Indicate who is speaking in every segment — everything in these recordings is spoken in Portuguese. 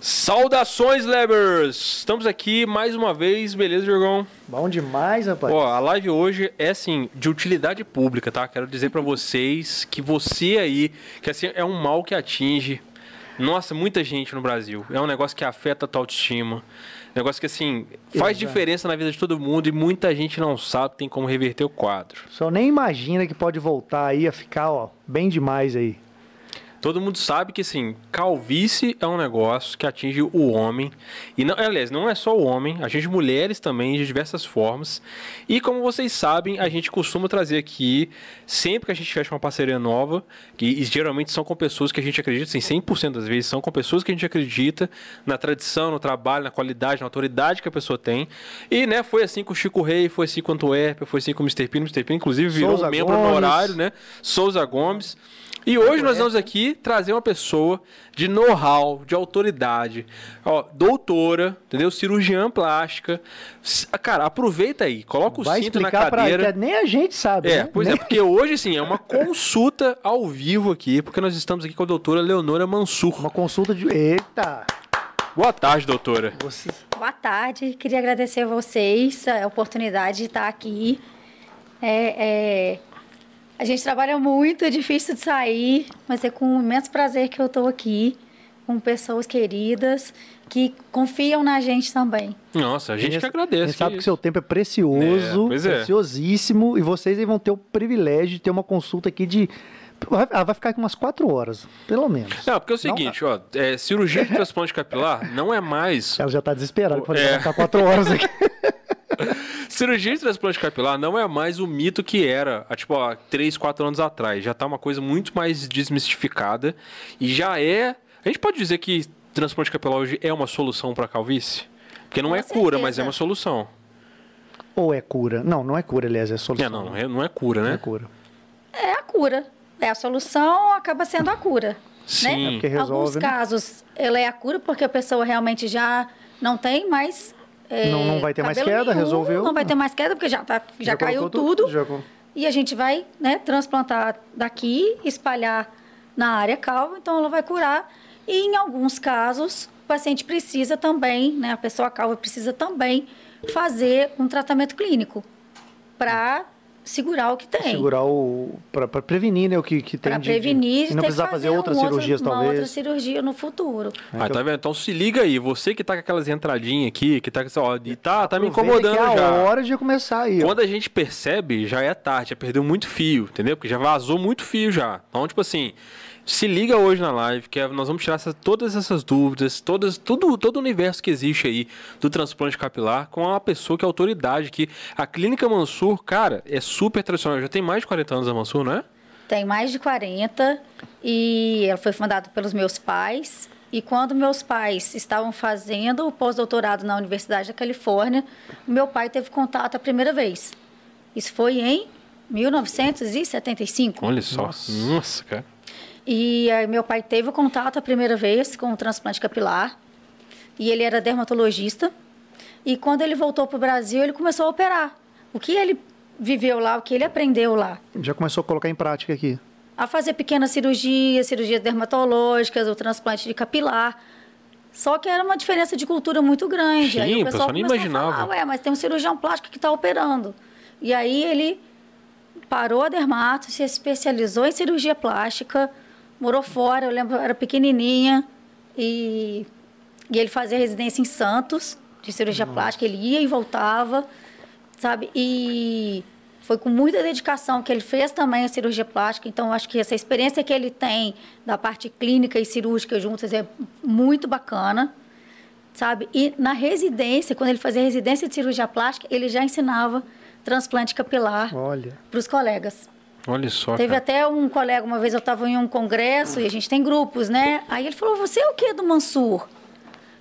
Speaker 1: Saudações, Lebers! Estamos aqui mais uma vez, beleza, Jorgão?
Speaker 2: Bom demais, rapaz.
Speaker 1: Ó, a live hoje é assim, de utilidade pública, tá? Quero dizer pra vocês que você aí, que assim, é um mal que atinge, nossa, muita gente no Brasil. É um negócio que afeta a tua autoestima. Negócio que assim, faz
Speaker 2: Exato.
Speaker 1: diferença na vida de todo mundo e muita gente não sabe, tem como reverter o quadro.
Speaker 2: Só nem imagina que pode voltar aí a ficar, ó, bem demais aí.
Speaker 1: Todo mundo sabe que, assim, calvície é um negócio que atinge o homem. E, não, aliás, não é só o homem, atinge mulheres também de diversas formas. E, como vocês sabem, a gente costuma trazer aqui, sempre que a gente fecha uma parceria nova, que e geralmente são com pessoas que a gente acredita, assim, 100% das vezes são com pessoas que a gente acredita na tradição, no trabalho, na qualidade, na autoridade que a pessoa tem. E, né, foi assim com o Chico Rei, foi assim com o Antuérpia, foi assim com o Mr. Pino. O Mr. Pino, inclusive, virou
Speaker 2: Souza
Speaker 1: um membro
Speaker 2: Gomes.
Speaker 1: honorário, né? Souza Gomes. E hoje nós vamos aqui trazer uma pessoa de know-how, de autoridade, ó, doutora, entendeu? Cirurgiã plástica. S- ah, Cara, aproveita aí, coloca o
Speaker 2: Vai
Speaker 1: cinto na
Speaker 2: explicar pra
Speaker 1: cadeira.
Speaker 2: que nem a gente sabe,
Speaker 1: É,
Speaker 2: né?
Speaker 1: pois é,
Speaker 2: nem...
Speaker 1: porque hoje sim é uma consulta ao vivo aqui, porque nós estamos aqui com a doutora Leonora Mansur.
Speaker 2: Uma consulta de... Eita!
Speaker 1: Boa tarde, doutora.
Speaker 2: Você...
Speaker 3: Boa tarde, queria agradecer a vocês a oportunidade de estar aqui. É, é, a gente trabalha muito, é difícil de sair, mas é com imenso prazer que eu estou aqui, com pessoas queridas que confiam na gente também.
Speaker 1: Nossa, a gente que
Speaker 2: A
Speaker 1: agradece.
Speaker 2: gente sabe que
Speaker 1: isso.
Speaker 2: seu tempo é precioso,
Speaker 1: É, pois é.
Speaker 2: preciosíssimo, e vocês aí vão ter o privilégio de ter uma consulta aqui de... Ela vai ficar aqui umas quatro horas, pelo menos.
Speaker 1: Não, porque é o
Speaker 2: Não, tá.
Speaker 1: seguinte, ó, é, cirurgia de transplante capilar não é mais
Speaker 2: Ela já tá desesperada, que eu falei,
Speaker 1: É.
Speaker 2: vai ficar quatro horas aqui.
Speaker 1: Cirurgia de transplante capilar não é mais o mito que era, há, tipo, há 3, 4 anos atrás. Já tá uma coisa muito mais desmistificada e já é... A gente pode dizer que transplante capilar hoje é uma solução pra calvície? Porque não
Speaker 3: Com
Speaker 1: é cura,
Speaker 3: certeza.
Speaker 1: mas é uma solução.
Speaker 2: Ou é cura? Não, não é cura, aliás, é solução.
Speaker 1: É, não, não é, não é cura,
Speaker 2: Não é
Speaker 1: né?
Speaker 2: cura.
Speaker 3: É a cura, é a solução, acaba sendo a cura.
Speaker 1: Sim.
Speaker 2: É porque resolve,
Speaker 3: Alguns
Speaker 2: né?
Speaker 3: casos ela é a cura porque a pessoa realmente já não tem mais. é,
Speaker 2: Não- não vai ter mais
Speaker 3: cabelo
Speaker 2: queda, resolveu.
Speaker 3: Não vai ter mais queda porque já, tá, já, caiu
Speaker 2: colocou
Speaker 3: tudo.
Speaker 2: já col-
Speaker 3: E a gente vai né, transplantar daqui, espalhar na área calva, então ela vai curar. E em alguns casos, o paciente precisa também, né, a pessoa calva precisa também fazer um tratamento clínico para segurar o que tem.
Speaker 2: segurar o. Pra, pra prevenir, né? O que, que tem
Speaker 3: Para
Speaker 2: de- de-
Speaker 3: prevenir
Speaker 2: E
Speaker 3: e
Speaker 2: não precisar fazer, outras cirurgias,
Speaker 3: Uma
Speaker 2: talvez.
Speaker 3: outra cirurgia no futuro.
Speaker 1: Ah, tá vendo? Então se liga aí, você que tá com aquelas entradinhas aqui, que tá com essa. Ó, e tá, tá me
Speaker 2: Aproveita
Speaker 1: incomodando
Speaker 2: que é
Speaker 1: já.
Speaker 2: a hora de começar aí. ó.
Speaker 1: Quando a gente percebe, já é tarde, já perdeu muito fio, entendeu? Porque já vazou muito fio já. Então, tipo assim, se liga hoje na live, que é, nós vamos tirar essas- todas essas dúvidas, todas, tudo, todo o universo que existe aí do transplante capilar com uma pessoa que é autoridade, que a Clínica Mansur, cara, é super tradicional. Já tem mais de 40 anos a Mansur, não é?
Speaker 3: Tem mais de 40 e ela foi fundada pelos meus pais. E quando meus pais estavam fazendo o pós-doutorado na Universidade da Califórnia, meu pai teve contato a primeira vez. Isso foi em 1975.
Speaker 1: Olha só.
Speaker 2: Nossa.
Speaker 1: Nossa, cara.
Speaker 3: E aí meu pai teve o contato a primeira vez com o transplante capilar. E ele era dermatologista. E quando ele voltou para o Brasil, ele começou a operar. O que ele viveu lá, o que ele aprendeu lá.
Speaker 2: Já começou a colocar em prática aqui.
Speaker 3: A fazer pequenas cirurgias, cirurgias dermatológicas, o transplante de capilar. Só que era uma diferença de cultura muito grande.
Speaker 1: Sim,
Speaker 3: aí
Speaker 1: o
Speaker 3: o pessoal
Speaker 1: pessoal nem
Speaker 3: começou
Speaker 1: imaginava.
Speaker 3: a falar, ué, mas tem um cirurgião plástico que está operando. E aí ele parou a dermato, se especializou em cirurgia plástica, morou fora, eu lembro, eu era pequenininha, e, e ele fazia residência em Santos, de cirurgia plástica, ele ia e voltava, sabe? E foi com muita dedicação que ele fez também a cirurgia plástica, então acho que essa experiência que ele tem da parte clínica e cirúrgica juntas é muito bacana. Sabe? E na residência, quando ele fazia residência de cirurgia plástica, ele já ensinava transplante capilar
Speaker 2: Olha.
Speaker 3: para os colegas.
Speaker 1: Olha só.
Speaker 3: Teve
Speaker 1: cara.
Speaker 3: até um colega, uma vez eu estava em um congresso e a gente tem grupos, né? Aí ele falou: Você é o que do Mansur?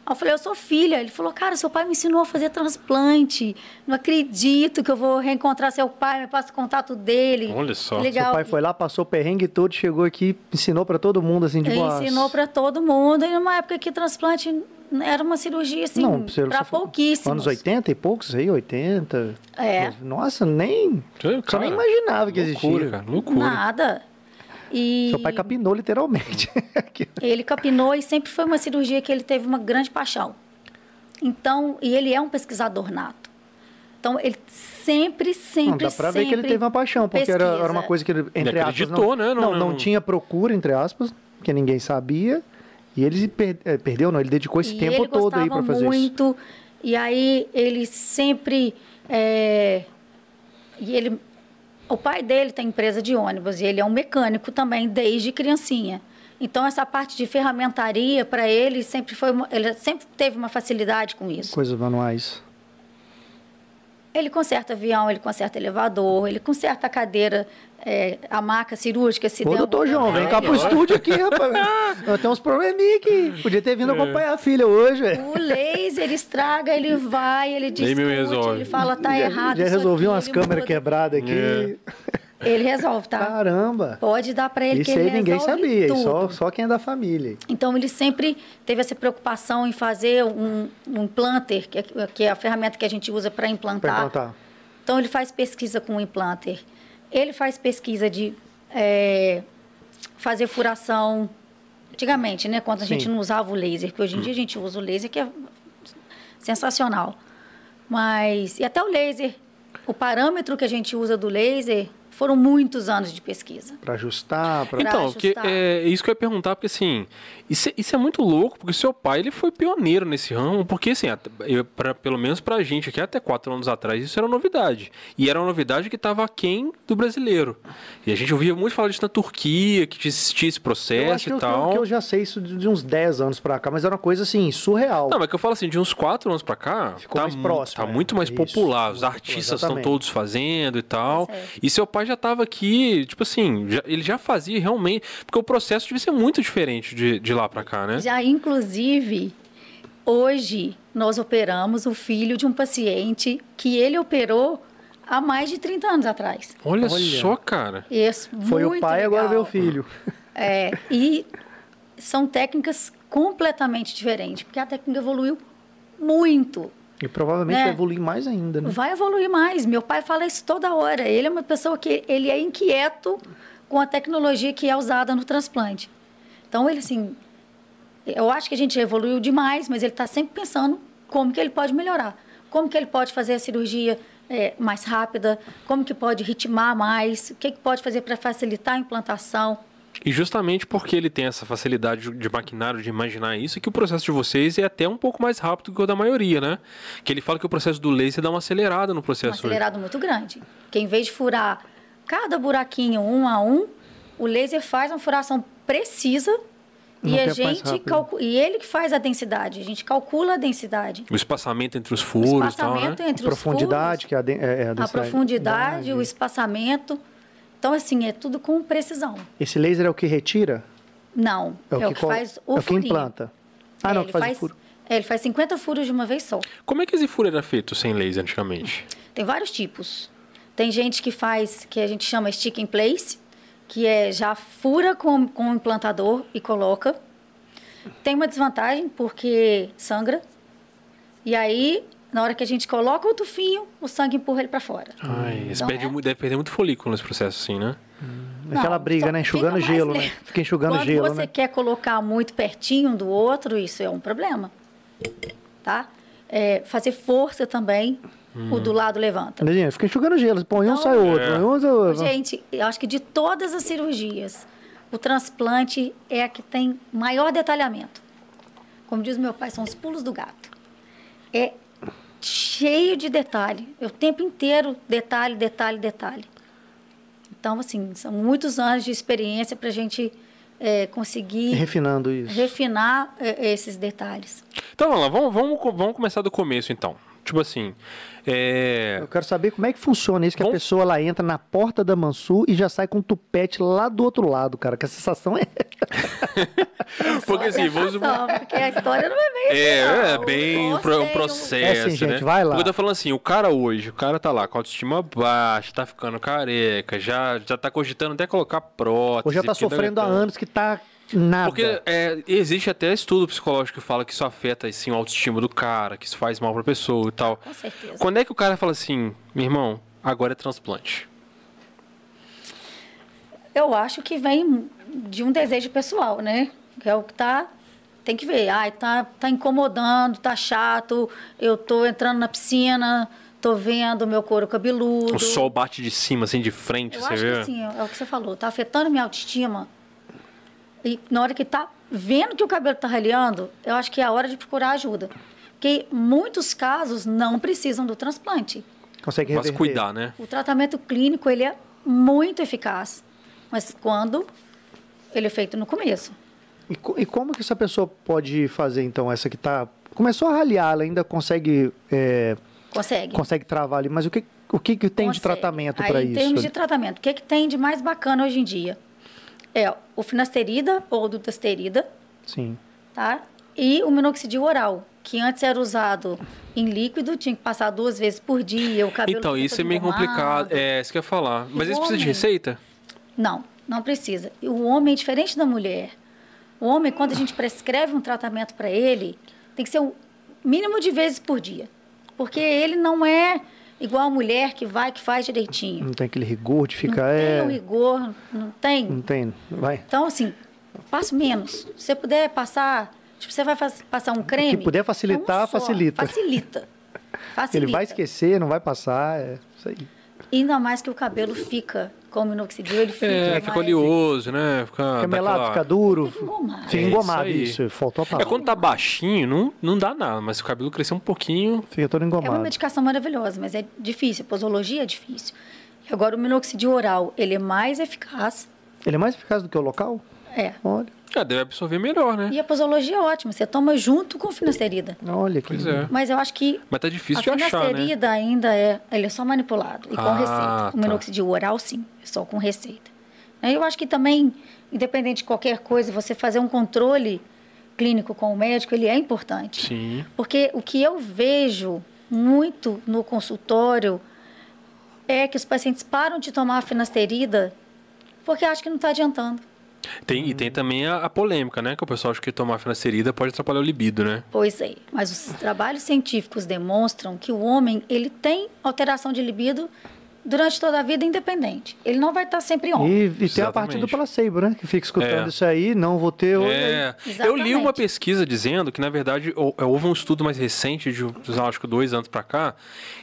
Speaker 3: Aí eu falei: Eu sou filha. Ele falou: Cara, seu pai me ensinou a fazer transplante. Não acredito que eu vou reencontrar seu pai, me passa o contato dele.
Speaker 1: Olha só.
Speaker 3: Legal.
Speaker 2: Seu pai foi lá, passou o perrengue todo, chegou aqui, ensinou pra todo mundo, assim, de
Speaker 3: Ele
Speaker 2: boas.
Speaker 3: ensinou para todo mundo. E numa época que transplante era uma cirurgia, assim,
Speaker 2: Não, você-
Speaker 3: para
Speaker 2: você falou-
Speaker 3: pouquíssimos.
Speaker 2: Anos 80 e poucos aí, 80.
Speaker 3: É.
Speaker 2: Nossa, nem.
Speaker 1: Cara,
Speaker 2: só nem imaginava
Speaker 1: loucura,
Speaker 2: que existia.
Speaker 1: Cara, loucura.
Speaker 3: Nada. E
Speaker 2: Seu pai capinou literalmente. Aqui.
Speaker 3: ele capinou e sempre foi uma cirurgia que ele teve uma grande paixão. Então, e ele é um pesquisador nato. Então, ele sempre, sempre,
Speaker 2: não, dá pra ver que ele
Speaker 3: sempre
Speaker 2: teve uma paixão, porque era, era uma
Speaker 3: pesquisa.
Speaker 2: coisa que ele, entre aspas,
Speaker 1: acreditou,
Speaker 2: não,
Speaker 1: né? Não-
Speaker 2: Não,
Speaker 1: não-
Speaker 2: não, tinha procura, entre aspas, que ninguém sabia. E ele se per- eh, perdeu, não, ele dedicou esse
Speaker 3: E
Speaker 2: tempo
Speaker 3: ele
Speaker 2: todo aí pra
Speaker 3: gostava
Speaker 2: fazer isso.
Speaker 3: muito, E aí ele sempre. é, e ele, o pai dele tem empresa de ônibus e ele é um mecânico também desde criancinha. Então essa parte de ferramentaria para ele sempre foi uma- ele sempre teve uma facilidade com isso.
Speaker 2: Coisas manuais.
Speaker 3: Ele conserta avião, ele conserta elevador, ele conserta a cadeira, é, a maca cirúrgica, se
Speaker 2: Ô,
Speaker 3: der um
Speaker 2: doutor
Speaker 3: algum-
Speaker 2: João, vem cá pro
Speaker 1: Olha.
Speaker 2: estúdio aqui, rapaz. Eu tenho uns probleminha aqui. Podia ter
Speaker 1: É.
Speaker 2: vindo acompanhar a filha hoje. velho.
Speaker 3: O laser estraga, ele vai, ele discute,
Speaker 1: resolve.
Speaker 3: ele fala, tá errado.
Speaker 2: Já
Speaker 3: isso
Speaker 2: resolvi
Speaker 3: aqui,
Speaker 2: umas
Speaker 3: ele
Speaker 2: câmeras
Speaker 3: muda.
Speaker 2: quebradas aqui.
Speaker 1: É.
Speaker 3: Ele resolve, tá?
Speaker 2: Caramba.
Speaker 3: Pode dar pra ele
Speaker 2: Isso
Speaker 3: que ele
Speaker 2: aí ninguém
Speaker 3: resolve
Speaker 2: sabia,
Speaker 3: tudo.
Speaker 2: só, só quem é da família.
Speaker 3: Então ele sempre teve essa preocupação em fazer um, um implanter, que é, que é a ferramenta que a gente usa para
Speaker 2: Pra
Speaker 3: implantar.
Speaker 2: perguntar.
Speaker 3: Então ele faz pesquisa com o implanter. Ele faz pesquisa de é, fazer furação. Antigamente, né? Quando a
Speaker 2: Sim.
Speaker 3: gente não usava o laser, porque hoje em dia a gente usa o laser, que é sensacional. Mas. E até o laser. O parâmetro que a gente usa do laser foram muitos anos de pesquisa.
Speaker 2: Pra ajustar, pra... tá.
Speaker 1: Então, porque
Speaker 3: ajustar.
Speaker 1: é isso que eu ia perguntar, porque assim, isso, é- isso é muito louco, porque seu pai ele foi pioneiro nesse ramo, porque assim, até- eu- pra- pelo menos pra gente aqui, até quatro anos atrás, isso era novidade. E era uma novidade que tava aquém do brasileiro. E a gente ouvia muito falar disso na Turquia, que existia esse
Speaker 2: Eu acho
Speaker 1: processo
Speaker 2: que eu, um
Speaker 1: e tal.
Speaker 2: que eu já sei isso de de uns 10 anos pra cá, mas era uma coisa assim, surreal.
Speaker 1: Não, mas que eu falo assim, de uns quatro anos pra cá,
Speaker 2: Ficou
Speaker 1: tá,
Speaker 2: mais
Speaker 1: mu-
Speaker 2: próximo,
Speaker 1: tá
Speaker 2: é.
Speaker 1: muito mais
Speaker 2: Isso,
Speaker 1: popular, os
Speaker 2: muito popular,
Speaker 1: artistas estão
Speaker 2: exatamente.
Speaker 1: todos fazendo e tal.
Speaker 3: Tá certo.
Speaker 1: E seu pai já tava aqui, tipo assim, já- ele já fazia realmente, porque o processo devia ser muito diferente de, de lá pra cá, né?
Speaker 3: Já, inclusive, hoje nós operamos o filho de um paciente que ele operou há mais de 30 anos atrás.
Speaker 1: Olha,
Speaker 2: Olha.
Speaker 1: só, cara.
Speaker 3: Isso,
Speaker 2: Foi
Speaker 3: muito
Speaker 2: o pai,
Speaker 3: legal.
Speaker 2: agora veio o filho.
Speaker 3: É, e são técnicas completamente diferentes, porque a técnica evoluiu muito.
Speaker 2: E provavelmente
Speaker 3: Né?
Speaker 2: vai evoluir mais ainda, né?
Speaker 3: Vai evoluir mais. Meu pai fala isso toda hora. Ele é uma pessoa que ele é inquieto com a tecnologia que é usada no transplante. Então ele assim, eu acho que a gente evoluiu demais, mas ele está sempre pensando como que ele pode melhorar, como que ele pode fazer a cirurgia eh, mais rápida, como que pode ritmar mais, o que, que pode fazer para facilitar a implantação.
Speaker 1: E justamente porque ele tem essa facilidade de- de maquinário, de imaginar isso, que o processo de vocês é até um pouco mais rápido que o da maioria, né? Que ele fala que o processo do laser dá uma acelerada no
Speaker 3: um
Speaker 1: processo.
Speaker 3: acelerado muito grande. Que em vez de furar cada buraquinho um a um, o laser faz uma furação precisa
Speaker 2: Num
Speaker 3: e a
Speaker 2: tempo é mais
Speaker 3: gente
Speaker 2: rápido.
Speaker 3: calcu- e ele que faz a densidade, a gente calcula a densidade,
Speaker 1: O espaçamento entre os
Speaker 3: o
Speaker 1: furos e tal, né?
Speaker 3: espaçamento entre os
Speaker 2: profundidade, que é a, de, é, é
Speaker 3: furos, a
Speaker 2: densidade.
Speaker 3: profundidade, o espaçamento. Então assim, é tudo com precisão.
Speaker 2: Esse laser é o que retira?
Speaker 3: Não, é o que,
Speaker 2: col-
Speaker 3: faz
Speaker 2: É
Speaker 3: o
Speaker 2: o que
Speaker 3: furinho.
Speaker 2: implanta. Ah,
Speaker 3: É,
Speaker 2: não,
Speaker 3: ele
Speaker 2: que faz, o furo.
Speaker 3: é, ele faz 50 furos de uma vez só.
Speaker 1: Como é que esse furo era feito sem laser antigamente?
Speaker 3: Tem vários tipos. Tem gente que faz, que a gente chama stick in place, que é já fura com, com o implantador e coloca. Tem uma desvantagem, porque sangra. E aí, na hora que a gente coloca o tufinho, o sangue empurra ele para fora.
Speaker 2: Ah,
Speaker 1: Ai, eles
Speaker 3: Então,
Speaker 1: perdem
Speaker 3: é.
Speaker 1: mu- deve perder muito folículo nesse processo, assim, né?
Speaker 2: Aquela
Speaker 3: Não,
Speaker 2: briga,
Speaker 3: só
Speaker 2: né?
Speaker 3: fica
Speaker 2: Enxugando
Speaker 3: mais
Speaker 2: gelo, né?
Speaker 3: lento.
Speaker 2: Fica enxugando
Speaker 3: Quando
Speaker 2: gelo,
Speaker 3: você
Speaker 2: né?
Speaker 3: quer colocar muito pertinho um do outro, isso é um problema. Tá? É, fazer força também, o
Speaker 2: Hum.
Speaker 3: do lado levanta.
Speaker 2: Imagina, fica enxugando gelo. Põe um,
Speaker 3: Não.
Speaker 2: sai outro.
Speaker 1: É.
Speaker 2: Põe um, sai outro.
Speaker 3: Gente, eu acho que de todas as cirurgias, o transplante é a que tem maior detalhamento. Como diz meu pai, são os pulos do gato. É cheio de detalhe. É o tempo inteiro detalhe, detalhe, detalhe. Então, assim, são muitos anos de experiência para a gente eh,
Speaker 2: E
Speaker 3: conseguir
Speaker 2: Refinando isso.
Speaker 3: refinar eh, esses detalhes.
Speaker 1: Então vamos lá, vamos, vamos, co- vamos começar do começo, então. Tipo assim, é...
Speaker 2: Eu quero saber como é que funciona isso, que
Speaker 1: Bom-
Speaker 2: a pessoa lá entra na porta da Mansu e já sai com um tupete lá do outro lado, cara. Que a sensação é.
Speaker 1: Porque assim,
Speaker 3: Só a
Speaker 1: vamos...
Speaker 3: sensação, porque a história não é bem assim,
Speaker 1: É, é
Speaker 3: não.
Speaker 1: bem
Speaker 3: O
Speaker 1: um pro- um
Speaker 3: negócio
Speaker 1: processo,
Speaker 2: É assim, gente,
Speaker 1: né?
Speaker 2: vai lá.
Speaker 1: Porque eu tô falando assim, o cara hoje, o cara tá lá com a autoestima baixa, tá ficando careca, já, já tá cogitando até colocar prótese.
Speaker 2: Ou já tá
Speaker 1: porque não
Speaker 2: sofrendo há
Speaker 1: aguentando.
Speaker 2: anos que tá nada.
Speaker 1: um- Porque é, existe até estudo psicológico que fala que isso afeta assim, o autoestima do cara, que isso faz mal pra pessoa e tal.
Speaker 3: Com certeza.
Speaker 1: Quando é que o cara fala assim, meu irmão, agora é transplante?
Speaker 3: Eu acho que vem de um desejo pessoal, né? Que é o que tá. Tem que ver. Ai, tá, tá incomodando, tá chato. Eu tô entrando na piscina, tô vendo meu couro cabeludo.
Speaker 1: O sol bate de cima, assim, de frente,
Speaker 3: Eu
Speaker 1: você
Speaker 3: acho
Speaker 1: vê?
Speaker 3: que assim, é o que você falou, tá afetando minha autoestima. E na hora que tá vendo que o cabelo tá raleando, eu acho que é a hora de procurar ajuda. Porque muitos casos não precisam do transplante.
Speaker 2: Consegue
Speaker 1: Mas
Speaker 2: reverter.
Speaker 1: cuidar, né?
Speaker 3: O tratamento clínico, ele é muito eficaz. Mas quando ele é feito no começo.
Speaker 2: E, co- e como que essa pessoa pode fazer, então, essa que tá... Começou a ralhar, ela ainda consegue, é,
Speaker 3: Consegue.
Speaker 2: consegue travar ali, mas o que, o que, que tem de
Speaker 3: Consegue.
Speaker 2: tratamento
Speaker 3: Aí,
Speaker 2: para
Speaker 3: Em
Speaker 2: isso?
Speaker 3: termos de tratamento, o que, que tem de mais bacana hoje em dia? É o finasterida ou dutasterida,
Speaker 2: Sim.
Speaker 3: tá? E o minoxidil oral, que antes era usado em líquido, tinha que passar duas vezes por dia, o cabelo
Speaker 1: Então,
Speaker 3: fica
Speaker 1: isso é
Speaker 3: todo
Speaker 1: meio
Speaker 3: engomado.
Speaker 1: complicado. É, isso que eu ia falar. Mas isso precisa de
Speaker 3: homem?
Speaker 1: receita?
Speaker 3: Não, não precisa. E O homem é diferente da mulher. O homem, quando a gente prescreve um tratamento para ele, tem que ser o mínimo de vezes por dia. Porque ele não é igual a mulher que vai, que faz direitinho.
Speaker 2: Não tem aquele rigor de
Speaker 3: Não
Speaker 2: ficar... é,
Speaker 3: tem o rigor, não tem.
Speaker 2: Não tem. Vai.
Speaker 3: Então, assim, passo menos. Se você puder passar, tipo, você vai faz- passar um creme.
Speaker 2: puder
Speaker 3: é um
Speaker 2: facilitar,
Speaker 3: só.
Speaker 2: facilita.
Speaker 3: Facilita. Facilita.
Speaker 2: Ele vai esquecer, não vai passar, é isso aí.
Speaker 3: Ainda mais que o cabelo fica, como o minoxidil, ele fica.
Speaker 1: É, fica
Speaker 3: mais-
Speaker 1: oleoso, né? Fica, dá
Speaker 2: Fica melado,
Speaker 1: aquela-
Speaker 2: fica duro.
Speaker 3: Fica engomado.
Speaker 2: Fica
Speaker 1: É isso
Speaker 2: engomado,
Speaker 1: aí.
Speaker 2: isso, Faltou a
Speaker 1: É
Speaker 2: palavra.
Speaker 1: quando tá baixinho, não, não dá nada, mas se o cabelo crescer um pouquinho.
Speaker 2: Fica todo
Speaker 3: É uma
Speaker 2: engomado.
Speaker 3: medicação maravilhosa, mas é difícil. A posologia é difícil. E agora, o minoxidil oral, ele é mais eficaz.
Speaker 2: Ele é mais eficaz do que o local?
Speaker 3: É.
Speaker 2: Olha,
Speaker 1: É, deve absorver melhor, né?
Speaker 3: E a posologia é ótima. Você toma junto com finasterida.
Speaker 2: olha que...
Speaker 1: Pois é.
Speaker 3: Mas eu acho que
Speaker 1: Mas tá
Speaker 3: a
Speaker 1: difícil de achar, né?
Speaker 3: finasterida ainda é, ele é só manipulado e com
Speaker 1: Ah,
Speaker 3: receita.
Speaker 1: tá.
Speaker 3: O minoxidil oral sim, é só com receita. Aí Eu acho que também, independente de qualquer coisa, você fazer um controle clínico com o médico, ele é importante.
Speaker 1: Sim.
Speaker 3: Porque o que eu vejo muito no consultório é que os pacientes param de tomar a finasterida porque acham que não está adiantando.
Speaker 1: Tem, E tem também a, a polêmica, né? Que o pessoal acha que tomar finasterida pode atrapalhar o libido, né?
Speaker 3: Pois é, mas os trabalhos científicos demonstram que o homem ele tem alteração de libido durante toda a vida independente. Ele não vai estar sempre homem.
Speaker 2: E, e tem a parte do
Speaker 1: Exatamente.
Speaker 2: placebo, né? Que fica escutando
Speaker 1: É.
Speaker 2: isso aí, não vou ter... olha aí.
Speaker 1: É, eu li uma
Speaker 3: Exatamente.
Speaker 1: pesquisa dizendo que, na verdade, hou- houve um estudo mais recente, de, de, acho que dois anos pra cá,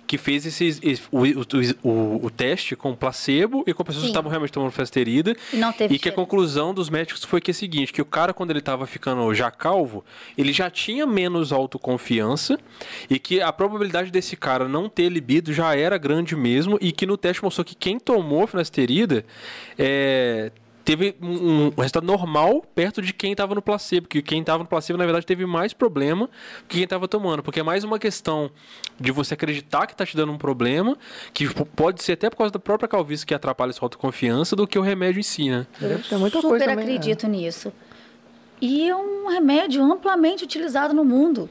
Speaker 1: que fez esses, esse- o, o- o- o teste com placebo e com pessoas que
Speaker 3: Sim.
Speaker 1: estavam realmente tomando festerida.
Speaker 3: E não teve
Speaker 1: E que é a
Speaker 3: diferença.
Speaker 1: conclusão dos médicos foi que é o seguinte, que o cara, quando ele tava ficando já calvo, ele já tinha menos autoconfiança e que a probabilidade desse cara não ter libido já era grande mesmo e que no teste mostrou que quem tomou finasterida é, teve um, um resultado normal perto de quem estava no placebo, que quem estava no placebo, na verdade, teve mais problema que quem estava tomando, porque é mais uma questão de você acreditar que está te dando um problema, que p- pode ser até por causa da própria calvície que atrapalha sua autoconfiança, do que o remédio em si, né?
Speaker 2: Deve ter
Speaker 3: Eu
Speaker 2: muita
Speaker 3: super
Speaker 2: coisa também, né?
Speaker 3: acredito nisso. E é um remédio amplamente utilizado no mundo.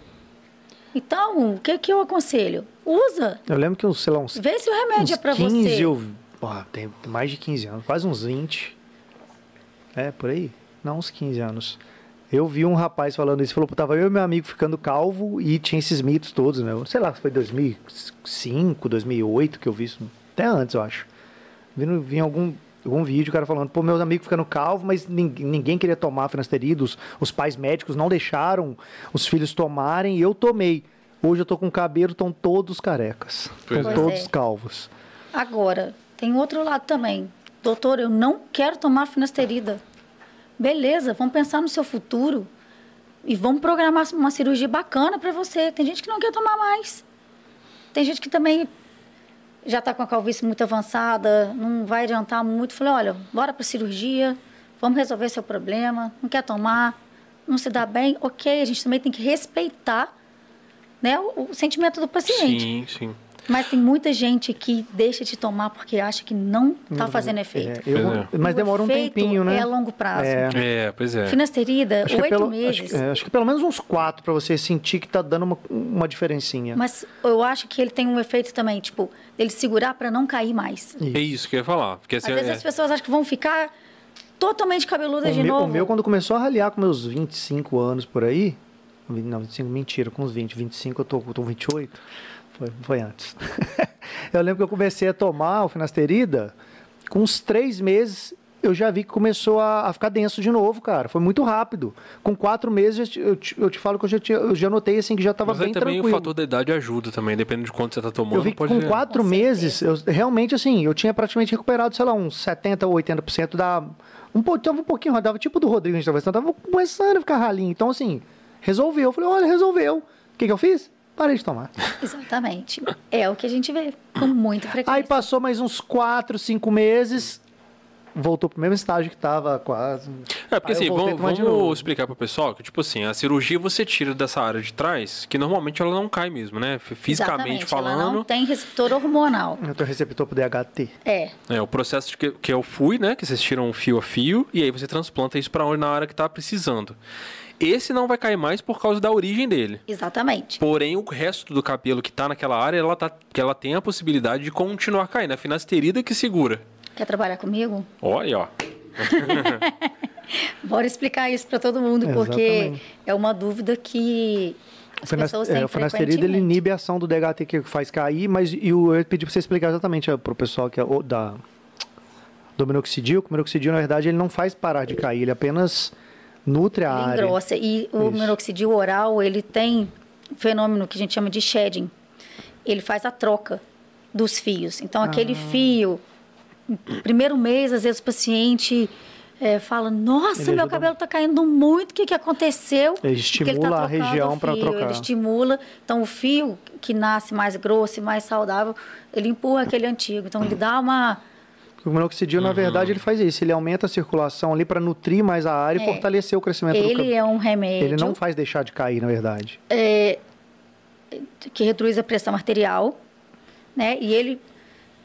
Speaker 3: Então, o que, que eu aconselho? Usa.
Speaker 2: Eu lembro que, uns, sei lá, uns,
Speaker 3: Vê se o remédio é
Speaker 2: uns
Speaker 3: para
Speaker 2: 15
Speaker 3: você.
Speaker 2: ou... Porra, tem mais de 15 anos, quase uns 20. É, por aí. Não, uns 15 anos. Eu vi um rapaz falando isso, falou, pô, tava eu e meu amigo ficando calvo e tinha esses mitos todos, né? Sei lá, foi 2005, 2008 que eu vi isso, até antes, eu acho. Vi, no- vi em algum, algum vídeo o cara falando, pô, meus amigos ficando calvo, mas nin- ninguém queria tomar finasterida, os, os pais médicos não deixaram os filhos tomarem e eu tomei. Hoje eu tô com cabelo, estão todos carecas.
Speaker 1: Pois
Speaker 2: Estão
Speaker 3: é.
Speaker 2: todos
Speaker 3: Pois é.
Speaker 2: calvos.
Speaker 3: Agora, tem outro lado também. Doutor, eu não quero tomar finasterida. Beleza, vamos pensar no seu futuro e vamos programar uma cirurgia bacana para você. Tem gente que não quer tomar mais. Tem gente que também já está com a calvície muito avançada, não vai adiantar muito. Falei, olha, bora para cirurgia, vamos resolver seu problema. Não quer tomar, não se dá bem. Ok, a gente também tem que respeitar né, o, o sentimento do paciente.
Speaker 1: Sim, sim.
Speaker 3: Mas tem muita gente que deixa de tomar porque acha que não está fazendo efeito.
Speaker 2: É, eu-
Speaker 1: Pois é.
Speaker 2: Mas
Speaker 3: O
Speaker 2: demora um
Speaker 3: efeito
Speaker 2: tempinho, né?
Speaker 3: É a longo prazo.
Speaker 2: É.
Speaker 1: É, pois é.
Speaker 3: Finasterida,
Speaker 2: Acho que,
Speaker 3: oito
Speaker 2: é pelo, acho,
Speaker 3: meses.
Speaker 2: que- é, acho que pelo menos uns quatro pra você sentir que tá dando uma, uma diferencinha.
Speaker 3: Mas eu acho que ele tem um efeito também, tipo, ele segurar para não cair mais.
Speaker 1: É isso que eu ia falar. Porque
Speaker 3: Às
Speaker 1: assim,
Speaker 3: vezes
Speaker 1: é-
Speaker 3: as pessoas acham que vão ficar totalmente cabeludas
Speaker 2: o,
Speaker 3: de
Speaker 2: meu, o
Speaker 3: novo.
Speaker 2: meu, quando começou a raliar com meus 25 anos por aí. vi- Não, 25, mentira, com uns 20. 25 eu tô, eu tô com 28. Foi, foi antes. eu lembro que eu comecei a tomar o finasterida com uns três meses. eu já vi que começou a, a ficar denso de novo, cara. Foi muito rápido. Com quatro meses, eu te, eu te falo que eu já, tinha- eu já notei assim que já estava
Speaker 1: Mas aí
Speaker 2: bem
Speaker 1: também
Speaker 2: tranquilo.
Speaker 1: o fator da idade ajuda também, dependendo de quanto você tá tomando.
Speaker 2: Eu vi que
Speaker 1: pode
Speaker 2: com
Speaker 1: ver.
Speaker 2: quatro
Speaker 3: Com
Speaker 2: meses, eu, realmente assim, eu tinha praticamente recuperado, sei lá, uns 70% ou 80% da. Um, pou- tava um pouquinho, rodava tipo do Rodrigo, a gente tava, conversando, tava começando a ficar ralinho. Então, assim, resolveu. Eu falei, olha, resolveu. O que, que eu fiz? Parei de tomar.
Speaker 3: Exatamente. É o que a gente vê com muita frequência.
Speaker 2: Aí passou mais uns quatro, cinco meses, voltou pro mesmo estágio que tava quase.
Speaker 1: É, porque
Speaker 2: Aí Ah, eu
Speaker 1: assim,
Speaker 2: voltei a
Speaker 1: vamos,
Speaker 2: tomar de
Speaker 1: vamos
Speaker 2: novo.
Speaker 1: explicar pro pessoal que, tipo assim, a cirurgia você tira dessa área de trás, que normalmente ela não cai mesmo, né? F- Fisicamente
Speaker 3: Exatamente, ela não
Speaker 1: falando.
Speaker 3: tem receptor hormonal.
Speaker 2: Eu tô receptor pro DHT.
Speaker 3: É,
Speaker 1: É, o processo de que, que eu fui, né? Que vocês tiram fio a fio e aí você transplanta isso pra onde na área que tá precisando. Esse não vai cair mais por causa da origem dele.
Speaker 3: exatamente.
Speaker 1: Porém, o resto do cabelo que tá naquela área, ela, tá, que ela tem a possibilidade de continuar caindo. É a finasterida que segura.
Speaker 3: Quer trabalhar comigo?
Speaker 1: Olha, ó.
Speaker 3: Bora explicar isso para todo mundo, porque
Speaker 2: Exatamente.
Speaker 3: é uma dúvida que as
Speaker 2: Foi na-
Speaker 3: pessoas
Speaker 2: é,
Speaker 3: têm
Speaker 2: o finasterida ele
Speaker 3: frequentemente.
Speaker 2: inibe a ação do DHT que faz cair, mas e o, eu pedi para você explicar exatamente ó, pro pessoal que é o, da do minoxidil, que o minoxidil na verdade ele não faz parar de cair, ele apenas nutre a
Speaker 3: Ele
Speaker 2: área.
Speaker 3: engrossa. E o
Speaker 2: Isso.
Speaker 3: minoxidil oral, ele tem um fenômeno que a gente chama de shedding. Ele faz a troca dos fios. Então, aquele
Speaker 2: Ah.
Speaker 3: fio, no primeiro mês, às vezes o paciente eh, fala, nossa,
Speaker 2: Ele
Speaker 3: meu
Speaker 2: ajuda
Speaker 3: cabelo está caindo muito, o que, que aconteceu?
Speaker 2: Ele
Speaker 3: Porque tá
Speaker 2: estimula a
Speaker 3: trocando o
Speaker 2: região pra
Speaker 3: fio,
Speaker 2: trocar.
Speaker 3: Ele estimula. Então, o fio que nasce mais grosso e mais saudável, ele empurra aquele antigo. Então, ele dá uma...
Speaker 2: O minoxidil na verdade ele faz isso, ele aumenta a circulação ali para nutrir mais a área e
Speaker 3: É.
Speaker 2: fortalecer o crescimento do
Speaker 3: Ele
Speaker 2: cabelo.
Speaker 3: é um remédio.
Speaker 2: Ele não faz deixar de cair, na verdade.
Speaker 3: que reduz a pressão arterial, né? E ele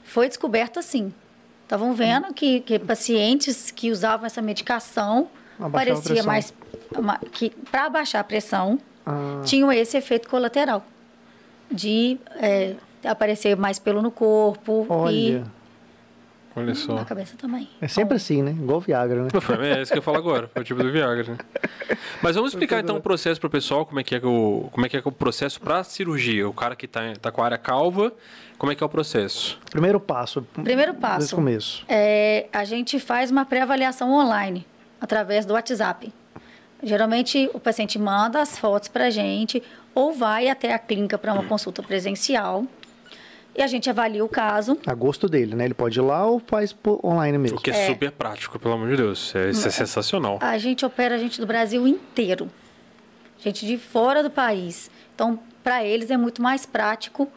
Speaker 3: foi descoberto assim. Estavam
Speaker 2: Uhum.
Speaker 3: vendo que, que pacientes que usavam essa medicação
Speaker 2: Abaixava a
Speaker 3: parecia
Speaker 2: pressão.
Speaker 3: mais ma- que para baixar a pressão
Speaker 2: Ah.
Speaker 3: tinham esse efeito colateral de é, aparecer mais pelo no corpo
Speaker 2: Olha,
Speaker 1: Olha
Speaker 3: e na
Speaker 1: só.
Speaker 3: cabeça também.
Speaker 2: é sempre assim, né? Igual Viagra, né?
Speaker 1: Foi, é isso que eu falo agora, foi o tipo do Viagra. né? Mas vamos explicar então o processo pro pessoal, como é que é, que o, como é, que é que é o processo pra cirurgia. O cara que tá, tá com a área calva, como é que é o processo?
Speaker 2: Primeiro passo.
Speaker 3: Primeiro
Speaker 2: Desde
Speaker 3: passo.
Speaker 2: o começo.
Speaker 3: É, a gente faz uma pré-avaliação online, através do WhatsApp. Geralmente, o paciente manda as fotos para a gente ou vai até a clínica para uma consulta presencial e a gente avalia o caso.
Speaker 2: A gosto dele, né? Ele pode ir lá ou faz por online mesmo.
Speaker 1: O que é, super prático, pelo amor de Deus. É, isso é sensacional.
Speaker 3: A gente opera gente do Brasil inteiro, gente de fora do país. Então, para eles é muito mais prático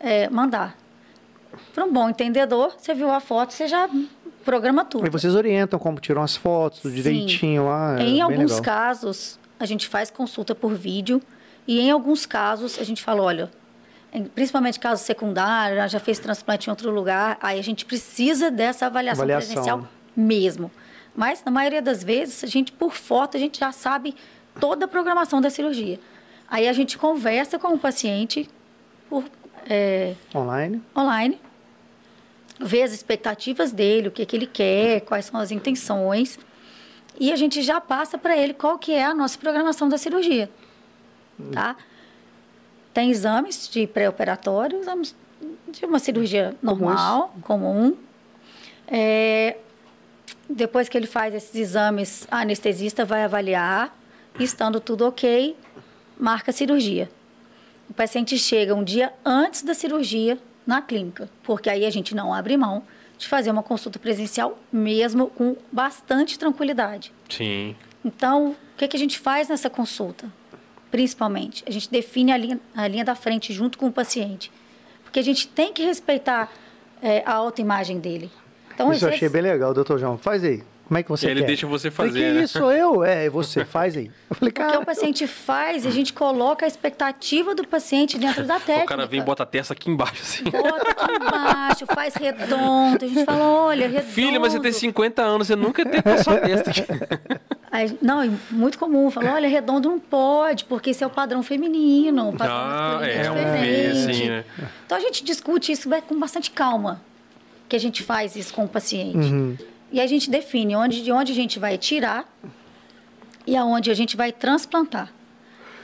Speaker 3: é, mandar. Para um bom entendedor, você viu a foto, você já programa tudo.
Speaker 2: Aí vocês orientam como tiram as fotos
Speaker 3: Sim.
Speaker 2: direitinho lá. é
Speaker 3: Em
Speaker 2: bem
Speaker 3: alguns
Speaker 2: legal.
Speaker 3: casos, a gente faz consulta por vídeo e em alguns casos a gente fala, olha, em- principalmente caso secundário, ela já fez transplante em outro lugar, aí a gente precisa dessa avaliação,
Speaker 2: Avaliação.
Speaker 3: presencial mesmo. Mas na maioria das vezes, a gente por foto, a gente já sabe toda a programação da cirurgia. Aí a gente conversa com o paciente por é,
Speaker 2: Online.
Speaker 3: online, vê as expectativas dele, o que, que ele quer, quais são as intenções, e a gente já passa para ele qual que é a nossa programação da cirurgia, tá? Tem exames de pré-operatório, exames de uma cirurgia normal, comum. É, depois que ele faz esses exames, a anestesista vai avaliar, estando tudo ok, marca a cirurgia. O paciente chega um dia antes da cirurgia na clínica, porque aí a gente não abre mão de fazer uma consulta presencial mesmo com bastante tranquilidade.
Speaker 1: Sim.
Speaker 3: Então, o que, que a gente faz nessa consulta? Principalmente, a gente define a linha, a linha da frente junto com o paciente, porque a gente tem que respeitar eh, a autoimagem dele. Então, às
Speaker 2: isso eu achei
Speaker 3: vezes-
Speaker 2: bem legal, doutor João. Faz aí. Como é que você
Speaker 1: Ele
Speaker 2: quer?
Speaker 1: deixa você
Speaker 2: Eu falei,
Speaker 1: fazer,
Speaker 2: Que
Speaker 1: né?
Speaker 2: isso, eu? É, e você, faz aí. Eu falei,
Speaker 3: Porque
Speaker 2: cara,
Speaker 3: o paciente faz e a gente coloca a expectativa do paciente dentro da técnica.
Speaker 1: O cara vem e bota a testa aqui embaixo, assim.
Speaker 3: Bota aqui embaixo, faz redondo. A gente fala, olha, é redondo.
Speaker 1: Filho, mas você tem 50 anos, você nunca tem a sua testa aqui.
Speaker 3: Aí, não, é muito comum. Fala, olha, é redondo não pode, porque esse é o padrão feminino. O padrão
Speaker 1: Ah,
Speaker 3: masculino
Speaker 1: é, um meio
Speaker 3: diferente.
Speaker 1: assim, né?
Speaker 3: Então a gente discute isso né, com bastante calma, que a gente faz isso com o paciente. E a gente define onde, de onde a gente vai tirar e aonde a gente vai transplantar.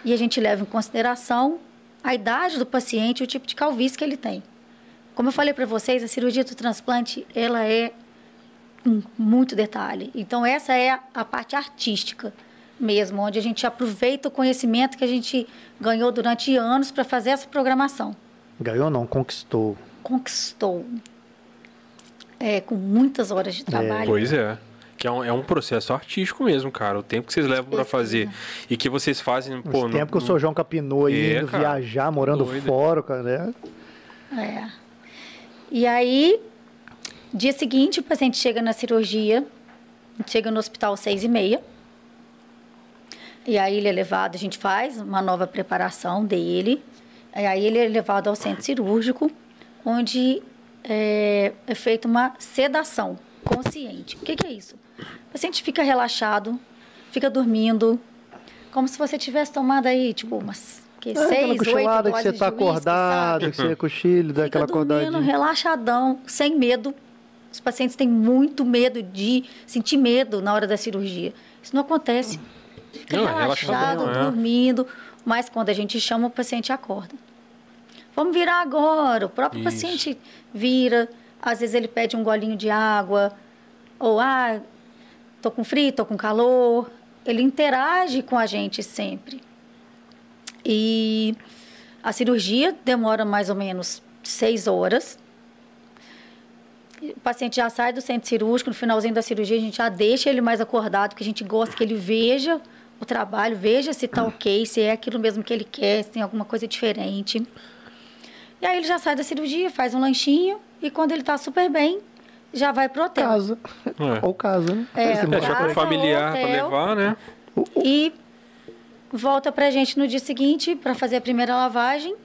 Speaker 3: E a gente leva em consideração a idade do paciente e o tipo de calvície que ele tem. Como eu falei para vocês, a cirurgia do transplante, ela é com muito detalhe. Então, essa é a parte artística mesmo, onde a gente aproveita o conhecimento que a gente ganhou durante anos para fazer essa programação.
Speaker 2: Ganhou não, conquistou.
Speaker 3: Conquistou. É, com muitas horas de trabalho. né?
Speaker 1: Pois é. Que é um, é um processo artístico mesmo, cara. O tempo que vocês levam pra fazer e que vocês fazem,
Speaker 2: Esse
Speaker 1: pô, no-
Speaker 2: tempo que o seu João capinou aí,
Speaker 1: É,
Speaker 2: indo
Speaker 1: cara.
Speaker 2: viajar, morando
Speaker 1: Doido.
Speaker 2: fora, cara. né?
Speaker 3: É. E aí, dia seguinte, o paciente chega na cirurgia, chega no hospital às seis e meia. E aí ele é levado, a gente faz uma nova preparação dele. E aí ele é levado ao centro cirúrgico, onde é, é feita uma sedação consciente. O que, que é isso? O paciente fica relaxado, fica dormindo, como se você tivesse tomado aí, tipo, umas que,
Speaker 2: É,
Speaker 3: seis,
Speaker 2: aquela
Speaker 3: oito
Speaker 2: cochilada que
Speaker 3: doses
Speaker 2: você
Speaker 3: de
Speaker 2: tá
Speaker 3: uísque, sabe?
Speaker 2: acordado, que você cochilha, dá
Speaker 3: Fica
Speaker 2: aquela
Speaker 3: dormindo,
Speaker 2: acordadinha.
Speaker 3: relaxadão, sem medo. Os pacientes têm muito medo de sentir medo na hora da cirurgia. Isso não acontece. Fica
Speaker 1: Não, é
Speaker 3: relaxado,
Speaker 1: relaxadão, é.
Speaker 3: dormindo, mas quando a gente chama, o paciente acorda. Vamos virar agora. O próprio
Speaker 1: Isso.
Speaker 3: paciente vira. Às vezes ele pede um golinho de água. Ou, ah, tô com frio, tô com calor. Ele interage com a gente sempre. E a cirurgia demora mais ou menos seis horas. O paciente já sai do centro cirúrgico, no finalzinho da cirurgia a gente já deixa ele mais acordado, porque a gente gosta que ele veja o trabalho, veja se tá ok, se é aquilo mesmo que ele quer, se tem alguma coisa diferente. E aí ele já sai da cirurgia, faz um lanchinho e quando ele tá super bem, já vai pro hotel.
Speaker 2: Casa.
Speaker 1: É.
Speaker 2: Ou casa, né?
Speaker 3: É,
Speaker 2: Esse
Speaker 1: É,
Speaker 2: lugar.
Speaker 1: já com
Speaker 3: Casa,
Speaker 1: familiar pra
Speaker 3: hotel.
Speaker 1: levar, né?
Speaker 2: Tá.
Speaker 3: e volta pra gente no dia seguinte pra fazer a primeira lavagem.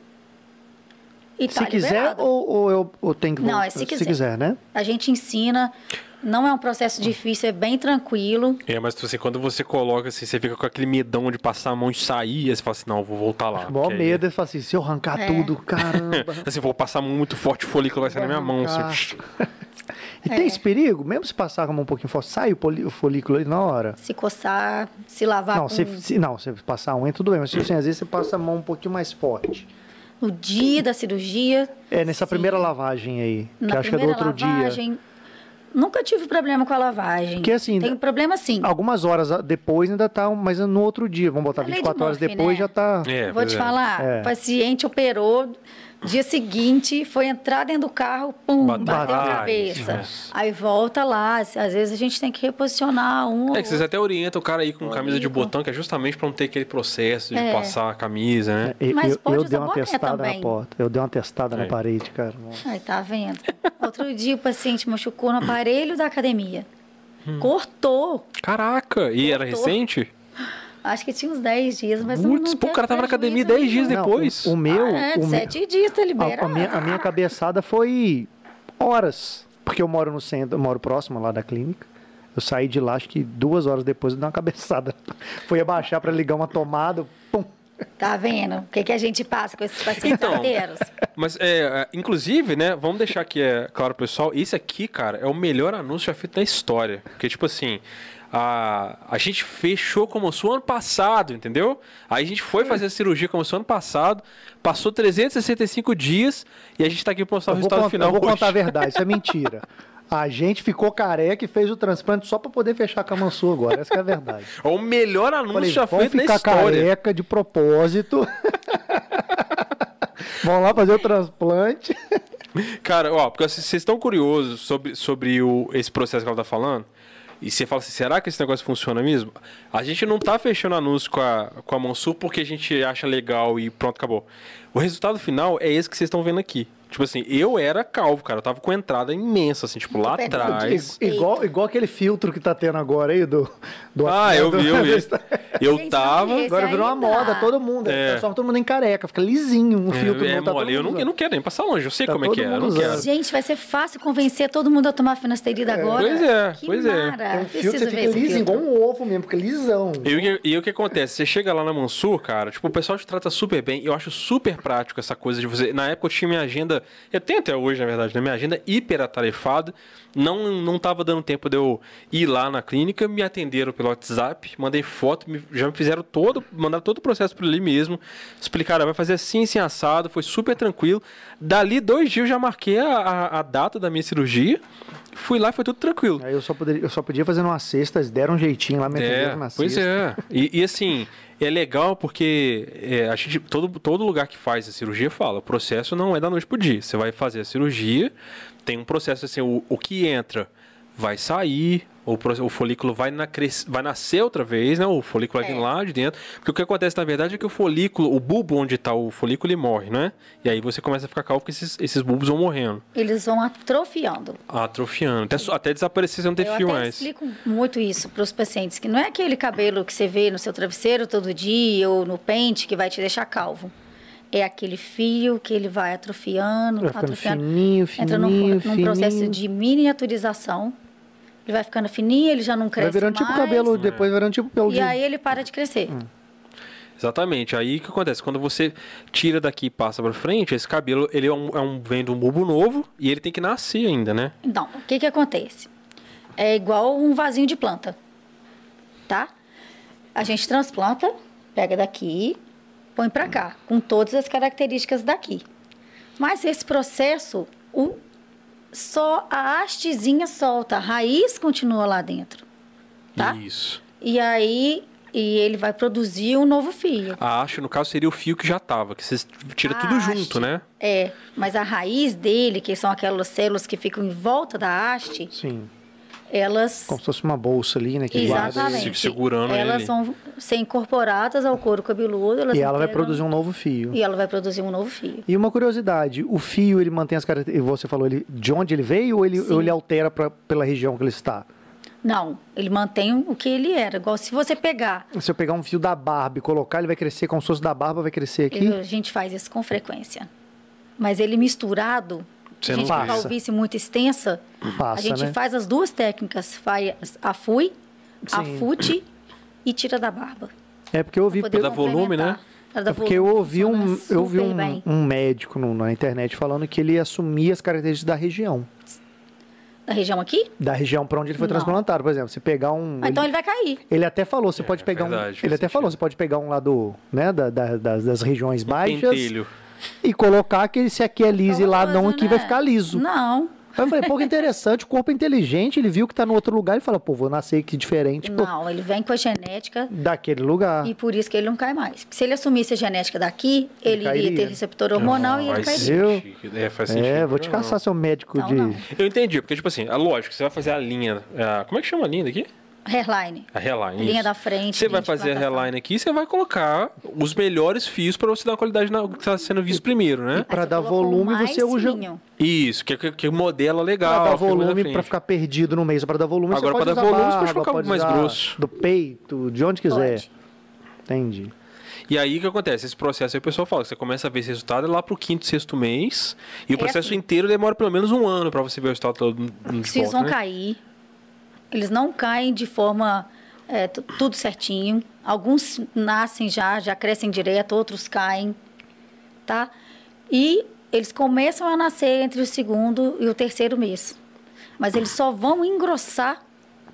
Speaker 3: E
Speaker 2: se
Speaker 3: tá
Speaker 2: quiser
Speaker 3: liberado.
Speaker 2: ou, ou eu ou tenho que
Speaker 3: Não,
Speaker 2: voltar?
Speaker 3: é se quiser.
Speaker 2: né?
Speaker 3: A gente ensina, não é um processo difícil, é bem tranquilo.
Speaker 1: É, mas você, quando você coloca assim, você fica com aquele medão de passar a mão e sair, aí você fala assim, não, eu vou voltar lá.
Speaker 2: Mó
Speaker 1: porque aí-
Speaker 2: medo, né? ele fala assim, se eu arrancar
Speaker 3: É.
Speaker 2: tudo, caramba.
Speaker 1: Assim, vou passar a mão muito forte, o folículo vai sair na minha mão. Assim.
Speaker 2: E
Speaker 3: É.
Speaker 2: tem esse perigo? Mesmo se passar com a mão um pouquinho forte, sai o, poli- o folículo ali na hora.
Speaker 3: Se coçar, se lavar
Speaker 2: não,
Speaker 3: com um.
Speaker 2: se, se- não, se passar a unha, tudo bem. Mas tipo assim, às vezes você passa a mão um pouquinho mais forte.
Speaker 3: no dia da cirurgia.
Speaker 2: É, nessa
Speaker 3: se-
Speaker 2: primeira lavagem aí.
Speaker 3: na
Speaker 2: que acho que é do
Speaker 3: primeira
Speaker 2: outro dia.
Speaker 3: lavagem, Nunca tive problema com a lavagem.
Speaker 2: Porque, assim,
Speaker 3: Tenho problema sim.
Speaker 2: Algumas horas a- depois ainda tá, mas no outro dia. Vamos botar
Speaker 3: É lei de
Speaker 2: 24 horas
Speaker 3: Murphy,
Speaker 2: depois
Speaker 3: né?
Speaker 2: já tá.
Speaker 1: É,
Speaker 3: Vou
Speaker 1: pois
Speaker 3: te
Speaker 1: é.
Speaker 3: falar,
Speaker 2: É.
Speaker 3: o paciente operou, dia seguinte foi entrar dentro do carro, pum,
Speaker 1: Bateu.
Speaker 3: um bateu a
Speaker 1: Ai,
Speaker 3: cabeça.
Speaker 1: nossa.
Speaker 3: Aí volta lá, às vezes a gente tem que reposicionar um.
Speaker 1: É que vocês até orientam o cara aí com camisa de
Speaker 3: Folículo.
Speaker 1: botão, que é justamente pra não ter aquele processo de
Speaker 3: É.
Speaker 1: passar a camisa, né?
Speaker 2: E-
Speaker 3: Mas
Speaker 2: eu,
Speaker 3: pode
Speaker 2: eu
Speaker 3: usar
Speaker 2: dei uma
Speaker 3: boné
Speaker 2: testada na
Speaker 3: também.
Speaker 2: porta. Eu dei uma testada
Speaker 1: É.
Speaker 2: na parede, cara. Nossa.
Speaker 3: Aí tá vendo. Outro dia o paciente machucou no aparelho da academia. Cortou.
Speaker 1: Caraca! E era recente?
Speaker 3: Acho que tinha uns 10 dias, mas não-
Speaker 1: Putz,
Speaker 3: não
Speaker 1: pô, o
Speaker 3: teve
Speaker 1: cara tava na
Speaker 3: prejuízo
Speaker 1: academia 10 dias
Speaker 3: nenhum.
Speaker 2: Não,
Speaker 1: depois.
Speaker 2: o, o meu.
Speaker 3: Ah, é,
Speaker 2: o me-
Speaker 3: sete dias tá
Speaker 2: a,
Speaker 1: Ah,
Speaker 3: liberado.
Speaker 2: a minha, a minha cabeçada foi horas. Porque eu moro no centro, eu moro próximo lá da clínica. Eu saí de lá, acho que duas horas depois de dar uma cabeçada. Fui abaixar pra ligar uma tomada, pum.
Speaker 3: Tá vendo? O que, que a gente passa com esses pacientes
Speaker 1: Então.
Speaker 3: inteiros?
Speaker 1: Mas, é, é, inclusive, né, vamos deixar aqui, é, claro, pessoal, esse aqui, cara, é o melhor anúncio já feito na história. Porque, tipo assim, a, a gente fechou como se o ano passado, entendeu? Aí a gente
Speaker 2: Hum.
Speaker 1: foi fazer a cirurgia como se o ano passado, passou 365 dias e a gente tá aqui pra mostrar o
Speaker 2: Eu vou,
Speaker 1: resultado
Speaker 2: contar,
Speaker 1: final
Speaker 2: eu vou
Speaker 1: hoje.
Speaker 2: contar a verdade, isso é mentira. A gente ficou careca e fez o transplante só pra poder fechar com a Mansur agora. Essa que é a verdade.
Speaker 1: É o melhor
Speaker 2: Eu
Speaker 1: anúncio
Speaker 2: Falei,
Speaker 1: já
Speaker 2: vamos
Speaker 1: feito na
Speaker 2: ficar
Speaker 1: história.
Speaker 2: careca de propósito. vamos lá fazer o transplante.
Speaker 1: Cara, ó, porque assim, vocês estão curiosos sobre, sobre o, esse processo que ela tá falando, e você fala assim, será que esse negócio funciona mesmo? A gente não tá fechando anúncio com a, com a Mansur porque a gente acha legal e pronto, acabou. O resultado final é esse que vocês estão vendo aqui. Tipo assim, eu era calvo, cara. Eu tava com entrada imensa, assim, tipo, lá
Speaker 3: Super
Speaker 1: atrás.
Speaker 3: Respeito.
Speaker 2: Igual, igual aquele filtro que tá tendo agora aí do. do
Speaker 1: Ah, eu vi, eu vi.
Speaker 3: Gente,
Speaker 1: Eu
Speaker 3: não
Speaker 1: tava.
Speaker 3: vi esse
Speaker 2: Agora virou uma
Speaker 3: ainda.
Speaker 2: moda, todo mundo.
Speaker 1: É.
Speaker 2: Transforma todo mundo em careca, fica lisinho um filtro.
Speaker 1: É, é
Speaker 2: não, tá todo
Speaker 1: mole, eu não,
Speaker 2: mundo
Speaker 1: eu não quero nem passar longe, eu sei
Speaker 2: Tá
Speaker 1: como é que é.
Speaker 2: todo
Speaker 1: Eu não
Speaker 2: mundo
Speaker 1: quero.
Speaker 2: usando.
Speaker 3: Gente, vai ser fácil convencer todo mundo a tomar finasterida agora.
Speaker 1: Pois é,
Speaker 3: que
Speaker 1: pois é.
Speaker 3: mara.
Speaker 2: usando. Tem um filtro, você
Speaker 3: Preciso ver
Speaker 2: fica
Speaker 3: esse
Speaker 2: lisinho,
Speaker 3: filtro.
Speaker 2: igual um ovo mesmo, fica lisão.
Speaker 1: E o, que, e o que acontece? Você chega lá na Mansur, cara, tipo, o pessoal te trata super bem. Eu acho super prático essa coisa de você. Na época eu tinha minha agenda. Eu tenho até hoje, na verdade, né? Minha agenda hiper atarefada. Não, não tava dando tempo de eu ir lá na clínica. Me atenderam pelo WhatsApp, mandei foto, me- já me fizeram todo. Mandaram todo o processo por ali mesmo. Explicaram, "Ah, vai fazer assim, assim, assado. Foi super tranquilo. Dali dois dias eu já marquei a, a- a data da minha cirurgia. Fui lá, foi tudo tranquilo.
Speaker 2: Aí eu só, poderia, eu só podia fazer numa cesta, eles deram um jeitinho lá, me
Speaker 1: É,
Speaker 2: atenderam na
Speaker 1: pois
Speaker 2: cesta.
Speaker 1: é. E, e, assim, é legal porque é, a gente, todo, todo lugar que faz a cirurgia fala, o processo não é da noite pro dia. Você vai fazer a cirurgia, tem um processo assim, o, o que entra vai sair, o, proce- o folículo vai, na, cres- vai nascer outra vez, né? O folículo
Speaker 3: É.
Speaker 1: vai vir lá de dentro. Porque o que acontece, na verdade, é que o folículo, o bulbo onde tá o folículo, ele morre, né? E aí você começa a ficar calvo porque esses, esses bulbos vão morrendo,
Speaker 3: Eles vão atrofiando.
Speaker 1: atrofiando. Até, so- até desaparecer, você não tem
Speaker 3: Eu
Speaker 1: fio
Speaker 3: até
Speaker 1: mais.
Speaker 3: explico muito isso para os pacientes, que não é aquele cabelo que você vê no seu travesseiro todo dia ou no pente que vai te deixar calvo. É aquele fio que ele vai atrofiando, tá
Speaker 2: Vai ficando
Speaker 3: atrofiando.
Speaker 2: fininho, fininho,
Speaker 3: entra num, num
Speaker 2: fininho.
Speaker 3: processo de miniaturização. Ele vai ficando fininho, ele já não cresce
Speaker 2: Vai virando
Speaker 3: mais.
Speaker 2: tipo cabelo,
Speaker 1: É.
Speaker 2: Hum. depois virando tipo pelo
Speaker 3: E
Speaker 2: de-
Speaker 3: aí ele para de crescer.
Speaker 1: Exatamente. Aí o que acontece? Quando você tira daqui e passa pra frente, esse cabelo ele é um, é um- vem de um bulbo novo e ele tem que nascer ainda, né?
Speaker 3: Então, o que que acontece? É igual um vasinho de planta, tá? A gente transplanta, pega daqui, põe pra cá, com todas as características daqui. Mas esse processo, o- só a hastezinha solta, a raiz continua lá dentro, tá?
Speaker 1: Isso.
Speaker 3: E aí, e ele vai produzir um novo fio.
Speaker 1: A haste, no caso, seria o fio que já tava, que vocês tira
Speaker 3: A
Speaker 1: tudo
Speaker 3: haste.
Speaker 1: junto, né?
Speaker 3: É, mas a raiz dele, que são aquelas células que ficam em volta da haste,
Speaker 2: Sim,
Speaker 3: elas
Speaker 2: como se fosse uma bolsa ali, né? Que guarda.
Speaker 1: Fica
Speaker 3: Exatamente.
Speaker 1: segurando
Speaker 3: elas
Speaker 1: ele.
Speaker 3: vão ser incorporadas ao couro cabeludo. Elas
Speaker 2: E ela vai
Speaker 3: integram-
Speaker 2: produzir um novo fio.
Speaker 3: E ela vai produzir um novo fio.
Speaker 2: E uma curiosidade, o fio ele mantém as características. Você falou ele, de onde ele veio ou ele,
Speaker 3: Sim.
Speaker 2: ou ele altera pra, pela região que ele está?
Speaker 3: Não, ele mantém o que ele era. Igual se você pegar,
Speaker 2: Se eu pegar um fio da barba e colocar, ele vai crescer como se fosse da barba, vai crescer aqui?
Speaker 3: eu- a gente faz isso com frequência. Mas ele misturado,
Speaker 1: Você
Speaker 3: a
Speaker 1: não
Speaker 3: gente com
Speaker 2: passa.
Speaker 3: calvície muito extensa,
Speaker 2: Passa,
Speaker 3: a gente
Speaker 2: né?
Speaker 3: faz as duas técnicas, faz a fui, a
Speaker 2: Sim.
Speaker 3: fute e tira da barba.
Speaker 2: É porque eu ouvi
Speaker 3: Poder
Speaker 1: Pra dar volume, né?
Speaker 3: complementar. Pra dar
Speaker 2: É porque eu
Speaker 3: volume,
Speaker 2: ouvi um,
Speaker 3: funciona
Speaker 2: eu ouvi
Speaker 3: super
Speaker 2: um,
Speaker 3: bem.
Speaker 2: um médico no- na internet falando que ele assumia as características da região.
Speaker 3: Da região aqui?
Speaker 2: Da região para onde ele foi
Speaker 3: Não.
Speaker 2: transplantado, por exemplo. Se pegar um.
Speaker 3: Ah, então ele vai cair.
Speaker 2: ele até falou, você pode
Speaker 1: é
Speaker 2: pegar
Speaker 1: verdade, faz
Speaker 2: um. Ele até
Speaker 1: sentido. Um
Speaker 2: falou, você pode pegar um lá do, né, da- da- das, das regiões baixas
Speaker 1: Pentelho.
Speaker 2: e colocar que esse aqui é liso e lá não,
Speaker 3: Doloroso,
Speaker 2: aqui
Speaker 3: né?
Speaker 2: vai ficar liso.
Speaker 3: Não,
Speaker 2: Aí eu falei, pô, que interessante, o corpo é inteligente, ele viu que tá no outro lugar e fala, pô, vou nascer
Speaker 1: Tipo,
Speaker 2: aqui diferente pô,
Speaker 3: não, ele vem com a genética
Speaker 2: daquele lugar.
Speaker 3: E por isso que ele não cai mais. Porque se ele assumisse a genética daqui, ele,
Speaker 2: cairia.
Speaker 3: iria ter receptor hormonal e ele
Speaker 1: faz
Speaker 3: cairia.
Speaker 1: sentido. É, faz sentido.
Speaker 2: É, vou te
Speaker 1: Não,
Speaker 2: caçar seu médico
Speaker 3: Não,
Speaker 2: de.
Speaker 3: não.
Speaker 1: não. Eu entendi, porque, tipo assim, é lógico, você vai fazer a linha. a- como é que chama a linha daqui?
Speaker 3: Hairline.
Speaker 1: A reline.
Speaker 3: Linha
Speaker 1: É isso.
Speaker 3: da frente,
Speaker 1: Você vai
Speaker 3: linha de
Speaker 1: fazer a
Speaker 3: plantação.
Speaker 1: reline aqui, você vai colocar os melhores fios pra você dar uma qualidade na, que tá sendo visto primeiro, né?
Speaker 2: Pra
Speaker 3: Aí você
Speaker 2: dar
Speaker 3: colocou
Speaker 2: volume,
Speaker 3: mais
Speaker 2: você usa-
Speaker 3: fininho.
Speaker 1: Isso, que, que, que modela legal.
Speaker 2: Pra dar
Speaker 1: fica mais à
Speaker 2: volume,
Speaker 1: frente.
Speaker 2: pra ficar perdido no meio. Só pra dar volume,
Speaker 1: Agora,
Speaker 2: você pode
Speaker 1: pra dar
Speaker 2: usar
Speaker 1: volume, você
Speaker 2: barba,
Speaker 1: pode ficar um pouco mais
Speaker 2: usar
Speaker 1: grosso.
Speaker 2: Do peito, de onde quiser.
Speaker 3: Pode.
Speaker 2: Entendi.
Speaker 1: E aí o que acontece? Esse processo aí o pessoal fala que você começa a ver esse resultado lá pro quinto, sexto mês. E o
Speaker 3: É
Speaker 1: processo
Speaker 3: assim.
Speaker 1: inteiro demora pelo menos um ano pra você ver o resultado todo de
Speaker 3: Os fios
Speaker 1: volta,
Speaker 3: vão
Speaker 1: né?
Speaker 3: cair. Eles não caem de forma é, tu- tudo certinho. Alguns nascem já, já crescem direto, outros caem, tá? E eles começam a nascer entre o segundo e o terceiro mês. Mas eles só vão engrossar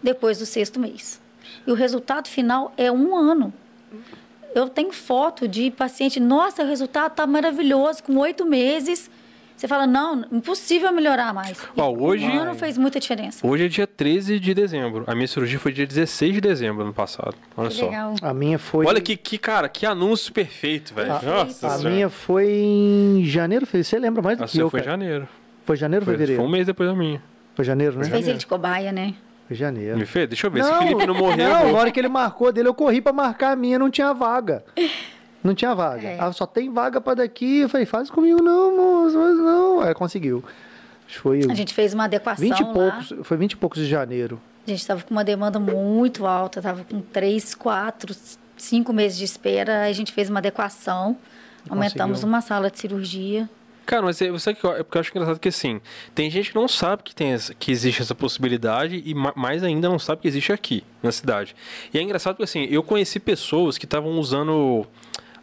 Speaker 3: depois do sexto mês. E o resultado final é um ano. Eu tenho foto de paciente, nossa, o resultado tá maravilhoso, com oito meses. Você fala, não, impossível melhorar mais. E
Speaker 1: Ó, hoje-
Speaker 3: Um ano fez muita diferença.
Speaker 1: Hoje é dia 13 de dezembro. A minha cirurgia foi dia 16 de dezembro ano passado. Olha
Speaker 3: Que
Speaker 1: só.
Speaker 3: legal.
Speaker 2: A minha foi.
Speaker 1: Olha que, que, cara, que anúncio perfeito, velho.
Speaker 3: Perfeito.
Speaker 1: Nossa
Speaker 2: A
Speaker 1: senhora.
Speaker 2: minha foi em janeiro, fe- você lembra mais do
Speaker 1: A
Speaker 2: que
Speaker 1: sua
Speaker 2: eu,
Speaker 1: foi em
Speaker 2: cara.
Speaker 1: janeiro.
Speaker 2: Foi janeiro ou
Speaker 1: Foi,
Speaker 2: fevereiro?
Speaker 1: foi um mês depois da minha.
Speaker 2: Foi janeiro, né?
Speaker 3: Você fez ele de cobaia, né?
Speaker 2: Foi janeiro.
Speaker 1: Me fez? Deixa eu ver.
Speaker 2: Não,
Speaker 1: Se o Felipe não morreu.
Speaker 2: Não,
Speaker 1: eu
Speaker 2: na
Speaker 1: vou-
Speaker 2: hora que ele marcou dele, eu corri pra marcar a minha, não tinha vaga. Não tinha vaga.
Speaker 3: É.
Speaker 2: Ah, só tem vaga pra daqui. Eu falei, faz comigo não, moço, mas não. Aí conseguiu. Acho que Foi
Speaker 3: A gente fez uma adequação
Speaker 2: 20 e
Speaker 3: lá.
Speaker 2: poucos, foi 20 e poucos de janeiro.
Speaker 3: A gente estava com uma demanda muito alta, estava com três, quatro, cinco meses de espera. Aí a gente fez uma adequação, aumentamos
Speaker 2: conseguiu.
Speaker 3: uma sala de cirurgia.
Speaker 1: Cara, mas é- sabe que eu, é porque eu acho engraçado que assim, tem gente que não sabe que, tem essa- que existe essa possibilidade e ma- mais ainda não sabe que existe aqui, na cidade. E é engraçado porque assim, eu conheci pessoas que estavam usando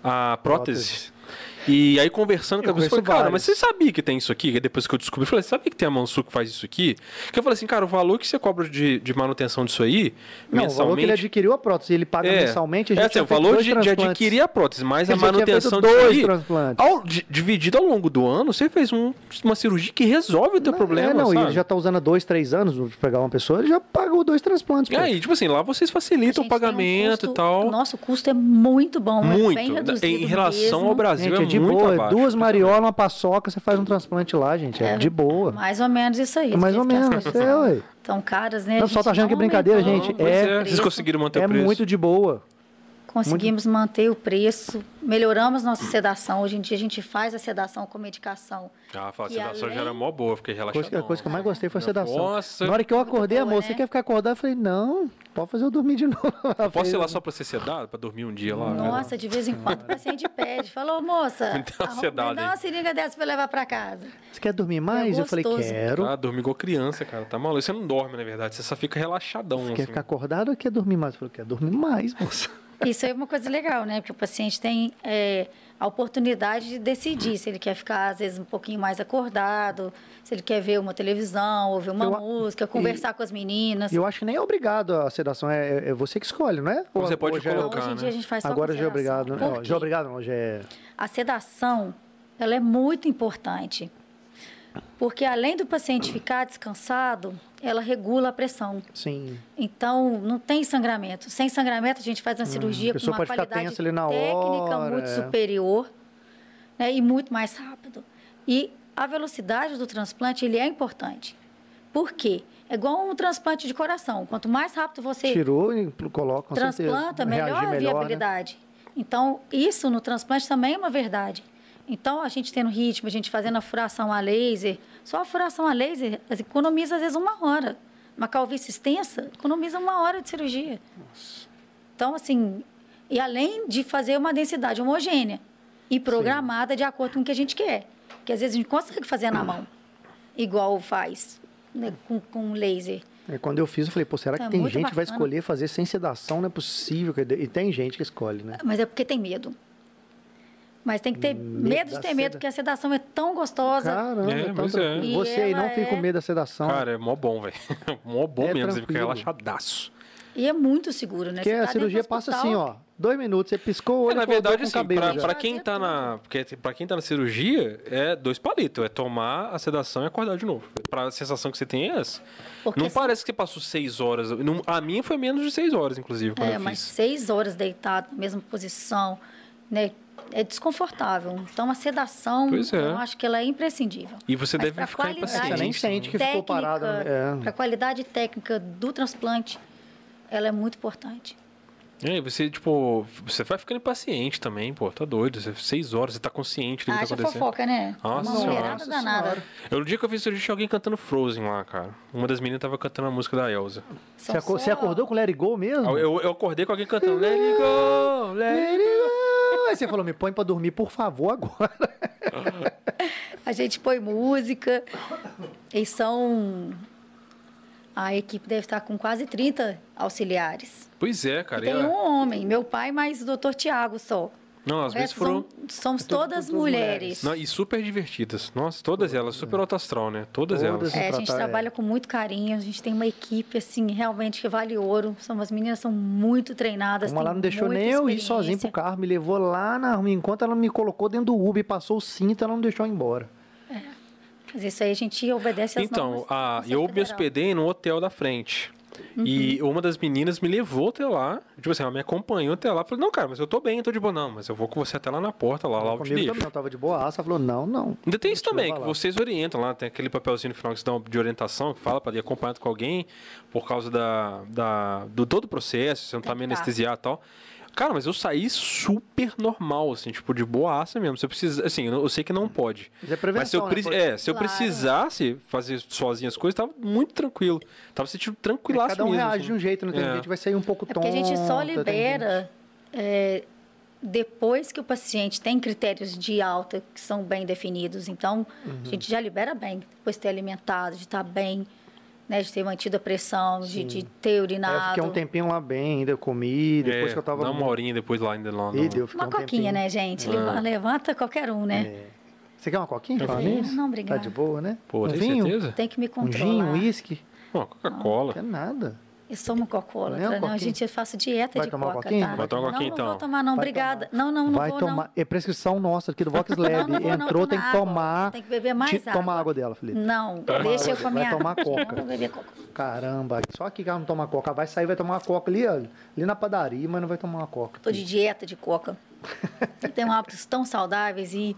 Speaker 1: a prótese. E aí, conversando com
Speaker 2: Eu
Speaker 1: a pessoa, eu falei,
Speaker 2: conheço
Speaker 1: cara,
Speaker 2: vários.
Speaker 1: mas você sabia que tem isso aqui? E Depois que eu descobri, eu falei, sabia que tem a Mansu que faz isso aqui? Que eu falei assim, cara, o valor que você cobra de, de manutenção disso aí,
Speaker 2: Não, o valor que ele é
Speaker 1: mensalmente.
Speaker 2: adquiriu a prótese, ele paga
Speaker 1: é,
Speaker 2: mensalmente, a gente
Speaker 1: é assim,
Speaker 2: já
Speaker 1: o
Speaker 2: fez
Speaker 1: valor
Speaker 2: dois
Speaker 1: de, de
Speaker 2: transplantes.
Speaker 1: adquirir a prótese, mais
Speaker 2: Ele
Speaker 1: a
Speaker 2: já tinha
Speaker 1: manutenção
Speaker 2: feito
Speaker 1: disso
Speaker 2: dois
Speaker 1: aí,
Speaker 2: transplantes.
Speaker 1: ao- di- dividido ao longo do ano, você fez um- uma cirurgia que resolve o teu
Speaker 2: Não,
Speaker 1: problema,
Speaker 2: É, não, e
Speaker 1: sabe?
Speaker 2: ele já tá usando há dois, três anos pra pegar uma pessoa, ele já pagou dois transplantes.
Speaker 1: E
Speaker 2: pô.
Speaker 1: aí, tipo assim, lá vocês
Speaker 3: A
Speaker 1: facilitam
Speaker 3: gente
Speaker 1: o
Speaker 3: tem um
Speaker 1: pagamento
Speaker 3: custo-
Speaker 1: e tal.
Speaker 3: Nosso custo é muito bom, é bem
Speaker 1: muito.
Speaker 3: reduzido
Speaker 1: Em relação
Speaker 3: mesmo.
Speaker 1: ao Brasil,
Speaker 2: Gente, é,
Speaker 1: é,
Speaker 2: de
Speaker 1: muito
Speaker 2: boa. é
Speaker 1: abaixo.
Speaker 2: Duas mariolas, uma paçoca, você faz um transplante lá, gente. É,
Speaker 3: É,
Speaker 2: de boa.
Speaker 3: Mais ou menos isso aí.
Speaker 2: É mais ou
Speaker 3: porque as
Speaker 2: menos.
Speaker 3: coisas
Speaker 2: É,
Speaker 3: são-
Speaker 2: ué.
Speaker 3: Tão caras, né?
Speaker 2: Não,
Speaker 3: A
Speaker 2: o pessoal tá
Speaker 3: gente
Speaker 2: achando que é brincadeira,
Speaker 3: aumentou
Speaker 2: gente.
Speaker 3: o
Speaker 1: Pois
Speaker 2: é-
Speaker 3: preço.
Speaker 1: vocês conseguiram manter
Speaker 2: É
Speaker 1: o preço.
Speaker 2: muito de boa.
Speaker 3: Conseguimos manter o preço, melhoramos nossa sedação. Hoje em dia a gente faz a sedação com medicação.
Speaker 1: Ah, fala, a
Speaker 3: E
Speaker 1: sedação
Speaker 3: além-
Speaker 1: já era mó boa, fiquei
Speaker 2: A
Speaker 1: relaxado.
Speaker 2: coisa, que- a coisa que eu mais gostei foi a
Speaker 1: Nossa.
Speaker 2: sedação. Na hora que eu acordei, a
Speaker 3: boa,
Speaker 2: moça, você
Speaker 3: né?
Speaker 2: quer ficar acordada? Eu falei, não, pode fazer eu dormir de novo. Ela
Speaker 1: Posso
Speaker 2: fez, um-
Speaker 1: ir lá só pra ser sedado? Pra dormir um dia lá?
Speaker 3: Nossa, de vez em quando o paciente pede. Falou,
Speaker 1: Me
Speaker 3: moça,
Speaker 1: dá
Speaker 2: Então,
Speaker 1: uma
Speaker 3: arruma-
Speaker 1: sedada
Speaker 3: me dá
Speaker 1: aí."
Speaker 3: uma seringa dessa pra eu levar pra casa.
Speaker 2: Você quer dormir mais? eu falei,
Speaker 3: gostoso.
Speaker 2: quero.
Speaker 1: Ah, dormir igual criança, cara. Tá maluco? Você não dorme, na verdade. Você só fica relaxadão.
Speaker 2: Quer
Speaker 1: assim.
Speaker 2: ficar acordado ou quer dormir mais? Eu falei, quer dormir mais, moça.
Speaker 3: Isso é uma coisa legal, né? Porque o paciente tem é, a oportunidade de decidir se ele quer ficar, às vezes, um pouquinho mais acordado, se ele quer ver uma televisão, ouvir uma
Speaker 2: Eu a-
Speaker 3: música, conversar com as meninas.
Speaker 2: E eu acho que nem é obrigado a sedação, é, é você que escolhe, não é?
Speaker 1: Você
Speaker 2: Ou-
Speaker 1: pode
Speaker 2: ou já é-
Speaker 1: colocar,
Speaker 3: Hoje em dia a gente faz só
Speaker 2: Agora já é
Speaker 3: com sedação.
Speaker 2: obrigado.
Speaker 3: Por
Speaker 2: Não,
Speaker 3: quê?
Speaker 2: já é obrigado, não, já é.
Speaker 3: A sedação, ela é muito importante. Porque além do paciente ficar descansado, ela regula a pressão.
Speaker 2: Sim.
Speaker 3: Então, não tem sangramento. Sem sangramento, a gente faz uma cirurgia
Speaker 2: Hum, a
Speaker 3: com
Speaker 2: pessoa
Speaker 3: uma
Speaker 2: pode ficar
Speaker 3: qualidade
Speaker 2: tensa ali na
Speaker 3: técnica
Speaker 2: hora,
Speaker 3: muito
Speaker 2: é.
Speaker 3: superior né, e muito mais rápido. E a velocidade do transplante, ele é importante. Por quê? É igual um transplante de coração. Quanto mais rápido você
Speaker 2: Tirou e pl- coloca, com
Speaker 3: transplanta,
Speaker 2: certeza. Reagir
Speaker 3: melhora a
Speaker 2: né?
Speaker 3: é viabilidade. Então, isso no transplante também é uma verdade. Então, a gente tendo ritmo, a gente fazendo a furação a laser, só a furação a laser as- economiza, às vezes, uma hora. Uma calvície extensa economiza uma hora de cirurgia. Então, assim, e além de fazer uma densidade homogênea e programada de acordo com o que a gente quer. Porque, às vezes, a gente consegue fazer na mão, igual faz né, com, com laser.
Speaker 2: É, quando eu fiz, eu falei, pô, será
Speaker 3: Então,
Speaker 2: que
Speaker 3: é
Speaker 2: tem
Speaker 3: muito
Speaker 2: gente que vai
Speaker 3: bacana.
Speaker 2: escolher fazer sem sedação? Não é possível. que- E tem gente que escolhe, né?
Speaker 3: Mas é porque tem medo. Mas tem que ter medo,
Speaker 2: da
Speaker 3: de ter medo,
Speaker 2: seda.
Speaker 3: porque a sedação é tão gostosa.
Speaker 2: Caramba,
Speaker 1: É,
Speaker 2: então
Speaker 1: pois
Speaker 2: tranquilo.
Speaker 3: é. E
Speaker 2: Você aí não
Speaker 3: ela
Speaker 2: fica com
Speaker 3: é-
Speaker 2: medo da sedação.
Speaker 1: Cara, é mó bom, velho. Mó bom
Speaker 2: Então, É
Speaker 1: mesmo. Você fica
Speaker 2: tranquilo.
Speaker 1: relaxadaço.
Speaker 3: E é muito seguro, né?
Speaker 2: porque
Speaker 3: Você
Speaker 2: a
Speaker 3: tá dentro
Speaker 2: cirurgia
Speaker 3: do
Speaker 2: passa assim,
Speaker 3: hospital,
Speaker 2: ó. Dois minutos, você piscou
Speaker 1: É,
Speaker 2: o olho
Speaker 1: na
Speaker 2: acordou
Speaker 1: verdade,
Speaker 2: com o
Speaker 1: assim,
Speaker 2: cabelo
Speaker 1: pra,
Speaker 2: já.
Speaker 1: pra quem tá na, porque, pra quem tá na cirurgia, é dois palitos. É tomar a sedação e acordar de novo. Pra sensação que você tem é essa.
Speaker 3: Porque
Speaker 1: não
Speaker 3: assim-
Speaker 1: parece que você passou seis horas. Não- a minha foi menos de seis horas, inclusive, quando
Speaker 3: É,
Speaker 1: eu
Speaker 3: mas
Speaker 1: fiz.
Speaker 3: seis horas deitado, na mesma posição, né? É desconfortável. Então, a sedação,
Speaker 1: Pois é.
Speaker 3: eu acho que ela é imprescindível.
Speaker 1: E você
Speaker 3: Mas
Speaker 1: deve
Speaker 3: pra
Speaker 1: ficar
Speaker 3: qualidade
Speaker 1: impaciente.
Speaker 2: Você nem sente que ficou
Speaker 3: É, técnica,
Speaker 2: parado.
Speaker 1: É.
Speaker 2: né?
Speaker 3: Para a qualidade técnica do transplante, ela é muito importante.
Speaker 1: É, e você, tipo, você vai ficando impaciente também, pô. Tá doido. Você, seis horas, você tá consciente do
Speaker 2: Ah,
Speaker 1: que
Speaker 2: é
Speaker 1: tá
Speaker 3: Haja
Speaker 1: acontecendo.
Speaker 3: fofoca, né?
Speaker 1: Nossa
Speaker 3: Uma mulherada
Speaker 1: Nossa
Speaker 3: danada.
Speaker 1: Eu, no dia que eu fiz cirurgia, tinha alguém cantando Frozen lá, cara. Uma das meninas tava cantando a música da Elsa.
Speaker 2: Você, acor- você acordou com o Let It Go mesmo?
Speaker 1: Ah, Eu, eu- eu acordei com alguém cantando Let it go, let
Speaker 2: Let
Speaker 1: it
Speaker 2: It Go. Aí você falou, me põe pra dormir, por favor, agora.
Speaker 3: A gente põe música. Eles são. A equipe deve estar com quase 30 auxiliares.
Speaker 1: go. Pois é,
Speaker 3: E
Speaker 1: cara.
Speaker 3: tem
Speaker 1: ela-
Speaker 3: um homem, meu pai, mais o doutor Tiago só.
Speaker 1: Não,
Speaker 3: O
Speaker 1: às vezes
Speaker 3: resto
Speaker 1: foram...
Speaker 3: é, são- somos todas
Speaker 2: todas
Speaker 3: mulheres.
Speaker 1: Não, e super divertidas. Nossa, todas elas, super alto astral, né? Todas, elas.
Speaker 2: Todas.
Speaker 3: É, a gente
Speaker 2: tratar-
Speaker 3: trabalha com muito carinho, a gente tem uma equipe, assim, realmente que vale ouro. São, as meninas são muito treinadas.
Speaker 2: Uma
Speaker 3: têm
Speaker 2: lá não deixou
Speaker 3: assim, muita
Speaker 2: nem eu ir sozinho pro
Speaker 3: experiência.
Speaker 2: carro, me levou lá na rua. Enquanto ela me colocou dentro do Uber, passou o cinto, ela não deixou eu ir embora.
Speaker 3: Mas isso aí a gente obedece às
Speaker 1: Então,
Speaker 3: normas da
Speaker 1: a,
Speaker 3: Constituição
Speaker 1: eu me
Speaker 3: Federal.
Speaker 1: hospedei no hotel da frente. E
Speaker 3: Uhum.
Speaker 1: uma das meninas me levou até lá. Tipo assim, ela me acompanhou até lá. Falei, não, cara, mas eu tô bem, eu tô de boa. Não, mas eu vou com você até lá na porta, lá, lá eu te
Speaker 2: Comigo
Speaker 1: lixo.
Speaker 2: também, eu tava de boaça. Ela falou, não, não.
Speaker 1: Ainda tem isso
Speaker 2: te
Speaker 1: também,
Speaker 2: levar
Speaker 1: que
Speaker 2: lá.
Speaker 1: vocês orientam lá, tem aquele papelzinho no final que vocês dão de orientação, que fala para ir acompanhado com alguém, por causa da, da- do todo o processo, você não tá
Speaker 3: Tem
Speaker 1: meio
Speaker 3: que tá.
Speaker 1: anestesiado e tal. Cara, mas eu saí super normal, assim, tipo, de boaça mesmo. Se eu precisar, assim, eu eu sei que não pode.
Speaker 2: Mas é
Speaker 1: Mas se eu,
Speaker 2: prevenção, né?
Speaker 1: preci-
Speaker 2: Pode-
Speaker 1: é, se eu
Speaker 3: Claro.
Speaker 1: precisasse fazer sozinho as coisas, tava muito tranquilo. Tava sentindo tranquilaço
Speaker 2: Cada um
Speaker 1: mesmo.
Speaker 2: reage
Speaker 1: assim.
Speaker 2: de um jeito, não tem
Speaker 1: É.
Speaker 2: gente, vai sair um pouco
Speaker 3: É
Speaker 2: tonto.
Speaker 3: porque a gente só
Speaker 2: tem gente-
Speaker 3: libera é, depois que o paciente tem critérios de alta que
Speaker 2: Uhum.
Speaker 3: são bem definidos. Então, a gente já libera bem, depois de ter alimentado, de estar bem. né, de ter mantido a pressão, de,
Speaker 2: Sim.
Speaker 3: de ter
Speaker 2: Aí eu
Speaker 3: urinado.
Speaker 2: fiquei um tempinho lá bem, ainda comi, depois que eu tava.
Speaker 1: É, Dá uma horinha depois lá ainda lá.
Speaker 2: Ih, deu, fiquei
Speaker 3: Uma
Speaker 2: um
Speaker 3: coquinha,
Speaker 2: tempinho.
Speaker 3: né, gente? Leva- Levanta qualquer um, né?
Speaker 2: É. Você quer uma coquinha? Falar
Speaker 3: Sim,
Speaker 2: nisso?
Speaker 3: não,
Speaker 2: Tá
Speaker 3: obrigada.
Speaker 2: de boa, né?
Speaker 1: um Pô,
Speaker 2: um
Speaker 1: tem
Speaker 2: vinho?
Speaker 1: certeza?
Speaker 3: Tem que me
Speaker 2: Um
Speaker 3: controlar.
Speaker 2: gin, um uísque?
Speaker 1: Pô,
Speaker 2: Não
Speaker 1: Coca-Cola.
Speaker 2: quer nada.
Speaker 3: Eu sou uma cocólatra,
Speaker 2: Não, é
Speaker 3: não,
Speaker 2: coquinha?
Speaker 3: gente, eu faço dieta
Speaker 2: Vai
Speaker 3: de
Speaker 2: tomar
Speaker 3: coca,
Speaker 2: coquinha?
Speaker 3: tá?
Speaker 1: Vai tomar
Speaker 3: não,
Speaker 1: coquinha,
Speaker 3: Não
Speaker 1: então.
Speaker 3: vou tomar não,
Speaker 2: Vai
Speaker 3: obrigada. Não, não, não
Speaker 2: Vai
Speaker 3: vou
Speaker 2: tomar. É prescrição nossa aqui do Vox Lab.
Speaker 3: não vou, não,
Speaker 2: Entrou,
Speaker 3: tô
Speaker 2: tem
Speaker 3: na
Speaker 2: que
Speaker 3: água.
Speaker 2: tomar.
Speaker 3: Tem que beber mais
Speaker 2: Ti-
Speaker 3: água.
Speaker 2: Toma água dela, Felipe.
Speaker 3: não. Não, deixa eu
Speaker 2: água,
Speaker 3: comer
Speaker 2: Ah, vai tomar
Speaker 3: água.
Speaker 2: coca.
Speaker 3: Não vou beber coca.
Speaker 2: Caramba, só que ela não toma coca. Vai sair, vai tomar uma coca ali, ó, ali na padaria, mas não vai tomar uma coca.
Speaker 3: Tô de dieta de coca. Eu tenho hábitos tão saudáveis e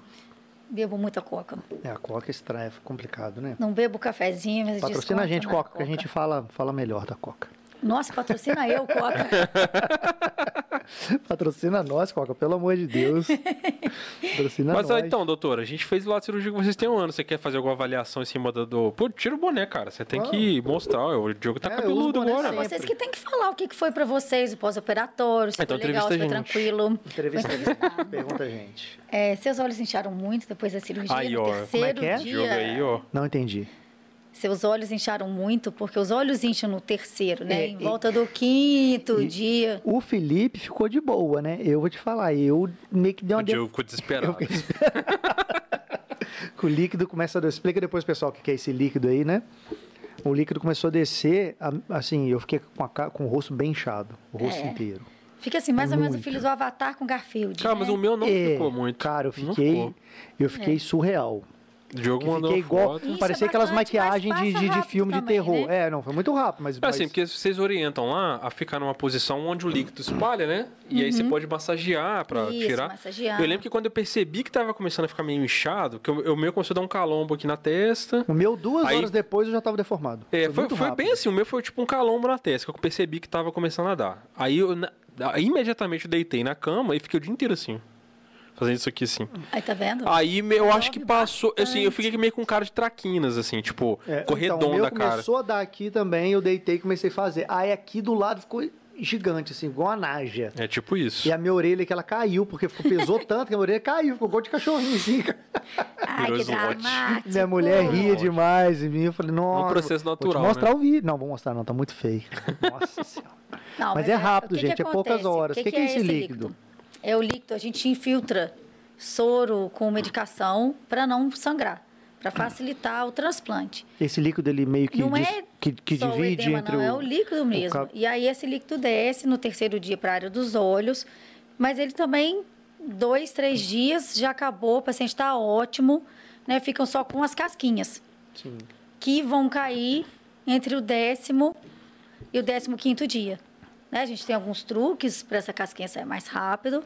Speaker 3: bebo muita coca.
Speaker 2: É, a coca estranha, é complicado, né?
Speaker 3: Não bebo cafezinho, mas
Speaker 2: Patrocina a
Speaker 3: desconto
Speaker 2: gente,
Speaker 3: na
Speaker 2: coca, que a gente fala, fala melhor da coca.
Speaker 3: Nossa, patrocina eu, coca.
Speaker 2: Patrocina nós, coca, pelo amor de Deus. Patrocina
Speaker 1: Mas ah,
Speaker 2: nós.
Speaker 1: então, doutora, a gente fez lá a cirurgia que vocês têm um ano. Você quer fazer alguma avaliação em cima do- do. Pô, tira o boné, cara. Você tem que mostrar. ó, O Diogo tá
Speaker 2: É, eu uso
Speaker 1: cabeludo
Speaker 2: boné
Speaker 1: agora.
Speaker 2: sempre.
Speaker 3: Vocês que têm que falar o que que foi pra vocês, o pós-operatório, se
Speaker 1: Então,
Speaker 3: foi legal, se foi
Speaker 1: entrevista a gente.
Speaker 3: tranquilo.
Speaker 2: Entrevista.
Speaker 3: Foi entrevistado.
Speaker 2: Pergunta a gente.
Speaker 3: É, seus olhos incharam muito depois da cirurgia,
Speaker 1: Aí,
Speaker 3: no
Speaker 1: ó.
Speaker 2: Como é
Speaker 3: terceiro
Speaker 2: que é?
Speaker 3: dia.
Speaker 1: Diogo aí, ó.
Speaker 2: Não entendi.
Speaker 3: Seus olhos incharam muito, porque os olhos incham no terceiro, né?
Speaker 2: É,
Speaker 3: em
Speaker 2: e-
Speaker 3: volta do quinto dia.
Speaker 2: O Felipe ficou de boa, né? Eu vou te falar, eu meio que dei
Speaker 1: O
Speaker 2: uma... De...
Speaker 1: Diogo ficou desesperado.
Speaker 2: O líquido começa a descer. Explica depois, pessoal, o que que é esse líquido aí, né? O líquido começou a descer, a- assim, eu fiquei com, a ca- com o rosto bem inchado, o rosto
Speaker 3: É.
Speaker 2: inteiro.
Speaker 3: Fica assim, mais ou menos o
Speaker 2: Muito.
Speaker 3: filho do Avatar com Garfield.
Speaker 1: Cara,
Speaker 3: né?
Speaker 1: mas o meu não
Speaker 2: É,
Speaker 1: ficou muito.
Speaker 2: Cara, eu
Speaker 1: Não
Speaker 2: fiquei,
Speaker 1: ficou.
Speaker 2: eu
Speaker 3: É.
Speaker 2: fiquei surreal.
Speaker 1: O Diogo
Speaker 2: Que
Speaker 1: mandou
Speaker 2: fiquei igual,
Speaker 1: foto.
Speaker 3: Isso
Speaker 2: parecia
Speaker 3: é
Speaker 2: aquelas
Speaker 3: bastante,
Speaker 2: maquiagens
Speaker 3: mas
Speaker 2: de, de, de
Speaker 3: passa
Speaker 2: filme de
Speaker 3: rápido também, né?
Speaker 2: terror. É, não, foi muito rápido, mas...
Speaker 1: É assim,
Speaker 2: mas-
Speaker 1: porque vocês orientam lá a ficar numa posição onde o líquido espalha, né? E aí você pode massagear pra
Speaker 3: Isso,
Speaker 1: tirar.
Speaker 3: massagear.
Speaker 1: Eu lembro que quando eu percebi que tava começando a ficar meio inchado, que eu, eu meio começou a dar um calombo aqui na testa.
Speaker 2: O meu, duas
Speaker 1: Aí-
Speaker 2: horas depois, eu já tava deformado.
Speaker 1: É, foi,
Speaker 2: muito
Speaker 1: foi
Speaker 2: rápido.
Speaker 1: bem assim, o meu foi tipo um calombo na testa, que eu percebi que tava começando a dar. Aí eu na- aí imediatamente eu deitei na cama e fiquei o dia inteiro assim. Fazendo isso aqui assim.
Speaker 3: Aí tá vendo?
Speaker 1: Aí me- eu acho que passou. Assim, eu fiquei meio com cara de traquinas, assim, tipo,
Speaker 2: É, então, o
Speaker 1: corredonda,
Speaker 2: meu
Speaker 1: cara.
Speaker 2: começou a dar aqui também, eu deitei e comecei a fazer. Aí aqui do lado ficou gigante, assim, igual a naja.
Speaker 1: É tipo isso.
Speaker 2: E a minha orelha que ela caiu, porque ficou, pesou tanto que a minha orelha caiu, ficou igual de cachorrinho, assim.
Speaker 3: Ai,
Speaker 1: Virou
Speaker 3: que
Speaker 1: Zote.
Speaker 3: dramático.
Speaker 2: Minha mulher ria
Speaker 1: ótimo.
Speaker 2: demais de mim. Eu falei, nossa.
Speaker 1: É um processo
Speaker 2: vou te
Speaker 1: natural, né?"
Speaker 2: mostrar o vídeo. Não, vou mostrar, não, tá muito feio. Nossa senhora.
Speaker 3: Não,
Speaker 2: Mas é rápido,
Speaker 3: o que que
Speaker 2: gente, é poucas
Speaker 3: acontece?
Speaker 2: horas.
Speaker 3: O que, que, é esse líquido? É o líquido, a gente infiltra soro com medicação para não sangrar, para facilitar o transplante.
Speaker 2: Esse líquido ele meio que,
Speaker 3: não
Speaker 2: dis-
Speaker 3: é
Speaker 2: que, que
Speaker 3: só
Speaker 2: divide
Speaker 3: o edema,
Speaker 2: entre
Speaker 3: não,
Speaker 2: o.
Speaker 3: é o líquido mesmo.
Speaker 2: cap-
Speaker 3: E aí esse líquido desce no terceiro dia para a área dos olhos, mas ele também, dois, três dias, já acabou, o paciente está ótimo, né? Ficam só com as casquinhas,
Speaker 2: Sim.
Speaker 3: que vão cair entre o décimo e o décimo quinto dia. Né? A gente tem alguns truques para essa casquinha sair mais rápido,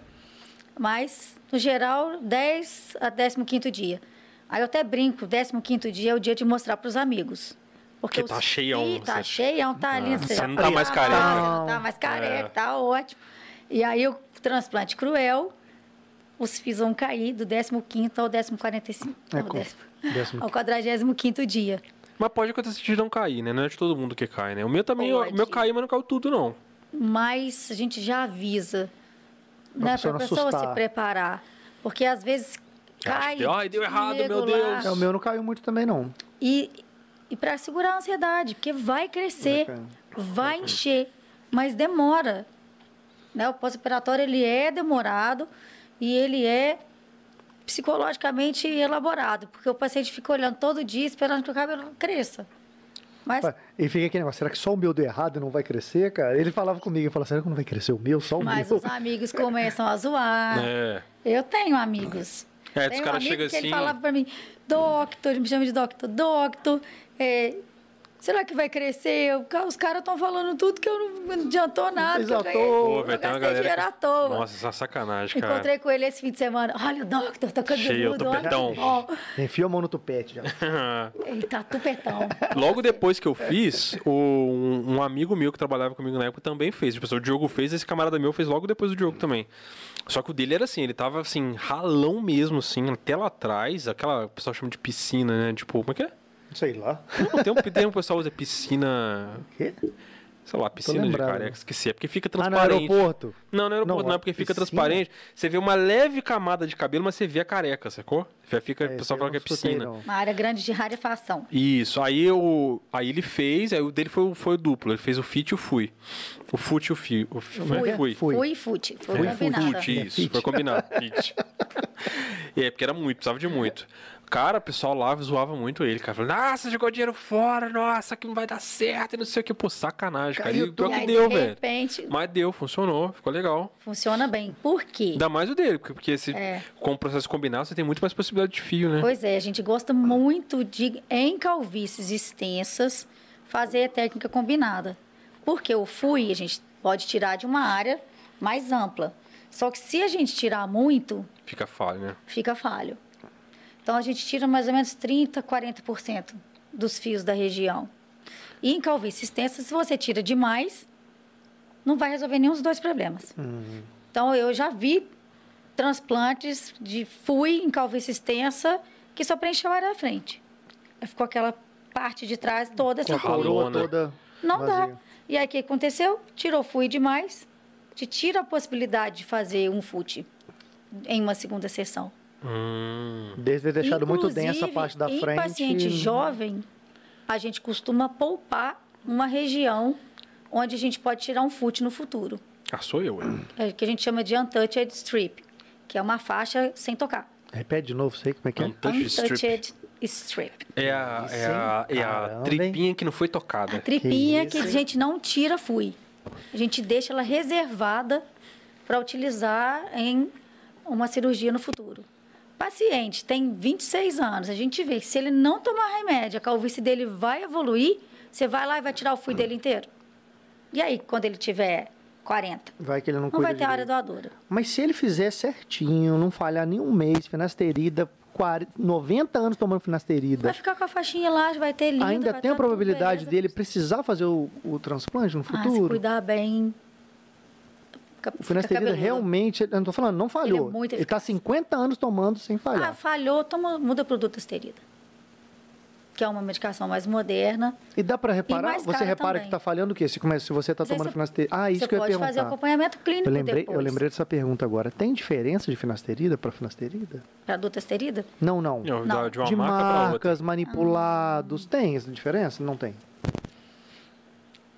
Speaker 3: mas, no geral, 10 a 15 quinto dia. Aí eu até brinco, 15 quinto dia é o dia de mostrar para os amigos. Porque
Speaker 1: Que tá
Speaker 3: os-
Speaker 1: cheião,
Speaker 3: Ih, Tá
Speaker 1: você-
Speaker 3: cheião, tá ali.
Speaker 1: Ah,
Speaker 3: você
Speaker 1: você
Speaker 3: já
Speaker 1: não tá mais careca.
Speaker 3: Não tá mais careca,
Speaker 1: É.
Speaker 3: tá ótimo. E aí o transplante cruel, os FIS vão cair do 15 ao 1545.
Speaker 2: É
Speaker 3: ao
Speaker 2: co-
Speaker 3: décimo-
Speaker 2: décimo-
Speaker 3: Ao 45 dia.
Speaker 1: Mas pode acontecer de não cair, né? Não é de todo mundo que cai, né? O meu também,
Speaker 3: Pode.
Speaker 1: o meu caiu, mas não caiu tudo, não.
Speaker 3: mas a gente já avisa,
Speaker 2: Pra
Speaker 3: né,
Speaker 2: pessoa
Speaker 3: para a
Speaker 2: não
Speaker 3: pessoa
Speaker 2: assustar.
Speaker 3: se preparar, porque às vezes
Speaker 1: Acho
Speaker 3: cai.
Speaker 1: que deu- ai, deu errado, meu
Speaker 3: irregular.
Speaker 1: Deus.
Speaker 2: É, o meu não caiu muito também, não. Né,
Speaker 3: E, e para segurar a ansiedade, porque vai crescer,
Speaker 2: Vai
Speaker 3: vai,
Speaker 2: cair.
Speaker 3: encher, mas demora. Né? O pós-operatório ele é demorado e ele é psicologicamente elaborado, porque o paciente fica olhando todo dia esperando que o cabelo cresça. Mas
Speaker 2: Pá, E fica aquele negócio, será que só o meu deu errado e não vai crescer, cara? Ele falava comigo, eu falava, será que não vai crescer o meu, só o
Speaker 3: Mas
Speaker 2: meu?
Speaker 3: os amigos começam a zoar.
Speaker 1: É.
Speaker 3: Eu tenho amigos.
Speaker 1: É, os
Speaker 3: Ah. Tem um
Speaker 1: caras
Speaker 3: amigo
Speaker 1: chegam
Speaker 3: que ele
Speaker 1: assim-
Speaker 3: falava pra mim, doctor, ele me chama de doctor, doctor, é, será que vai crescer? Eu, "Cara, os caras estão falando tudo que eu não, não adiantou nada.
Speaker 2: fez
Speaker 3: que eu
Speaker 2: à
Speaker 3: ganhei-
Speaker 2: toa.
Speaker 1: Pô,
Speaker 3: eu
Speaker 1: velho, tem uma
Speaker 3: gastei
Speaker 1: galera.
Speaker 3: dinheiro à
Speaker 1: Que...
Speaker 3: toa.
Speaker 1: Nossa, essa é sacanagem, cara.
Speaker 3: Encontrei com ele esse fim de semana. Olha o doctor, tá
Speaker 1: Cheio,
Speaker 3: cabeludo, olha.
Speaker 1: tupetão.
Speaker 3: Ó,
Speaker 2: Enfia a mão no tupete já.
Speaker 3: ele tá tupetão.
Speaker 1: Logo depois que eu fiz, o- um, um amigo meu que trabalhava comigo na época também fez. Tipo, assim, o Diogo fez, esse camarada meu fez logo depois do Diogo também. Só que o dele era assim, ele tava assim, ralão mesmo, assim, até lá atrás, aquela o pessoal chama de piscina, né? Tipo, como é que é?
Speaker 2: Sei lá.
Speaker 1: um Não, tem um termo que o pessoal usa piscina.
Speaker 2: O quê?
Speaker 1: sei lá, piscina de
Speaker 2: lembrado.
Speaker 1: careca, esqueci. É porque fica
Speaker 2: Ah, no
Speaker 1: transparente.
Speaker 2: aeroporto.
Speaker 1: Não, no aeroporto
Speaker 2: Não,
Speaker 1: não,
Speaker 2: a
Speaker 1: é porque fica
Speaker 2: piscina-
Speaker 1: transparente. Você vê uma leve camada de cabelo, mas você vê a careca, sacou? Já fica, o
Speaker 2: É, isso aí
Speaker 1: pessoal fala
Speaker 2: eu
Speaker 1: que é
Speaker 2: não escutei,
Speaker 1: piscina.
Speaker 2: não.
Speaker 3: Uma área grande de rarefação.
Speaker 1: Isso, aí eu. Aí ele fez, aí o dele foi, o- foi o duplo. Ele fez o fit e o fui. O fute e o fi. O fi,
Speaker 2: Fui.
Speaker 1: fui.
Speaker 2: Fui.
Speaker 3: Fui e fute. Foi
Speaker 2: Fui e
Speaker 3: combinada.
Speaker 1: Fute,
Speaker 2: É,
Speaker 1: isso,
Speaker 2: fit.
Speaker 1: foi combinado. Fit. e é, porque era muito, precisava de muito. Cara, o pessoal lá zoava muito ele, cara. Falando, nossa, jogou dinheiro fora, nossa, que não vai dar certo, e não sei o que. Pô, sacanagem, cara. E
Speaker 2: Caiu
Speaker 1: pior
Speaker 3: E
Speaker 1: que
Speaker 3: aí,
Speaker 1: deu,
Speaker 3: de
Speaker 1: velho.
Speaker 3: repente,
Speaker 1: Mas deu, funcionou, ficou legal.
Speaker 3: funciona bem. Por quê?
Speaker 1: Ainda mais o dele, porque, porque se, com o processo combinado, você tem muito mais possibilidade de fio, né?
Speaker 3: Pois é, a gente gosta muito de, em calvícies extensas, fazer a técnica combinada. Porque o fui a gente pode tirar de uma área mais ampla. Só que se a gente tirar muito,
Speaker 1: Fica falho, né?
Speaker 3: fica falho. Então a gente tira mais ou menos 30, 40% dos fios da região. E em calvície extensa, se você tira demais, não vai resolver nenhum dos dois problemas. Então eu já vi transplantes de fui em calvície extensa que só preencheu a área da frente. Aí Ficou aquela parte de trás toda
Speaker 2: Com
Speaker 3: essa
Speaker 2: a
Speaker 1: Ralou,
Speaker 3: coroa.
Speaker 2: coroa
Speaker 1: né?
Speaker 2: toda
Speaker 3: Não
Speaker 2: vazia.
Speaker 3: dá. E aí o que aconteceu? Tirou fui demais, te tira a possibilidade de fazer um fute em uma segunda sessão.
Speaker 1: Hum.
Speaker 2: Desde ter deixado muito bem essa
Speaker 3: Inclusive,
Speaker 2: parte da
Speaker 3: em
Speaker 2: frente.
Speaker 3: paciente jovem, a gente costuma poupar uma região onde a gente pode tirar um fute no futuro,
Speaker 1: Ah, sou eu, hein?
Speaker 3: é, que a gente chama de untouched strip, que é uma faixa sem tocar.
Speaker 2: Repete de novo, sei como é que é.
Speaker 1: Untouched strip.
Speaker 3: untouched strip.
Speaker 1: É a,
Speaker 2: Isso,
Speaker 1: é a, é a
Speaker 2: caramba,
Speaker 1: tripinha que não foi tocada.
Speaker 3: A tripinha
Speaker 2: isso,
Speaker 3: que, a
Speaker 2: hein?
Speaker 3: gente não tira fui. A gente deixa ela reservada para utilizar em uma cirurgia no futuro. Paciente tem 26 anos, a gente vê que se ele não tomar remédio, a calvície dele vai evoluir, você vai lá e vai tirar o fui dele inteiro. E aí, quando ele tiver 40,
Speaker 2: Vai que ele não,
Speaker 3: não
Speaker 2: cuida
Speaker 3: vai ter área
Speaker 2: direito.
Speaker 3: doadora.
Speaker 2: Mas se ele fizer certinho, não falhar nenhum mês, finasterida, 40, 90 anos tomando finasterida,
Speaker 3: Vai ficar com a faixinha lá, vai ter lindo.
Speaker 2: ainda
Speaker 3: vai
Speaker 2: tem a
Speaker 3: tá
Speaker 2: probabilidade
Speaker 3: tudo beleza.
Speaker 2: dele precisar fazer o, o transplante no
Speaker 3: Ah, se
Speaker 2: futuro?
Speaker 3: cuidar bem. fica-
Speaker 2: o é
Speaker 3: fica
Speaker 2: finasterida
Speaker 3: cabeludo. é
Speaker 2: realmente, eu não tô falando, não falhou. Ele,
Speaker 3: muito
Speaker 2: tá 50 anos tomando sem
Speaker 3: Ah,
Speaker 2: falhar.
Speaker 3: falhou, toma, muda pro dutasterida. Que é uma medicação mais moderna.
Speaker 2: e dá pra reparar?
Speaker 3: Ah, mais
Speaker 2: Você
Speaker 3: cara
Speaker 2: repara
Speaker 3: também.
Speaker 2: que tá falhando o quê? Se, começa, se você tá
Speaker 3: Mas aí
Speaker 2: tomando
Speaker 3: você-
Speaker 2: finasterida. Ah, isso
Speaker 3: Você
Speaker 2: que eu ia
Speaker 3: pode
Speaker 2: perguntar.
Speaker 3: fazer o acompanhamento clínico
Speaker 2: eu lembrei,
Speaker 3: depois.
Speaker 2: eu lembrei dessa pergunta agora. Tem diferença de finasterida para finasterida?
Speaker 3: Pra dutasterida?
Speaker 2: Não, não.
Speaker 1: Não,
Speaker 3: Não.
Speaker 1: De uma marca
Speaker 2: de
Speaker 1: pra outra.
Speaker 2: marcas, manipulados. Tem essa diferença? Não tem.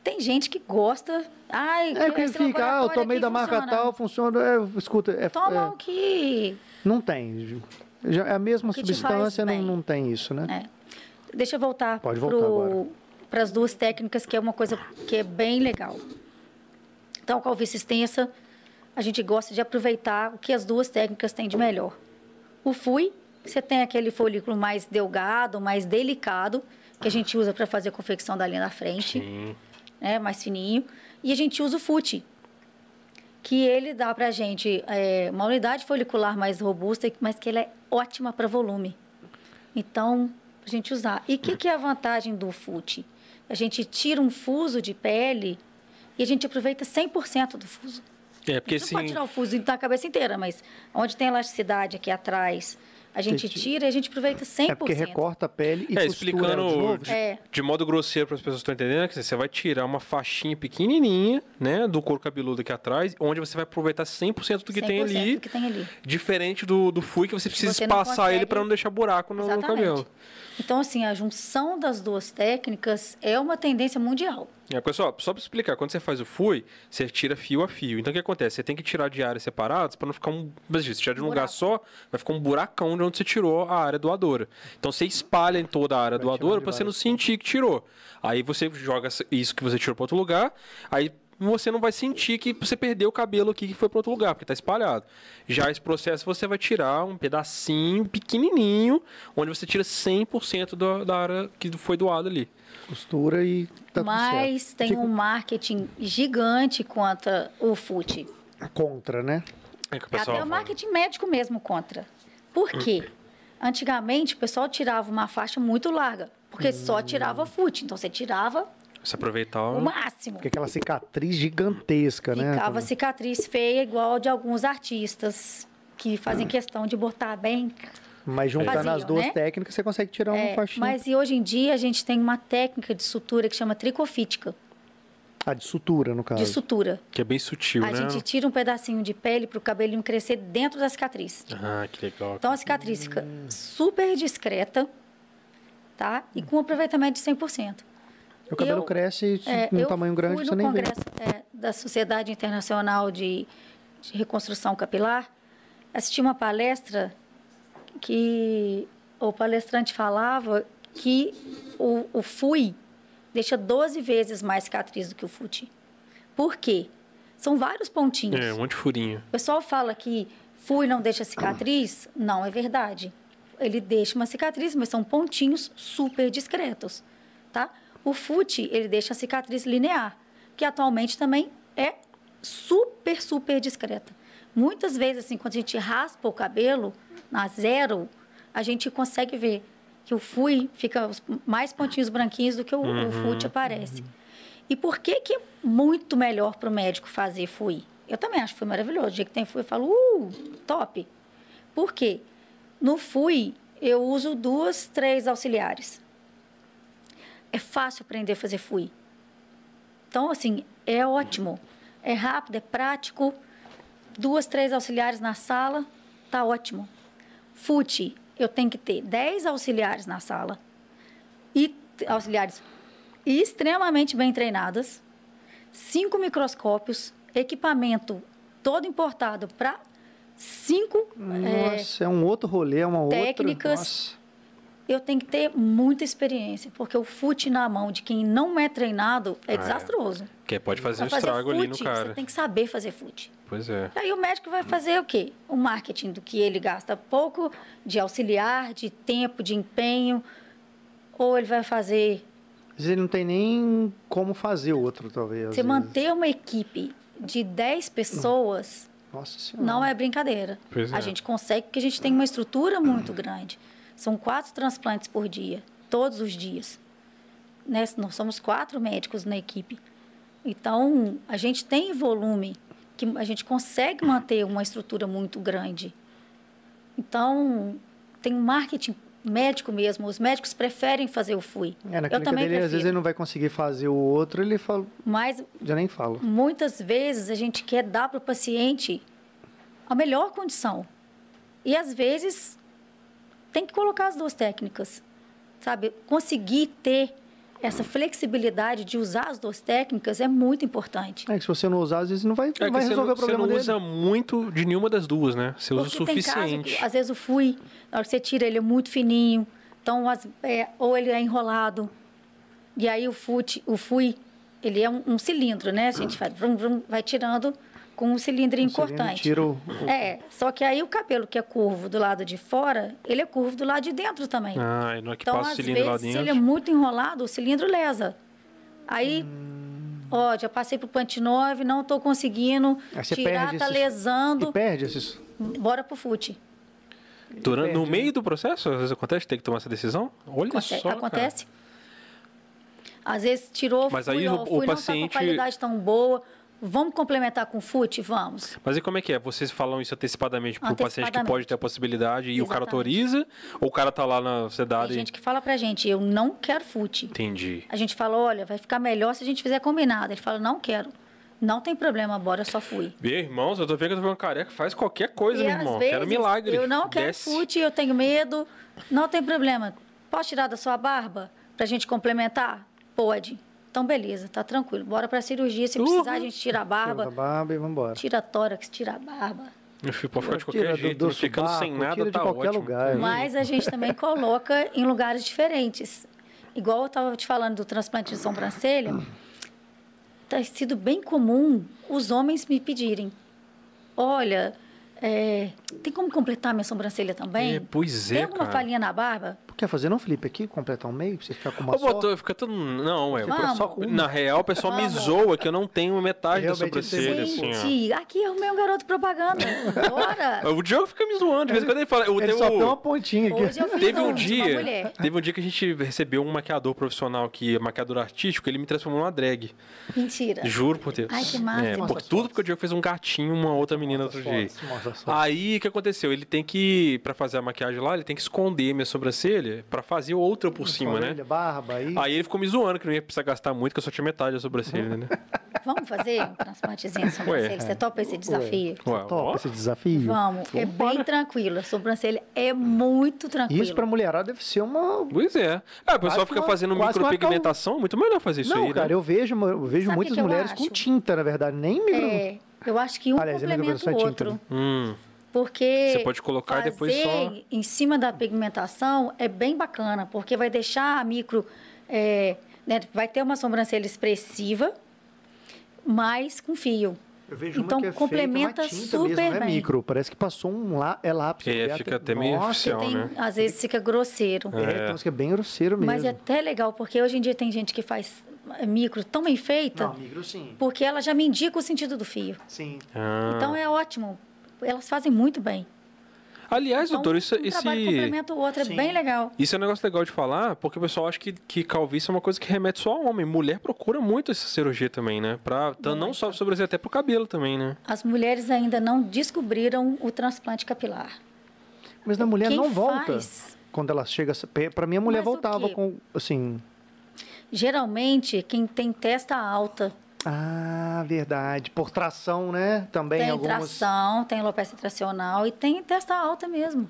Speaker 3: Tem gente que gosta. Ai,
Speaker 2: É que
Speaker 3: esse
Speaker 2: fica, ah, eu
Speaker 3: laboratório
Speaker 2: tomei
Speaker 3: aqui
Speaker 2: da marca
Speaker 3: funciona.
Speaker 2: tal, funciona. É, escuta, é,
Speaker 3: Toma
Speaker 2: é,
Speaker 3: o que.
Speaker 2: não tem. Já é a mesma
Speaker 3: que te
Speaker 2: substância,
Speaker 3: faz
Speaker 2: não,
Speaker 3: bem.
Speaker 2: não tem isso, né?
Speaker 3: É. Deixa eu voltar
Speaker 2: Pode voltar agora.
Speaker 3: para as duas técnicas, que é uma coisa que é bem legal. Então, calvície extensa, a gente gosta de aproveitar o que as duas técnicas têm de melhor. O fui, você tem aquele folículo mais delgado, mais delicado, que a gente usa para fazer a confecção da linha da frente,
Speaker 1: Sim.
Speaker 3: né, mais fininho. E a gente usa o fute, que ele dá para a gente é, uma unidade folicular mais robusta, mas que ela é ótima para volume. Então, a gente usar. E o que, que é a vantagem do fute? A gente tira um fuso de pele e a gente aproveita 100% do fuso.
Speaker 1: É, porque
Speaker 3: a gente não pode
Speaker 1: assim.
Speaker 3: tirar o fuso da cabeça inteira, mas onde tem elasticidade aqui atrás, a gente
Speaker 2: Entendi.
Speaker 3: tira e a gente aproveita 100%.
Speaker 2: É porque recorta a pele e
Speaker 1: É,
Speaker 2: costura ela
Speaker 1: explicando
Speaker 2: de novo.
Speaker 1: de,
Speaker 3: É.
Speaker 1: de modo grosseiro para as pessoas que estão entendendo, é que assim, você vai tirar uma faixinha pequenininha, né, do couro cabeludo aqui atrás, onde você vai aproveitar 100% do que tem
Speaker 3: 100%
Speaker 1: ali,
Speaker 3: do que tem ali.
Speaker 1: diferente do, do fui que você precisa
Speaker 3: Você não
Speaker 1: passar ele
Speaker 3: consegue-
Speaker 1: para não deixar buraco no, no cabelo.
Speaker 3: Então, assim, a junção das duas técnicas é uma tendência mundial.
Speaker 1: É, pessoal, só para explicar, quando você faz o fui, você tira fio a fio. Então o que acontece? Você tem que tirar de áreas separadas para não ficar um. Mas, se tirar de um lugar
Speaker 3: Buraco.
Speaker 1: só, vai ficar um buracão de onde você tirou a área doadora. Então você espalha em toda a área
Speaker 2: Vai tirando
Speaker 1: doadora
Speaker 2: de
Speaker 1: para você não
Speaker 2: várias
Speaker 1: sentir que tirou. Aí você joga essa- isso que você tirou para outro lugar, aí você não vai sentir que você perdeu o cabelo aqui que foi para outro lugar, porque tá espalhado. Já esse processo você vai tirar um pedacinho pequenininho, onde você tira 100% da, da área que foi doada ali.
Speaker 2: Costura e tá tudo
Speaker 3: mas
Speaker 2: certo.
Speaker 3: tem
Speaker 2: Fica
Speaker 3: um marketing gigante contra o fute.
Speaker 2: contra, né?
Speaker 1: É que o pessoal
Speaker 3: Até o
Speaker 1: fala.
Speaker 3: marketing médico mesmo contra. Por quê? Antigamente, o pessoal tirava uma faixa muito larga, porque só tirava fute. Então, você tirava
Speaker 1: Se aproveitar.
Speaker 3: o máximo.
Speaker 2: Fica aquela cicatriz gigantesca, né?
Speaker 3: Ficava cicatriz feia, igual de alguns artistas que fazem questão de botar bem.
Speaker 2: Mas juntando
Speaker 3: Faziam,
Speaker 2: as duas
Speaker 3: né?
Speaker 2: técnicas, você consegue tirar uma
Speaker 3: É,
Speaker 2: faixinha.
Speaker 3: mas e hoje em dia a gente tem uma técnica de sutura que chama tricofítica.
Speaker 2: Ah, de sutura, no caso.
Speaker 3: de sutura.
Speaker 1: Que é bem sutil,
Speaker 3: a
Speaker 1: né?
Speaker 3: gente tira um pedacinho de pele para o cabelinho crescer dentro da cicatriz.
Speaker 1: Ah, que legal.
Speaker 3: Então a cicatriz fica super discreta, tá? E com aproveitamento de 100%.
Speaker 2: o cabelo
Speaker 3: eu-
Speaker 2: cresce de
Speaker 3: É,
Speaker 2: um
Speaker 3: eu
Speaker 2: tamanho
Speaker 3: fui
Speaker 2: grande,
Speaker 3: no
Speaker 2: você nem vê.
Speaker 3: congresso é, da Sociedade Internacional de, de Reconstrução Capilar, assisti uma palestra que o palestrante falava que o, o FUI deixa 12 vezes mais cicatriz do que o FUT. Por quê? São vários pontinhos.
Speaker 1: É, um monte de furinho.
Speaker 3: O pessoal fala que fui não deixa cicatriz. Não é verdade. Ele deixa uma cicatriz, mas são pontinhos super discretos, tá? O fute, ele deixa a cicatriz linear, que atualmente também é super, super discreta. Muitas vezes, assim, quando a gente raspa o cabelo na zero, a gente consegue ver que o fui fica os- mais pontinhos branquinhos do que o, o fute aparece. E por que que é muito melhor para o médico fazer fui? Eu também acho que foi maravilhoso. O dia que tem fui, eu falo, uh, top. Por quê? No fui, eu uso duas, três auxiliares. É fácil aprender a fazer fui. Então, assim, é ótimo. É rápido, é prático. Duas, três auxiliares na sala, tá ótimo. Fute, eu tenho que ter 10 auxiliares na sala. E auxiliares extremamente bem treinadas, cinco microscópios, equipamento todo importado para cinco. eh,
Speaker 2: Nossa, é um outro rolê, é uma
Speaker 3: Técnicas.
Speaker 2: outra.
Speaker 3: eu tenho que ter muita experiência, porque o fute na mão de quem não é treinado é
Speaker 1: Ah, é.
Speaker 3: desastroso.
Speaker 1: Que pode fazer um
Speaker 3: Pra fazer
Speaker 1: estrago ali no
Speaker 3: fute, Você
Speaker 1: cara.
Speaker 3: tem que saber fazer fute.
Speaker 1: Pois é.
Speaker 3: Aí o médico vai fazer o quê? O marketing do que ele gasta pouco de auxiliar, de tempo, de empenho, ou ele vai fazer
Speaker 2: Nossa. Às vezes Ele não tem nem como fazer o outro, talvez. às
Speaker 3: Você
Speaker 2: vezes.
Speaker 3: manter uma equipe de 10 pessoas
Speaker 2: Nossa senhora.
Speaker 3: não é brincadeira.
Speaker 1: Pois é.
Speaker 3: A gente consegue porque a gente tem uma estrutura muito grande. São quatro transplantes por dia, todos os dias. Né? Nós somos quatro médicos na equipe. Então, a gente tem volume, que a gente consegue manter uma estrutura muito grande. Então, tem um marketing médico mesmo. Os médicos preferem fazer o FUI.
Speaker 2: É, na
Speaker 3: Eu
Speaker 2: clínica
Speaker 3: também
Speaker 2: dele, às vezes
Speaker 3: prefiro.
Speaker 2: ele não vai conseguir fazer o outro, ele fala,
Speaker 3: Mas
Speaker 2: já nem falo.
Speaker 3: Muitas vezes a gente quer dar para o paciente a melhor condição. E às vezes tem que colocar as duas técnicas, sabe? Conseguir ter essa flexibilidade de usar as duas técnicas é muito importante.
Speaker 2: É que se você não usar, às vezes não vai,
Speaker 1: É
Speaker 2: não vai
Speaker 1: que você
Speaker 2: resolver
Speaker 1: não,
Speaker 2: o problema
Speaker 1: você não
Speaker 2: dele.
Speaker 1: usa muito de nenhuma das duas, né? Você usa o
Speaker 3: Porque tem caso,
Speaker 1: suficiente.
Speaker 3: que, às vezes o fui, na hora que você tira ele é muito fininho, então as- é, ou ele é enrolado. E aí o fute, o fui, ele é um, um cilindro, né? A gente faz, vrum, vrum, vai tirando com um cilindro
Speaker 2: Você nem
Speaker 3: importante.
Speaker 2: Tira o, o-
Speaker 3: É, só que aí o cabelo que é curvo do lado de fora, ele é curvo do lado de dentro também.
Speaker 1: Ah, e na hora que
Speaker 3: então,
Speaker 1: passa o
Speaker 3: às
Speaker 1: cilindro lá
Speaker 3: vezes, se
Speaker 1: dentro.
Speaker 3: ele é muito enrolado, o cilindro lesa. Aí,
Speaker 1: Hum.
Speaker 3: ó, já passei pro Pante 9, não tô conseguindo
Speaker 2: Aí você
Speaker 3: tirar,
Speaker 2: perde
Speaker 3: tá
Speaker 2: esses-
Speaker 3: lesando,
Speaker 2: E perde esses...
Speaker 3: bora pro fute.
Speaker 1: Durante, no
Speaker 2: Perde,
Speaker 1: meio do processo, às vezes acontece, tem que tomar essa decisão? Olha
Speaker 3: né? Aconte-
Speaker 1: só. cara.
Speaker 3: acontece. Às vezes tirou,
Speaker 1: Mas
Speaker 3: fui,
Speaker 1: aí
Speaker 3: ó,
Speaker 1: o- o
Speaker 3: fui, não
Speaker 1: paciente-
Speaker 3: tá com a qualidade tão boa, vamos complementar com fute? Vamos.
Speaker 1: Mas e como é que é? Vocês falam isso antecipadamente para o paciente que
Speaker 3: Antecipadamente.
Speaker 1: pode ter a possibilidade e o cara
Speaker 3: Exatamente.
Speaker 1: autoriza? Ou o cara tá lá na
Speaker 3: Tem
Speaker 1: cidade?
Speaker 3: gente que fala pra gente, eu não quero fute.
Speaker 1: Entendi.
Speaker 3: A gente fala, olha, vai ficar melhor se a gente fizer combinado. Ele fala, não quero. Não tem problema, bora, eu só fui.
Speaker 1: Meu irmão, se eu tô vendo que eu tô falando careca, faz qualquer coisa,
Speaker 3: E
Speaker 1: meu
Speaker 3: às
Speaker 1: irmão.
Speaker 3: vezes,
Speaker 1: Quero milagre.
Speaker 3: Eu não quero
Speaker 1: Desce.
Speaker 3: fute, eu tenho medo. Não tem problema. Posso tirar da sua barba pra gente complementar? Pode. Então, beleza, tá tranquilo. Bora pra cirurgia. Se
Speaker 1: Uhum.
Speaker 3: precisar, a gente
Speaker 2: Tira
Speaker 3: tira a
Speaker 2: da
Speaker 3: barba.
Speaker 2: barba e vambora.
Speaker 3: Tira a tórax, tira a barba.
Speaker 1: Meu filho, pode ficar de
Speaker 2: Tira
Speaker 1: qualquer
Speaker 2: do-
Speaker 1: jeito,
Speaker 2: do
Speaker 1: não ficando sem
Speaker 2: sovaco,
Speaker 1: nada,
Speaker 2: tira de
Speaker 1: tá
Speaker 2: qualquer
Speaker 1: ótimo.
Speaker 2: lugar.
Speaker 1: Hum.
Speaker 3: Mas a gente também coloca em lugares diferentes. Igual eu estava te falando do transplante de sobrancelha, tem sido bem comum os homens me pedirem: olha, é, tem como completar minha sobrancelha também?
Speaker 1: É, pois
Speaker 3: tem
Speaker 1: é,
Speaker 3: alguma
Speaker 1: cara.
Speaker 3: falinha na barba?
Speaker 2: Tipo, Quer fazer não, Felipe, aqui? Completar um meio? Pra você ficar com uma
Speaker 1: Ô,
Speaker 2: só? Tipo,
Speaker 1: botou, fica todo. Não, é.
Speaker 3: Vamos.
Speaker 1: só com- Na real, o pessoal me
Speaker 3: Vamos.
Speaker 1: zoa que eu não tenho metade da
Speaker 2: um? Realmente,
Speaker 1: sobrancelha, assim, ó.
Speaker 3: Gente, aqui arrumei um garoto propaganda. Bora!
Speaker 1: O Diogo fica me zoando. De vez em quando ele fala. Eu
Speaker 2: Ele
Speaker 1: tenho-
Speaker 2: só tem uma pontinha aqui.
Speaker 3: Hoje eu fiz
Speaker 1: Teve um
Speaker 3: de uma
Speaker 1: dia,
Speaker 3: mulher.
Speaker 1: teve um dia que a gente recebeu um maquiador profissional que é maquiador artístico, ele me transformou numa drag.
Speaker 3: Mentira.
Speaker 1: Juro por Deus.
Speaker 3: Ai, que massa.
Speaker 1: É, por
Speaker 2: Mostra as
Speaker 1: tudo
Speaker 2: fotos.
Speaker 1: porque o Diogo fez um gatinho, uma outra menina outro dia.
Speaker 2: Nossa, só.
Speaker 1: Aí o que aconteceu? Ele tem que, Pra fazer a maquiagem lá, ele tem que esconder a minha sobrancelha sobrancelha pra fazer outra por cima, né?
Speaker 2: Orelha, Barba, aí.
Speaker 1: Aí ele ficou me zoando que não ia precisar gastar muito, que eu só tinha metade da sobrancelha, né?
Speaker 3: Vamos fazer um transplantezinho de sobrancelha? Você topa esse desafio?
Speaker 1: Ué,
Speaker 2: Topa
Speaker 1: ó.
Speaker 2: esse desafio.
Speaker 3: Vamos. É bem tranquilo. A sobrancelha é muito tranquila.
Speaker 2: Isso pra mulherada deve ser uma.
Speaker 1: Pois é. Ah, o pessoal
Speaker 2: Quase
Speaker 1: fica
Speaker 2: uma-
Speaker 1: fazendo
Speaker 2: quase uma
Speaker 1: micropigmentação, muito melhor fazer isso
Speaker 2: não,
Speaker 1: aí,
Speaker 2: cara,
Speaker 1: né?
Speaker 2: eu vejo, uma- eu vejo
Speaker 3: Sabe
Speaker 2: muitas
Speaker 3: que eu
Speaker 2: mulheres
Speaker 3: acho?
Speaker 2: com tinta, na verdade. Nem micro.
Speaker 3: É, eu acho que um
Speaker 2: Aliás, é
Speaker 3: complementa o
Speaker 2: microbiologia,
Speaker 3: outro.
Speaker 2: tinta,
Speaker 1: Hum,
Speaker 3: Porque
Speaker 1: Você pode colocar e
Speaker 3: fazer
Speaker 1: depois só-
Speaker 3: em cima da pigmentação é bem bacana, porque vai deixar a micro... é, né, vai ter uma sobrancelha expressiva, mas com fio.
Speaker 2: Eu vejo é
Speaker 3: Então, complementa super
Speaker 2: mesmo, não é
Speaker 3: bem.
Speaker 2: micro. Parece que passou um lá, é lápis.
Speaker 1: É,
Speaker 2: né?
Speaker 1: fica até meio
Speaker 2: Nossa,
Speaker 3: Porque
Speaker 1: artificial,
Speaker 3: tem,
Speaker 1: né?
Speaker 3: às vezes fica grosseiro.
Speaker 2: é, tem uns que é bem grosseiro mesmo.
Speaker 3: Mas é até legal, porque hoje em dia tem gente que faz é, micro tão bem feita,
Speaker 2: Não, micro sim.
Speaker 3: porque ela já me indica o sentido do fio.
Speaker 2: Sim.
Speaker 1: Ah.
Speaker 3: Então é ótimo. Elas fazem muito bem.
Speaker 1: Aliás,
Speaker 3: Então,
Speaker 1: doutor, isso, é
Speaker 3: um trabalho
Speaker 1: esse,
Speaker 3: complementa o outro,
Speaker 2: Sim.
Speaker 3: é bem legal.
Speaker 1: isso é um negócio legal de falar, porque o pessoal acha que, que calvície é uma coisa que remete só a homem. Mulher procura muito essa cirurgia também, né? Pra, tan- não só sobrancelha, até pro cabelo também, né?
Speaker 3: As mulheres ainda não descobriram o transplante capilar.
Speaker 2: Mas na mulher
Speaker 3: Quem
Speaker 2: não volta.
Speaker 3: faz?
Speaker 2: Quando ela chega. Pra mim, a mulher
Speaker 3: Mas o
Speaker 2: voltava
Speaker 3: quê?
Speaker 2: com. Assim.
Speaker 3: Geralmente, quem tem testa alta
Speaker 2: Ah, verdade. Por tração, né? Também
Speaker 3: tem
Speaker 2: algumas.
Speaker 3: tração, tem alopecia tracional e tem testa alta mesmo.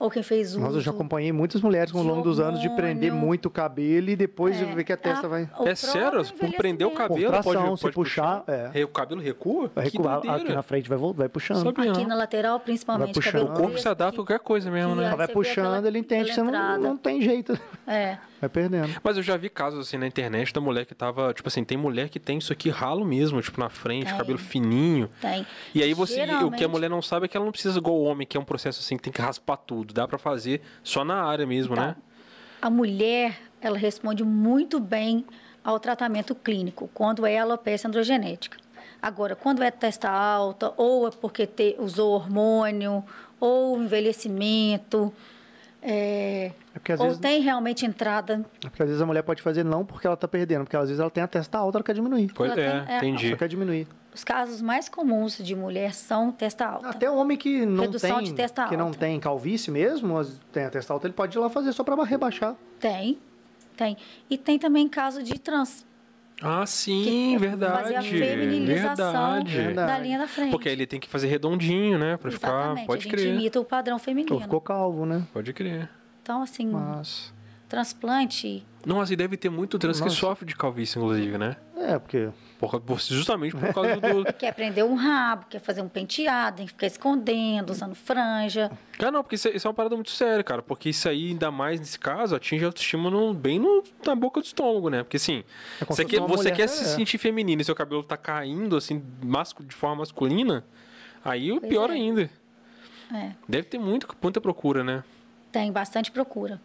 Speaker 3: Ou quem fez uso.
Speaker 2: Nossa, eu já acompanhei muitas mulheres ao
Speaker 3: de
Speaker 2: longo dos anos de
Speaker 3: hormônio.
Speaker 2: prender muito o cabelo e depois ver que a testa
Speaker 3: Ah,
Speaker 2: vai.
Speaker 3: o
Speaker 1: é sério?
Speaker 3: próprio
Speaker 1: Por prender o
Speaker 3: envelhecimento.
Speaker 1: cabelo,
Speaker 2: Por tração,
Speaker 1: pode,
Speaker 2: se
Speaker 1: pode
Speaker 2: puxar, é.
Speaker 1: Re- O cabelo recua?
Speaker 2: Vai
Speaker 1: que
Speaker 2: recuar,
Speaker 1: doideira.
Speaker 2: aqui na frente vai, vol- vai puxando.
Speaker 1: Sabia
Speaker 3: Aqui
Speaker 1: não.
Speaker 3: na lateral, principalmente.
Speaker 2: Vai
Speaker 3: cabelo
Speaker 2: puxando.
Speaker 1: O corpo se
Speaker 3: preto,
Speaker 1: adapta a
Speaker 3: que-
Speaker 1: qualquer coisa mesmo,
Speaker 3: que
Speaker 1: né?
Speaker 2: Ela vai
Speaker 3: Aí você vê aquela-
Speaker 2: puxando, ele entende que você não,
Speaker 3: aquela
Speaker 2: não tem jeito.
Speaker 3: É.
Speaker 2: Vai perdendo.
Speaker 1: Mas eu já vi casos assim na internet da mulher que tava, tipo assim, tem mulher que tem isso aqui ralo mesmo, tipo na frente,
Speaker 3: Tem.
Speaker 1: cabelo fininho.
Speaker 3: Tem.
Speaker 1: E aí você, e o que a
Speaker 3: É. Geralmente-
Speaker 1: mulher não sabe é que ela não precisa igual o homem, que é um processo assim que tem que raspar tudo, dá pra fazer só na área mesmo, né?
Speaker 3: A mulher, ela responde muito bem ao tratamento clínico, quando é alopecia androgenética. Agora, quando é testa alta, ou é porque te- usou hormônio, ou envelhecimento, é,
Speaker 2: É porque, às
Speaker 3: ou
Speaker 2: vezes,
Speaker 3: tem realmente entrada.
Speaker 2: é porque às vezes a mulher pode fazer não porque ela tá perdendo, porque às vezes ela tem a testa alta, ela quer diminuir.
Speaker 1: Pois
Speaker 3: Ela
Speaker 1: é,
Speaker 3: tem- é,
Speaker 1: entendi.
Speaker 2: Só quer diminuir.
Speaker 3: Os casos mais comuns de mulher são testa alta.
Speaker 2: Até Ah, um homem que não
Speaker 3: Redução
Speaker 2: tem
Speaker 3: de testa
Speaker 2: que não
Speaker 3: alta.
Speaker 2: tem calvície mesmo, mas tem a testa alta, ele pode ir lá fazer só pra rebaixar.
Speaker 3: Tem, tem. E tem também caso de trans,
Speaker 1: Ah,
Speaker 3: Que
Speaker 1: sim,
Speaker 3: é
Speaker 1: verdade.
Speaker 3: fazer a feminilização
Speaker 1: verdade.
Speaker 2: Verdade.
Speaker 3: da linha da frente.
Speaker 1: Porque aí ele tem que fazer redondinho, né, Pra
Speaker 3: Exatamente,
Speaker 1: ficar, pode
Speaker 3: a gente
Speaker 1: crer.
Speaker 3: imita o padrão
Speaker 2: Ou
Speaker 3: feminino.
Speaker 2: ficou calvo, né?
Speaker 1: Pode crer.
Speaker 3: Então, assim,
Speaker 2: Mas.
Speaker 3: transplante
Speaker 1: Nossa, e deve ter muito trans que
Speaker 2: Nossa.
Speaker 1: sofre de calvície, inclusive, né?
Speaker 2: É, porque.
Speaker 1: Por causa- por- justamente por causa do.
Speaker 3: quer prender um rabo, quer fazer um penteado, tem que ficar escondendo, usando franja.
Speaker 1: Ah, não, porque isso, é- isso é uma parada muito séria, cara. Porque isso aí, ainda mais nesse caso, atinge a autoestima no- bem no- na boca do estômago, né? Porque assim,
Speaker 2: É como
Speaker 1: você
Speaker 2: se
Speaker 1: quer,
Speaker 2: fosse uma
Speaker 1: você
Speaker 2: mulher,
Speaker 1: quer
Speaker 2: né?
Speaker 1: se sentir feminino e seu cabelo tá caindo, assim, mascu, de forma masculina, aí o
Speaker 3: Pois
Speaker 1: pior
Speaker 3: é.
Speaker 1: ainda.
Speaker 3: É,
Speaker 1: Deve ter muito, muita procura, né?
Speaker 3: tem bastante procura.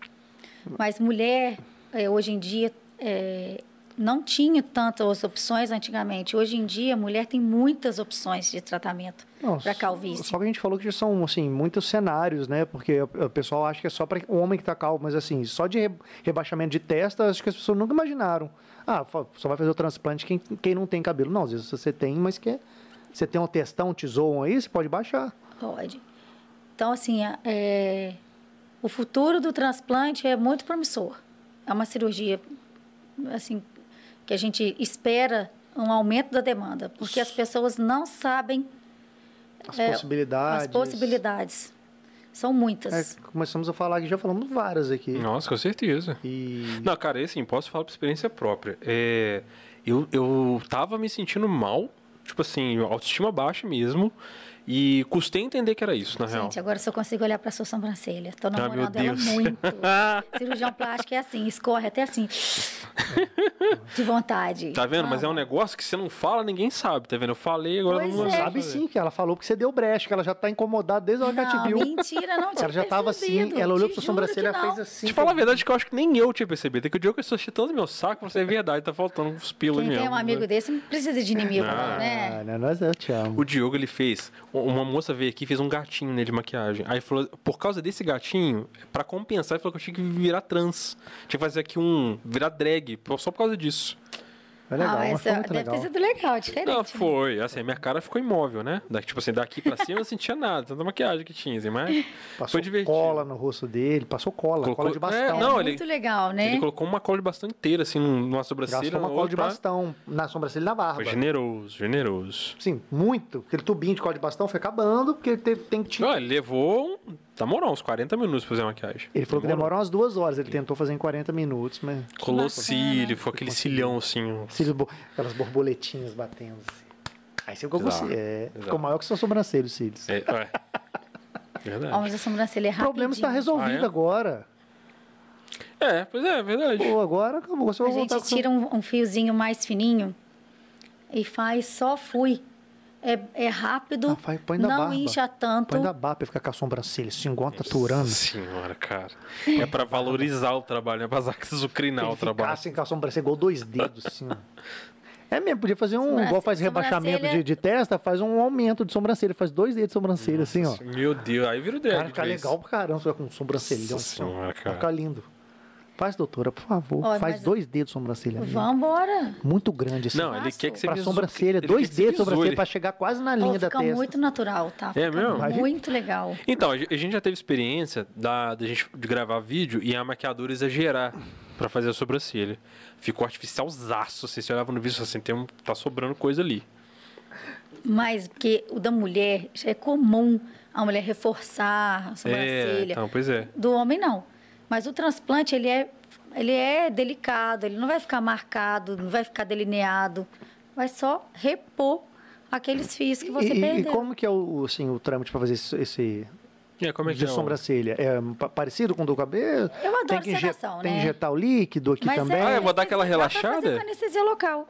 Speaker 3: Mas mulher, é, hoje em dia, é, não tinha tantas opções antigamente. Hoje em dia, a mulher tem muitas opções de tratamento
Speaker 2: Não,
Speaker 3: para
Speaker 2: só-
Speaker 3: calvície.
Speaker 2: Só que a gente falou que já são, assim, muitos cenários, né? Porque o o pessoal acha que é só para o homem que tá calvo, mas assim, só de re- rebaixamento de testa, acho que as pessoas nunca imaginaram. Ah, fa- só vai fazer o transplante quem, quem não tem cabelo. Não, às vezes você tem, mas quer. Você tem um testão, um tesouro aí, você pode baixar.
Speaker 3: Pode. Então, assim, a- é, o futuro do transplante é muito promissor. É uma cirurgia, assim, que a gente espera um aumento da demanda, porque as pessoas não sabem
Speaker 2: As
Speaker 3: É,
Speaker 2: possibilidades.
Speaker 3: as possibilidades. São muitas.
Speaker 2: É, começamos a falar que já falamos várias aqui.
Speaker 1: Nossa, com certeza.
Speaker 2: E.
Speaker 1: Não, cara, assim, posso falar por experiência própria. É, eu, eu tava me sentindo mal, tipo assim, autoestima baixa mesmo. E custei entender que era isso, na real. Ah,
Speaker 3: Gente, agora só consigo olhar para sua sobrancelha. Estou
Speaker 1: meu
Speaker 3: namorando ela
Speaker 1: Deus.
Speaker 3: muito. Ah. Cirurgião plástico é assim, escorre até assim. De vontade.
Speaker 1: Tá vendo? Mas é um negócio que você não fala, ninguém sabe, tá vendo? Eu falei, agora
Speaker 3: Ah. Pois
Speaker 1: não
Speaker 3: é.
Speaker 2: Sabe sim que ela falou porque você deu brecha, que ela já tá incomodada desde a hora que ela
Speaker 3: Não,
Speaker 2: te viu.
Speaker 3: mentira, não tinha
Speaker 2: Ela já tava assim,
Speaker 3: percebido,
Speaker 2: ela olhou
Speaker 3: te
Speaker 2: pra sua
Speaker 3: juro que
Speaker 2: sobrancelha
Speaker 3: não.
Speaker 2: fez assim.
Speaker 1: Te falar a verdade que eu acho que nem eu tinha percebido. É que o dia que eu estou chutando meu saco, você é verdade, tá faltando uns pilas
Speaker 3: Quem
Speaker 1: mesmo. né?
Speaker 3: tem um amigo desse não precisa de inimigo,
Speaker 1: Ah.
Speaker 3: né?
Speaker 2: Ah, não, nós eu te amo.
Speaker 1: O Diogo, ele fez... Uma moça veio aqui e fez um gatinho nele de maquiagem. Aí falou, por causa desse gatinho, pra compensar, ele falou que eu tinha que virar trans. Tinha que fazer aqui um... Virar drag, só por causa disso.
Speaker 2: É legal,
Speaker 3: ah,
Speaker 2: mas
Speaker 3: mas
Speaker 2: foi
Speaker 3: ah,
Speaker 2: muito
Speaker 3: deve
Speaker 2: legal.
Speaker 3: ter sido legal, diferente.
Speaker 1: Não,
Speaker 3: né?
Speaker 1: foi. Assim, minha cara ficou imóvel, né? Da, tipo assim, daqui pra cima eu não sentia nada, tanta maquiagem que tinha, assim, mas
Speaker 2: Passou
Speaker 1: foi divertido.
Speaker 2: cola no rosto dele, passou cola,
Speaker 1: Colocou-
Speaker 2: cola de bastão.
Speaker 1: É, não, ele-
Speaker 3: muito legal, né?
Speaker 1: Ele colocou uma cola de bastão inteira, assim, numa sobrancelha.
Speaker 2: Gastou uma
Speaker 1: na
Speaker 2: cola de
Speaker 1: outra.
Speaker 2: bastão na sobrancelha e na barba.
Speaker 1: Foi generoso, generoso.
Speaker 2: Sim, muito. Aquele tubinho de cola de bastão foi acabando, porque ele teve- tem que tirar.
Speaker 1: Ó, ele levou, um- na moral, uns 40 minutos pra fazer a maquiagem.
Speaker 2: Ele falou que
Speaker 1: Demorou.
Speaker 2: demora umas duas horas, ele tentou fazer em 40 minutos, mas.
Speaker 1: Colou
Speaker 3: Bacana.
Speaker 1: cílio, foi aquele cilhão assim. um-
Speaker 2: Cílios bo- Aquelas borboletinhas batendo. Assim. Aí você ficou com
Speaker 1: Exato,
Speaker 2: ci- é,
Speaker 1: exato.
Speaker 2: Ficou maior que sua sobrancelha, os cílios.
Speaker 1: É, é. Verdade.
Speaker 3: Ó, mas a sobrancelha é
Speaker 2: O problema está
Speaker 3: rapidinho.
Speaker 2: resolvido
Speaker 1: Ah, é?
Speaker 2: agora.
Speaker 1: É, pois é, é verdade.
Speaker 2: Pô, agora acabou. Você
Speaker 3: A
Speaker 2: vai voltar tá
Speaker 3: gente
Speaker 2: com seu-
Speaker 3: tira um, um fiozinho mais fininho e faz só fui. É, é rápido,
Speaker 2: Ah, faz- põe na
Speaker 3: não
Speaker 2: barba.
Speaker 3: incha tanto.
Speaker 2: Põe na barba pra ficar com a sobrancelha, assim, igual uma taturana.
Speaker 1: Senhora, cara. É pra valorizar o trabalho, não é pra
Speaker 2: Tem
Speaker 1: zacrinar
Speaker 2: que
Speaker 1: o
Speaker 2: ficar assim,
Speaker 1: trabalho.
Speaker 2: sem calção branca, igual dois dedos, assim. ó. É mesmo, podia fazer um. Igual faz
Speaker 3: Sobrancelha-
Speaker 2: rebaixamento de, de testa, faz um aumento de sobrancelha, faz dois dedos de sobrancelha, assim, ó.
Speaker 1: Meu Deus, aí vira o
Speaker 2: Cara,
Speaker 1: dread.
Speaker 2: fica
Speaker 1: de vez.
Speaker 2: legal pra caramba, você vai com um sobrancelhão,
Speaker 1: Nossa
Speaker 2: assim, ó.
Speaker 1: senhora,
Speaker 2: Vai
Speaker 1: cara.
Speaker 2: ficar lindo. Faz, doutora, por favor.
Speaker 3: Ó,
Speaker 2: faz
Speaker 3: mas-
Speaker 2: dois dedos de sobrancelha. mesmo.
Speaker 3: Vambora.
Speaker 2: Muito grande, assim.
Speaker 1: Não, ele quer que você
Speaker 2: pra
Speaker 1: visu-
Speaker 2: sobrancelha,
Speaker 1: ele
Speaker 2: dois
Speaker 1: quer que você
Speaker 2: dedos de sobrancelha,
Speaker 1: visure.
Speaker 2: pra chegar quase na
Speaker 3: Ó,
Speaker 2: linha da
Speaker 3: fica
Speaker 2: testa.
Speaker 3: muito natural, tá? Fica
Speaker 1: É mesmo?
Speaker 3: Muito legal.
Speaker 1: Então, a ge- a gente já teve experiência da, da gente de gravar vídeo e a maquiadora exagerar pra fazer a sobrancelha. Ficou artificialzaço. Assim, você olhava no vídeo e falava assim, tem um, tá sobrando coisa ali.
Speaker 3: Mas porque o da mulher já é comum a mulher reforçar a
Speaker 1: É,
Speaker 3: sobrancelha.
Speaker 1: então, pois é.
Speaker 3: Do homem não. Mas o transplante ele é ele é delicado, ele não vai ficar marcado, não vai ficar delineado, vai só repor aqueles fios que você
Speaker 2: E- e, e
Speaker 3: perdeu.
Speaker 2: como que é o, assim, o trâmite pra fazer esse, esse
Speaker 1: E aí, como é que
Speaker 2: de
Speaker 1: é? o-
Speaker 2: sobrancelha? É pa- parecido com o do cabelo?
Speaker 3: Eu adoro
Speaker 2: tem que inje-
Speaker 3: sedação,
Speaker 2: Tem que
Speaker 3: né? é
Speaker 2: injetar o líquido aqui também?
Speaker 1: Ah, eu vou dar aquela
Speaker 3: anestesia, dá pra fazer
Speaker 1: relaxada? Hum.
Speaker 3: com anestesia local.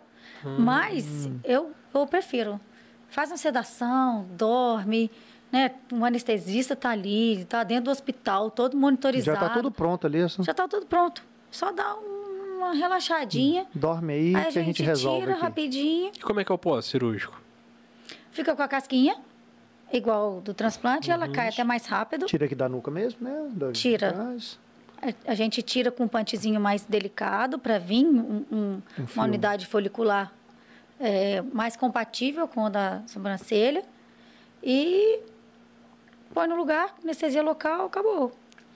Speaker 3: Mas eu, eu prefiro. Faz uma sedação, dorme, né? Um anestesista tá ali, tá dentro do hospital, todo
Speaker 2: Já
Speaker 3: monitorizado.
Speaker 2: tá tudo pronto ali, só
Speaker 3: Já tá tudo pronto. Só dá um, uma relaxadinha.
Speaker 2: dorme aí,
Speaker 3: Aí a
Speaker 2: Hum. que a
Speaker 3: gente,
Speaker 2: gente resolve
Speaker 3: tira
Speaker 2: aqui.
Speaker 3: rapidinho,
Speaker 1: E como é que é o pós-cirúrgico?
Speaker 3: fica com a casquinha, igual do transplante,
Speaker 1: Uhum.
Speaker 3: ela cai até mais rápido.
Speaker 2: Tira aqui da nuca mesmo, né? Da-
Speaker 3: Tira.
Speaker 2: Mas-
Speaker 3: A- A gente tira com um pantezinho mais delicado para vir um- um- uma
Speaker 2: fio.
Speaker 3: unidade folicular é, mais compatível com a da sobrancelha e põe no lugar, anestesia local, acabou.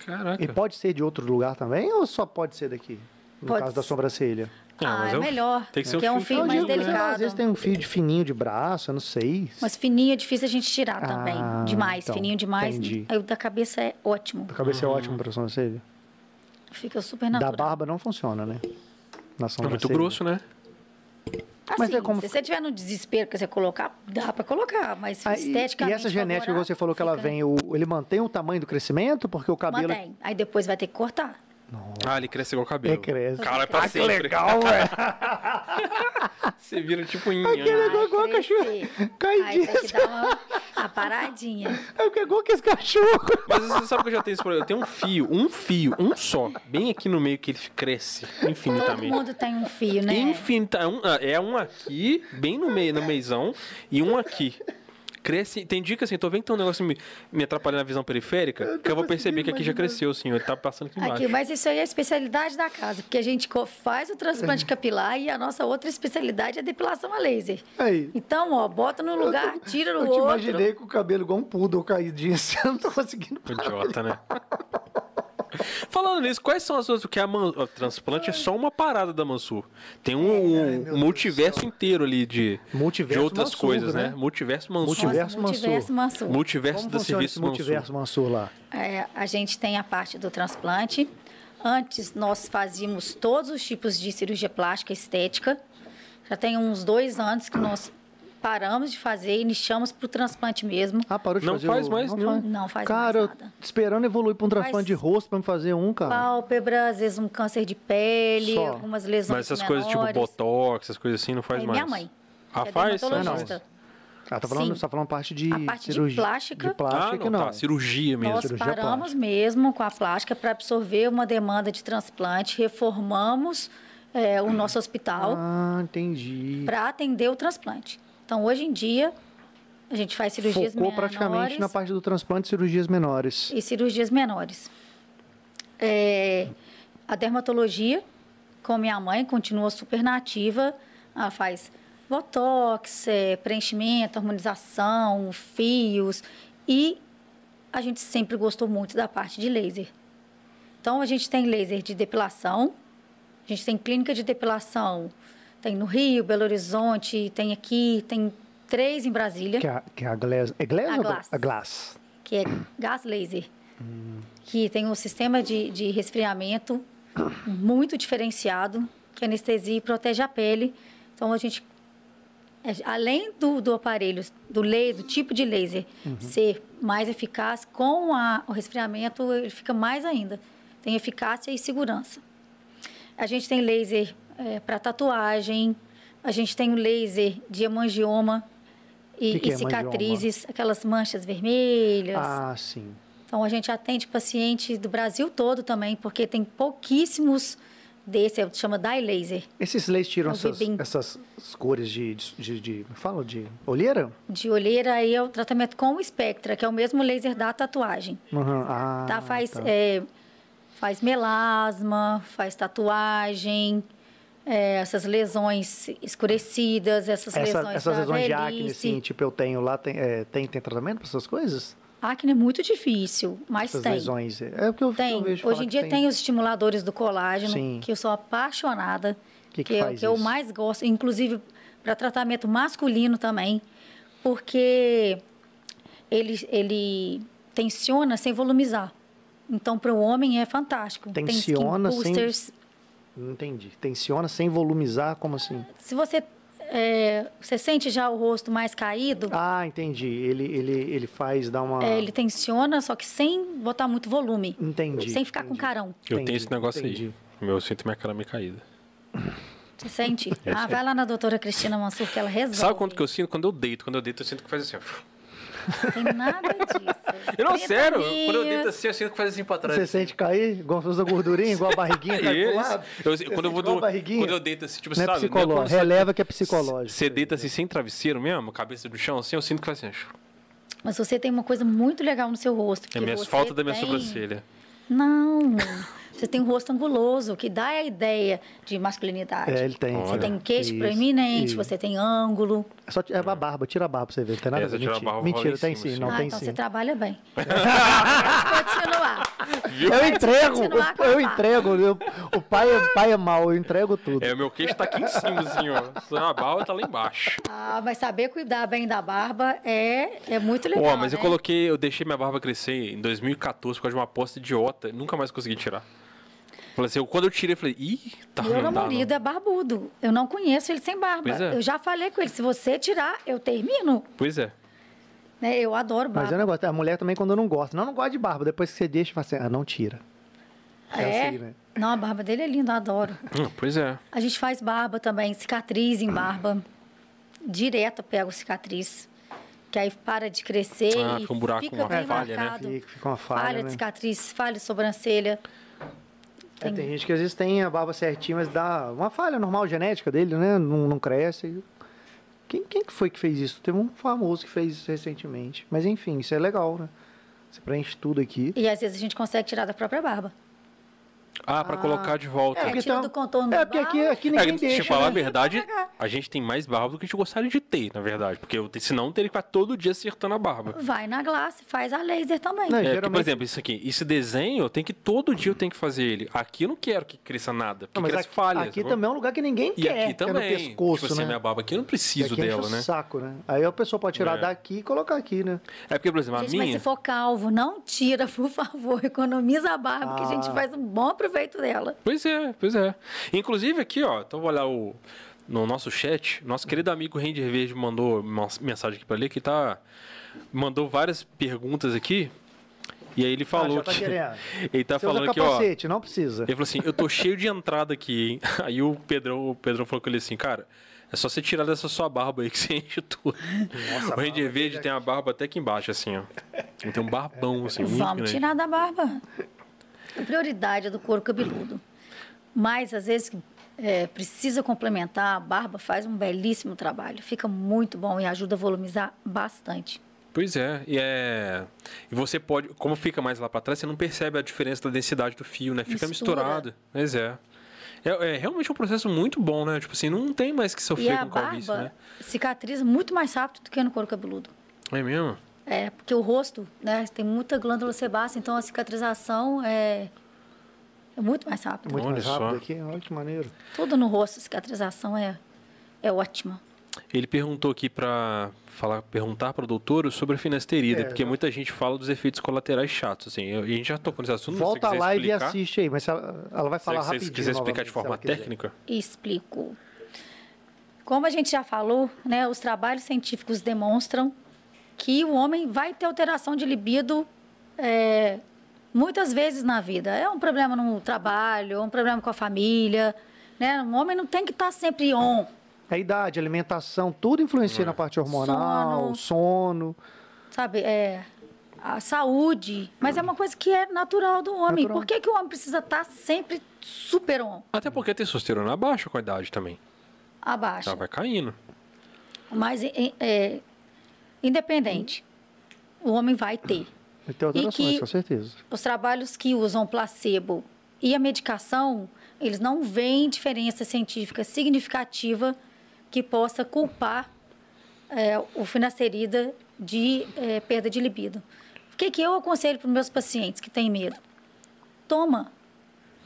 Speaker 1: Caraca. É
Speaker 2: E pode ser de outro lugar também ou só pode ser daqui? No
Speaker 3: Pode
Speaker 2: caso da
Speaker 3: ser.
Speaker 2: sobrancelha.
Speaker 1: Ah,
Speaker 3: Ah,
Speaker 1: mas
Speaker 3: é
Speaker 1: é um-
Speaker 3: melhor,
Speaker 1: tem que ser um
Speaker 3: porque é um
Speaker 1: fio
Speaker 3: fio
Speaker 1: fininho,
Speaker 3: mais
Speaker 2: Eu digo, sei lá,
Speaker 3: delicado.
Speaker 2: Às vezes tem um fio de fininho de braço, eu não sei.
Speaker 3: Mas fininho é difícil a gente tirar também,
Speaker 2: Ah,
Speaker 3: demais,
Speaker 2: então,
Speaker 3: fininho demais.
Speaker 2: entendi.
Speaker 3: Aí o da cabeça é ótimo,
Speaker 2: A cabeça
Speaker 1: Hum.
Speaker 2: é ótima pra sobrancelha.
Speaker 3: fica super
Speaker 2: Da
Speaker 3: natural.
Speaker 2: barba não funciona, né? Na
Speaker 1: É
Speaker 2: sobrancelha.
Speaker 1: muito grosso, né?
Speaker 2: Mas
Speaker 3: Assim,
Speaker 2: é como-
Speaker 3: se você tiver no desespero que você colocar, dá pra colocar, mas
Speaker 2: Ah, e-
Speaker 3: esteticamente
Speaker 2: e essa genética que
Speaker 3: favorável,
Speaker 2: você falou que ela
Speaker 3: ah, fica-
Speaker 2: vem, o, ele mantém o tamanho do crescimento? Porque o cabelo.
Speaker 3: Mantém. Aí depois vai ter que cortar.
Speaker 1: Ah, ele cresce igual o cabelo.
Speaker 2: É, cresce.
Speaker 1: Cara, é pra
Speaker 2: que
Speaker 1: sempre.
Speaker 2: legal, ué.
Speaker 1: Você vira tipo um Yin-Yang.
Speaker 2: É igual- igual
Speaker 3: Vai
Speaker 2: cachorro.
Speaker 3: crescer.
Speaker 2: Cai
Speaker 3: Aí tem que
Speaker 2: disso.
Speaker 3: dar uma, uma paradinha.
Speaker 2: É porque é igual que esse cachorro.
Speaker 1: Mas você sabe que eu já tenho esse problema. Eu tenho um fio, um fio, um só, bem aqui no meio que ele cresce
Speaker 3: Todo
Speaker 1: infinitamente.
Speaker 3: mundo tem um fio, né?
Speaker 1: Infinita, é um- é um aqui, bem no meio, no meizão, e um aqui. Cresce, tem dica assim, tô vendo que tem um negócio me, me atrapalhando na visão periférica, que eu vou perceber que aqui já cresceu, assim, ele tá passando aqui embaixo.
Speaker 3: Aqui, mas isso aí é a especialidade da casa, porque a gente co- faz o
Speaker 2: É.
Speaker 3: transplante capilar e a nossa outra especialidade é depilação a laser.
Speaker 2: Aí.
Speaker 3: Então, ó, bota num lugar, tira no
Speaker 2: Eu te
Speaker 3: outro.
Speaker 2: imaginei com o cabelo igual um poodle caidinho assim, eu não tô conseguindo.
Speaker 1: Idiota, né? Falando nisso, quais são as outras? Porque a man- o transplante é só uma parada da Mansur. Tem um, um
Speaker 2: Ai, É, né? meu Deus
Speaker 1: multiverso inteiro ali de,
Speaker 2: Multiverso
Speaker 1: de outras
Speaker 2: Mansur,
Speaker 1: coisas, né?
Speaker 2: né?
Speaker 1: Multiverso Mansur.
Speaker 3: Nossa,
Speaker 1: Multiverso,
Speaker 2: Multiverso
Speaker 3: multiverso Mansur.
Speaker 2: Como
Speaker 1: do
Speaker 2: funciona
Speaker 1: serviço
Speaker 2: esse multiverso Mansur lá?
Speaker 3: É, a gente tem a parte do transplante. Antes nós fazíamos todos os tipos de cirurgia plástica estética. Já tem uns dois anos que nós paramos de fazer e nichamos para o transplante mesmo.
Speaker 2: Ah, parou de
Speaker 1: Não
Speaker 2: fazer
Speaker 1: faz
Speaker 2: o...
Speaker 1: mais nenhum.
Speaker 3: Não faz
Speaker 2: Cara,
Speaker 3: mais
Speaker 2: eu
Speaker 3: nada.
Speaker 2: tô esperando evoluir pra um transplante
Speaker 3: Faz-
Speaker 2: de rosto pra me fazer um, cara.
Speaker 3: Pálpebra, às vezes um câncer de pele,
Speaker 2: Só.
Speaker 3: algumas lesões
Speaker 1: Mas essas coisas tipo
Speaker 3: menores.
Speaker 1: botox, essas coisas assim, não faz
Speaker 3: É
Speaker 1: mais.
Speaker 3: minha mãe.
Speaker 1: Ah,
Speaker 3: É
Speaker 1: faz?
Speaker 3: dermatologista.
Speaker 1: Ah,
Speaker 2: Ah, tá falando,
Speaker 3: Sim.
Speaker 2: você tá falando parte de
Speaker 3: A parte de
Speaker 2: cirurgia.
Speaker 3: plástica.
Speaker 2: De
Speaker 1: não.
Speaker 2: plástica,
Speaker 1: Ah, não,
Speaker 2: não.
Speaker 1: tá. Cirurgia mesmo.
Speaker 3: Nós
Speaker 2: cirurgia
Speaker 3: paramos
Speaker 2: plástica.
Speaker 3: mesmo com a plástica para absorver uma demanda de transplante, reformamos é, o nosso hospital.
Speaker 2: Ah, entendi.
Speaker 3: para atender o transplante. Então, hoje em dia, a gente faz cirurgias
Speaker 2: Focou
Speaker 3: menores
Speaker 2: praticamente na parte do transplante e cirurgias menores.
Speaker 3: e cirurgias menores. É, a dermatologia, com minha mãe, continua super nativa. Ela faz botox, é, preenchimento, harmonização, fios. E a gente sempre gostou muito da parte de laser. Então, a gente tem laser de depilação, a gente tem clínica de depilação, tem no Rio, Belo Horizonte, tem aqui, tem três em Brasília,
Speaker 2: Que é a, que é a Glass. É Glass
Speaker 3: A
Speaker 2: ou
Speaker 3: Glass.
Speaker 2: A Glass.
Speaker 3: que é gás laser, que tem um sistema de, de resfriamento muito diferenciado, que anestesia e protege a pele. Então, a gente, é, além do, do aparelho, do, laser, do tipo de laser ser mais eficaz, com a- o resfriamento ele fica mais ainda. Tem eficácia e segurança. A gente tem laser para tatuagem, a gente tem o laser de hemangioma e,
Speaker 2: Que que
Speaker 3: e
Speaker 2: é
Speaker 3: cicatrizes, aquelas manchas vermelhas.
Speaker 2: Ah, sim.
Speaker 3: Então a gente atende paciente do Brasil todo também, porque tem pouquíssimos desse, chama dye laser,
Speaker 2: Esses leis tiram
Speaker 3: Eu vi
Speaker 2: essas,
Speaker 3: bem.
Speaker 2: essas cores de, de, de, de. Fala de olheira?
Speaker 3: de olheira aí é o tratamento com espectra, que é o mesmo laser da tatuagem.
Speaker 2: Uhum. Ah,
Speaker 3: tá, faz,
Speaker 2: tá.
Speaker 3: é, faz melasma, faz tatuagem, é, essas lesões escurecidas, essas
Speaker 2: Essa-
Speaker 3: lesões
Speaker 2: essas
Speaker 3: da
Speaker 2: lesões de
Speaker 3: velhice.
Speaker 2: acne, assim, tipo, eu tenho lá, tem, é, tem, tem tratamento para essas coisas?
Speaker 3: Acne é muito difícil, mas
Speaker 2: essas
Speaker 3: tem.
Speaker 2: lesões. É o que eu,
Speaker 3: Tem.
Speaker 2: eu vejo.
Speaker 3: Hoje
Speaker 2: falar
Speaker 3: em
Speaker 2: que
Speaker 3: dia tem. os estimuladores do colágeno,
Speaker 2: Sim.
Speaker 3: que eu sou apaixonada.
Speaker 2: Que que
Speaker 3: é o
Speaker 2: faz
Speaker 3: que eu
Speaker 2: isso?
Speaker 3: mais gosto, inclusive para tratamento masculino também, porque ele, ele tensiona sem volumizar. Então, para o homem é fantástico. Tem skin
Speaker 2: Tensiona sem-
Speaker 3: boosters.
Speaker 2: Não entendi. Tensiona sem volumizar, como assim?
Speaker 3: Se você, é, você sente já o rosto mais caído,
Speaker 2: Ah, entendi. Ele, ele, ele faz, dá uma.
Speaker 3: é, ele tensiona, só que sem botar muito volume.
Speaker 2: Entendi.
Speaker 3: sem ficar com
Speaker 2: entendi.
Speaker 3: carão.
Speaker 1: Eu tenho
Speaker 2: Entendi,
Speaker 1: esse negócio
Speaker 2: entendi.
Speaker 1: aí. Meu, eu sinto minha cara meio caída.
Speaker 3: Você sente? Ah, vai lá na doutora Cristina Mansur que ela resolve.
Speaker 1: Sabe quanto que eu sinto? Quando eu deito. Quando eu deito, eu sinto que faz assim. ó.
Speaker 3: Tem nada disso.
Speaker 1: Eu não,
Speaker 3: Trinta
Speaker 1: sério.
Speaker 3: dias.
Speaker 1: Quando eu deito assim, eu sinto que faz assim pra trás.
Speaker 2: Você sente cair, igual fez a gordurinha, igual a barriguinha cai pro
Speaker 1: é
Speaker 2: lado?
Speaker 1: Isso. Eu- assim,
Speaker 2: Você
Speaker 1: quando, eu
Speaker 2: sente
Speaker 1: vou
Speaker 2: igual
Speaker 1: do,
Speaker 2: a barriguinha?
Speaker 1: quando eu deito assim, tipo,
Speaker 2: Não é
Speaker 1: sabe?
Speaker 2: psicológico,
Speaker 1: quando você-
Speaker 2: releva que é psicológico.
Speaker 1: Você deita assim sem travesseiro mesmo, cabeça no chão assim, eu sinto que faz assim. ó.
Speaker 3: Mas você tem uma coisa muito legal no seu rosto.
Speaker 1: É
Speaker 3: que
Speaker 1: minha
Speaker 3: você
Speaker 1: falta da minha
Speaker 3: tem-
Speaker 1: sobrancelha.
Speaker 3: Não. Você tem um rosto anguloso, que dá a ideia de masculinidade.
Speaker 2: É, ele tem.
Speaker 1: Olha.
Speaker 3: Você tem queixo
Speaker 2: Isso,
Speaker 3: proeminente,
Speaker 2: isso.
Speaker 3: você tem ângulo.
Speaker 2: É Só t- é a barba, tira a barba pra você ver. Não tem nada
Speaker 1: É,
Speaker 2: a
Speaker 1: você
Speaker 2: ver.
Speaker 1: tira a
Speaker 2: Mentira,
Speaker 1: barba,
Speaker 2: Mentira,
Speaker 1: rola em
Speaker 2: tem
Speaker 1: cima,
Speaker 2: sim,
Speaker 1: assim.
Speaker 2: não
Speaker 3: ah,
Speaker 2: tem
Speaker 3: então
Speaker 2: sim.
Speaker 3: você trabalha bem. Pode continuar.
Speaker 2: Eu entrego,
Speaker 3: continuar com
Speaker 2: eu, eu
Speaker 3: a barba.
Speaker 2: entrego. eu- o pai é, pai é mau, eu entrego tudo.
Speaker 1: É, meu queixo tá aqui em cima, assim, ó. A barba tá lá embaixo.
Speaker 3: Ah, mas saber cuidar bem da barba é, é muito legal.
Speaker 1: Ó, mas eu
Speaker 3: né?
Speaker 1: coloquei, eu deixei minha barba crescer em 2014 por causa de uma aposta idiota, nunca mais consegui tirar. Falei assim, eu- quando eu tirei, eu falei, ih, tá
Speaker 3: Meu
Speaker 1: não dá,
Speaker 3: namorado
Speaker 1: não.
Speaker 3: é barbudo. Eu não conheço ele sem barba.
Speaker 1: Pois é.
Speaker 3: Eu já falei com ele, se você tirar, eu termino.
Speaker 1: Pois é.
Speaker 3: Né? Eu adoro barba.
Speaker 2: Mas é um negócio, a mulher também quando não gosta. Não, não gosta de barba. Depois que você deixa, fala assim, ah, não tira.
Speaker 3: É?
Speaker 2: assim, né?
Speaker 3: Não, a barba dele é linda, eu adoro.
Speaker 1: Hum, pois é.
Speaker 3: A gente faz barba também, cicatriz em barba. Direto pego cicatriz. Que aí para de crescer
Speaker 1: Ah,
Speaker 3: e
Speaker 1: fica um buraco,
Speaker 3: fica
Speaker 1: uma
Speaker 3: bem
Speaker 1: falha, né?
Speaker 3: marcado.
Speaker 2: Fica, fica uma falha,
Speaker 3: Falha,
Speaker 2: né?
Speaker 3: de cicatriz, falha de sobrancelha.
Speaker 2: É, tem gente que às vezes tem a barba certinha, mas dá uma falha normal genética dele, né? Não, não cresce. Quem, quem que foi que fez isso? Teve um famoso que fez isso recentemente. Mas enfim, isso é legal, né? Você preenche tudo aqui.
Speaker 3: E às vezes a gente consegue tirar da própria barba.
Speaker 1: Ah, pra colocar de volta.
Speaker 3: É,
Speaker 2: porque
Speaker 3: tira
Speaker 2: tá-
Speaker 3: do contorno
Speaker 2: É,
Speaker 3: da
Speaker 2: porque aqui,
Speaker 3: barba.
Speaker 2: aqui
Speaker 1: É,
Speaker 2: ninguém
Speaker 1: deixa
Speaker 2: deixa.
Speaker 1: eu falar a
Speaker 2: né?
Speaker 1: verdade, a gente tem mais barba do que a gente gostaria de ter, na verdade. Porque eu, senão teria que ficar todo dia acertando a barba.
Speaker 3: Vai na glace, faz a laser também.
Speaker 2: Não,
Speaker 1: É, porque, por
Speaker 2: É, geralmente-
Speaker 1: exemplo, isso aqui, esse desenho, eu tenho que todo dia eu tenho que fazer ele. Aqui eu não quero que cresça nada, porque
Speaker 2: Não, mas
Speaker 1: cresce
Speaker 2: aqui,
Speaker 1: falhas.
Speaker 2: aqui
Speaker 1: tá bom?
Speaker 2: também é um lugar que ninguém
Speaker 1: E
Speaker 2: quer.
Speaker 1: aqui
Speaker 2: que é no
Speaker 1: também.
Speaker 2: pescoço,
Speaker 1: tipo assim,
Speaker 2: né?
Speaker 1: a minha barba aqui eu não preciso
Speaker 2: aqui enche
Speaker 1: dela,
Speaker 2: o
Speaker 1: né?
Speaker 2: saco, né? Aí a pessoa pode tirar
Speaker 1: É.
Speaker 2: daqui e colocar aqui, né?
Speaker 1: É porque, por exemplo, a
Speaker 3: gente,
Speaker 1: minha.
Speaker 3: mas se for calvo, não tira, por favor. Economiza a barba, que a gente
Speaker 2: Ah.
Speaker 3: faz um bom proveito dela.
Speaker 1: Pois é, pois é. Inclusive aqui, ó, então vou olhar o no nosso chat, nosso querido amigo Render Verde mandou uma mensagem aqui pra ler que tá mandou várias perguntas aqui. E aí ele falou
Speaker 2: já tá
Speaker 1: que
Speaker 2: querendo.
Speaker 1: ele tá
Speaker 2: Você
Speaker 1: falando
Speaker 2: usa
Speaker 1: aqui, ó, ele
Speaker 2: capacete, não precisa.
Speaker 1: falou assim: "Eu tô cheio de entrada aqui, hein?" Aí o Pedrão, o Pedrão falou com ele assim: "Cara, é só você tirar dessa sua barba aí que você enche tudo. o Ranger Verde
Speaker 2: é
Speaker 1: tem a barba até aqui embaixo, assim, ó. Ele Tem um barbão, assim, muito
Speaker 3: Vamos
Speaker 1: grande.
Speaker 3: tirar da barba. A prioridade é do couro cabeludo. Mas, às vezes, é, precisa complementar, a barba faz um belíssimo trabalho. Fica muito bom e ajuda a volumizar bastante.
Speaker 1: Pois é, e é. E você pode, como fica mais lá pra trás, você não percebe a diferença da densidade do fio, né? Fica
Speaker 3: Mistura.
Speaker 1: misturado. Mas é. É, é realmente um processo muito bom, né? Tipo assim, não tem mais que
Speaker 3: E
Speaker 1: sofrer
Speaker 3: a
Speaker 1: com calvície,
Speaker 3: barba
Speaker 1: né?
Speaker 3: cicatriza muito mais rápido do que no couro cabeludo.
Speaker 1: É mesmo?
Speaker 3: É, porque o rosto, né, tem muita glândula sebácea, então a cicatrização é, é muito mais rápida.
Speaker 2: Muito
Speaker 1: Olha
Speaker 2: mais Tá rápido
Speaker 1: só.
Speaker 2: aqui. Olha que maneiro.
Speaker 3: Tudo no rosto, a cicatrização é, é ótima.
Speaker 1: Ele perguntou aqui pra falar, perguntar para o doutor sobre a finasterida,
Speaker 2: É,
Speaker 1: porque
Speaker 2: já-
Speaker 1: muita gente fala dos efeitos colaterais chatos, assim. eu- e a gente já tocou nesse assunto.
Speaker 2: Volta
Speaker 1: se você quiser
Speaker 2: lá e
Speaker 1: explicar,
Speaker 2: assiste aí, mas se ela, ela vai falar
Speaker 1: se você
Speaker 2: rapidinho.
Speaker 1: quiser explicar de
Speaker 2: novamente, se
Speaker 1: forma
Speaker 2: ela quiser.
Speaker 1: técnica.
Speaker 3: E explico. Como a gente já falou, né, os trabalhos científicos demonstram que o homem vai ter alteração de libido é, muitas vezes na vida. É um problema no trabalho, é um problema com a família. Né? O homem não tem que estar sempre on.
Speaker 2: É A idade, alimentação, tudo influencia
Speaker 1: é.
Speaker 2: na parte hormonal, sono.
Speaker 3: Sono. sabe, é, a saúde, mas é uma coisa que é natural do homem.
Speaker 2: Natural.
Speaker 3: Por que, que o homem precisa estar sempre super on,
Speaker 1: Até porque a testosterona baixa com a idade também.
Speaker 3: abaixo?
Speaker 1: Ela Tá, vai caindo.
Speaker 3: Mas é, é, independente, o homem vai ter.
Speaker 2: Vai ter alterações,
Speaker 3: que-
Speaker 2: com certeza.
Speaker 3: Os trabalhos que usam placebo e a medicação, eles não veem diferença científica significativa que possa culpar é, o finasterida de é, perda de libido. O que, que eu aconselho para os meus pacientes que têm medo? Toma,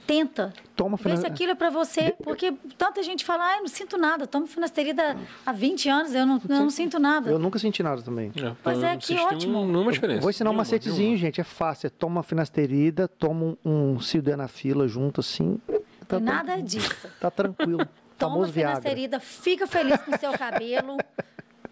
Speaker 3: tenta,
Speaker 2: Toma
Speaker 3: Vê se
Speaker 2: finasterida.
Speaker 3: aquilo é pra você, porque tanta gente fala, ah, eu não sinto nada, eu tomo finasterida há 20 anos, eu não, eu não sinto
Speaker 2: Eu
Speaker 3: nada.
Speaker 2: nunca senti nada também.
Speaker 1: É,
Speaker 3: Mas é
Speaker 1: não
Speaker 3: que
Speaker 1: existe
Speaker 3: ótimo.
Speaker 1: nenhum- Nenhuma diferença.
Speaker 2: Vou ensinar um
Speaker 1: Nenhuma,
Speaker 2: macetezinho,
Speaker 1: nenhuma.
Speaker 2: gente. É fácil. É toma finasterida, toma um, um sildenafila junto assim. Tá,
Speaker 3: Tem nada disso.
Speaker 2: tá tranquilo.
Speaker 3: Toma
Speaker 2: Famoso Viagra.
Speaker 3: finasterida, fica feliz com o seu cabelo,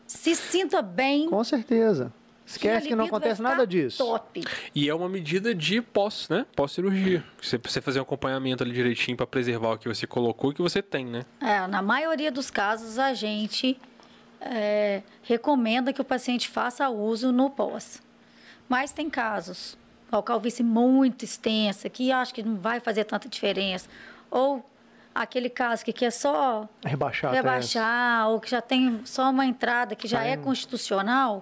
Speaker 3: se sinta bem.
Speaker 2: Com certeza.
Speaker 3: e a
Speaker 2: Esquece que não
Speaker 3: libido vai
Speaker 2: acontece
Speaker 3: ficar
Speaker 2: nada disso.
Speaker 3: Top.
Speaker 1: E é uma medida de pós, né? Pós-cirurgia. Você precisa fazer um acompanhamento ali direitinho pra preservar o que você colocou e o que você tem, né?
Speaker 3: É, na maioria dos casos, a gente é, recomenda que o paciente faça uso no pós. Mas tem casos, ó, calvície muito extensa, que acho que não vai fazer tanta diferença. Ou aquele caso que quer só
Speaker 2: Rebaixar. até-
Speaker 3: rebaixar, ou que já tem só uma entrada que já
Speaker 2: Tá
Speaker 3: é
Speaker 2: em-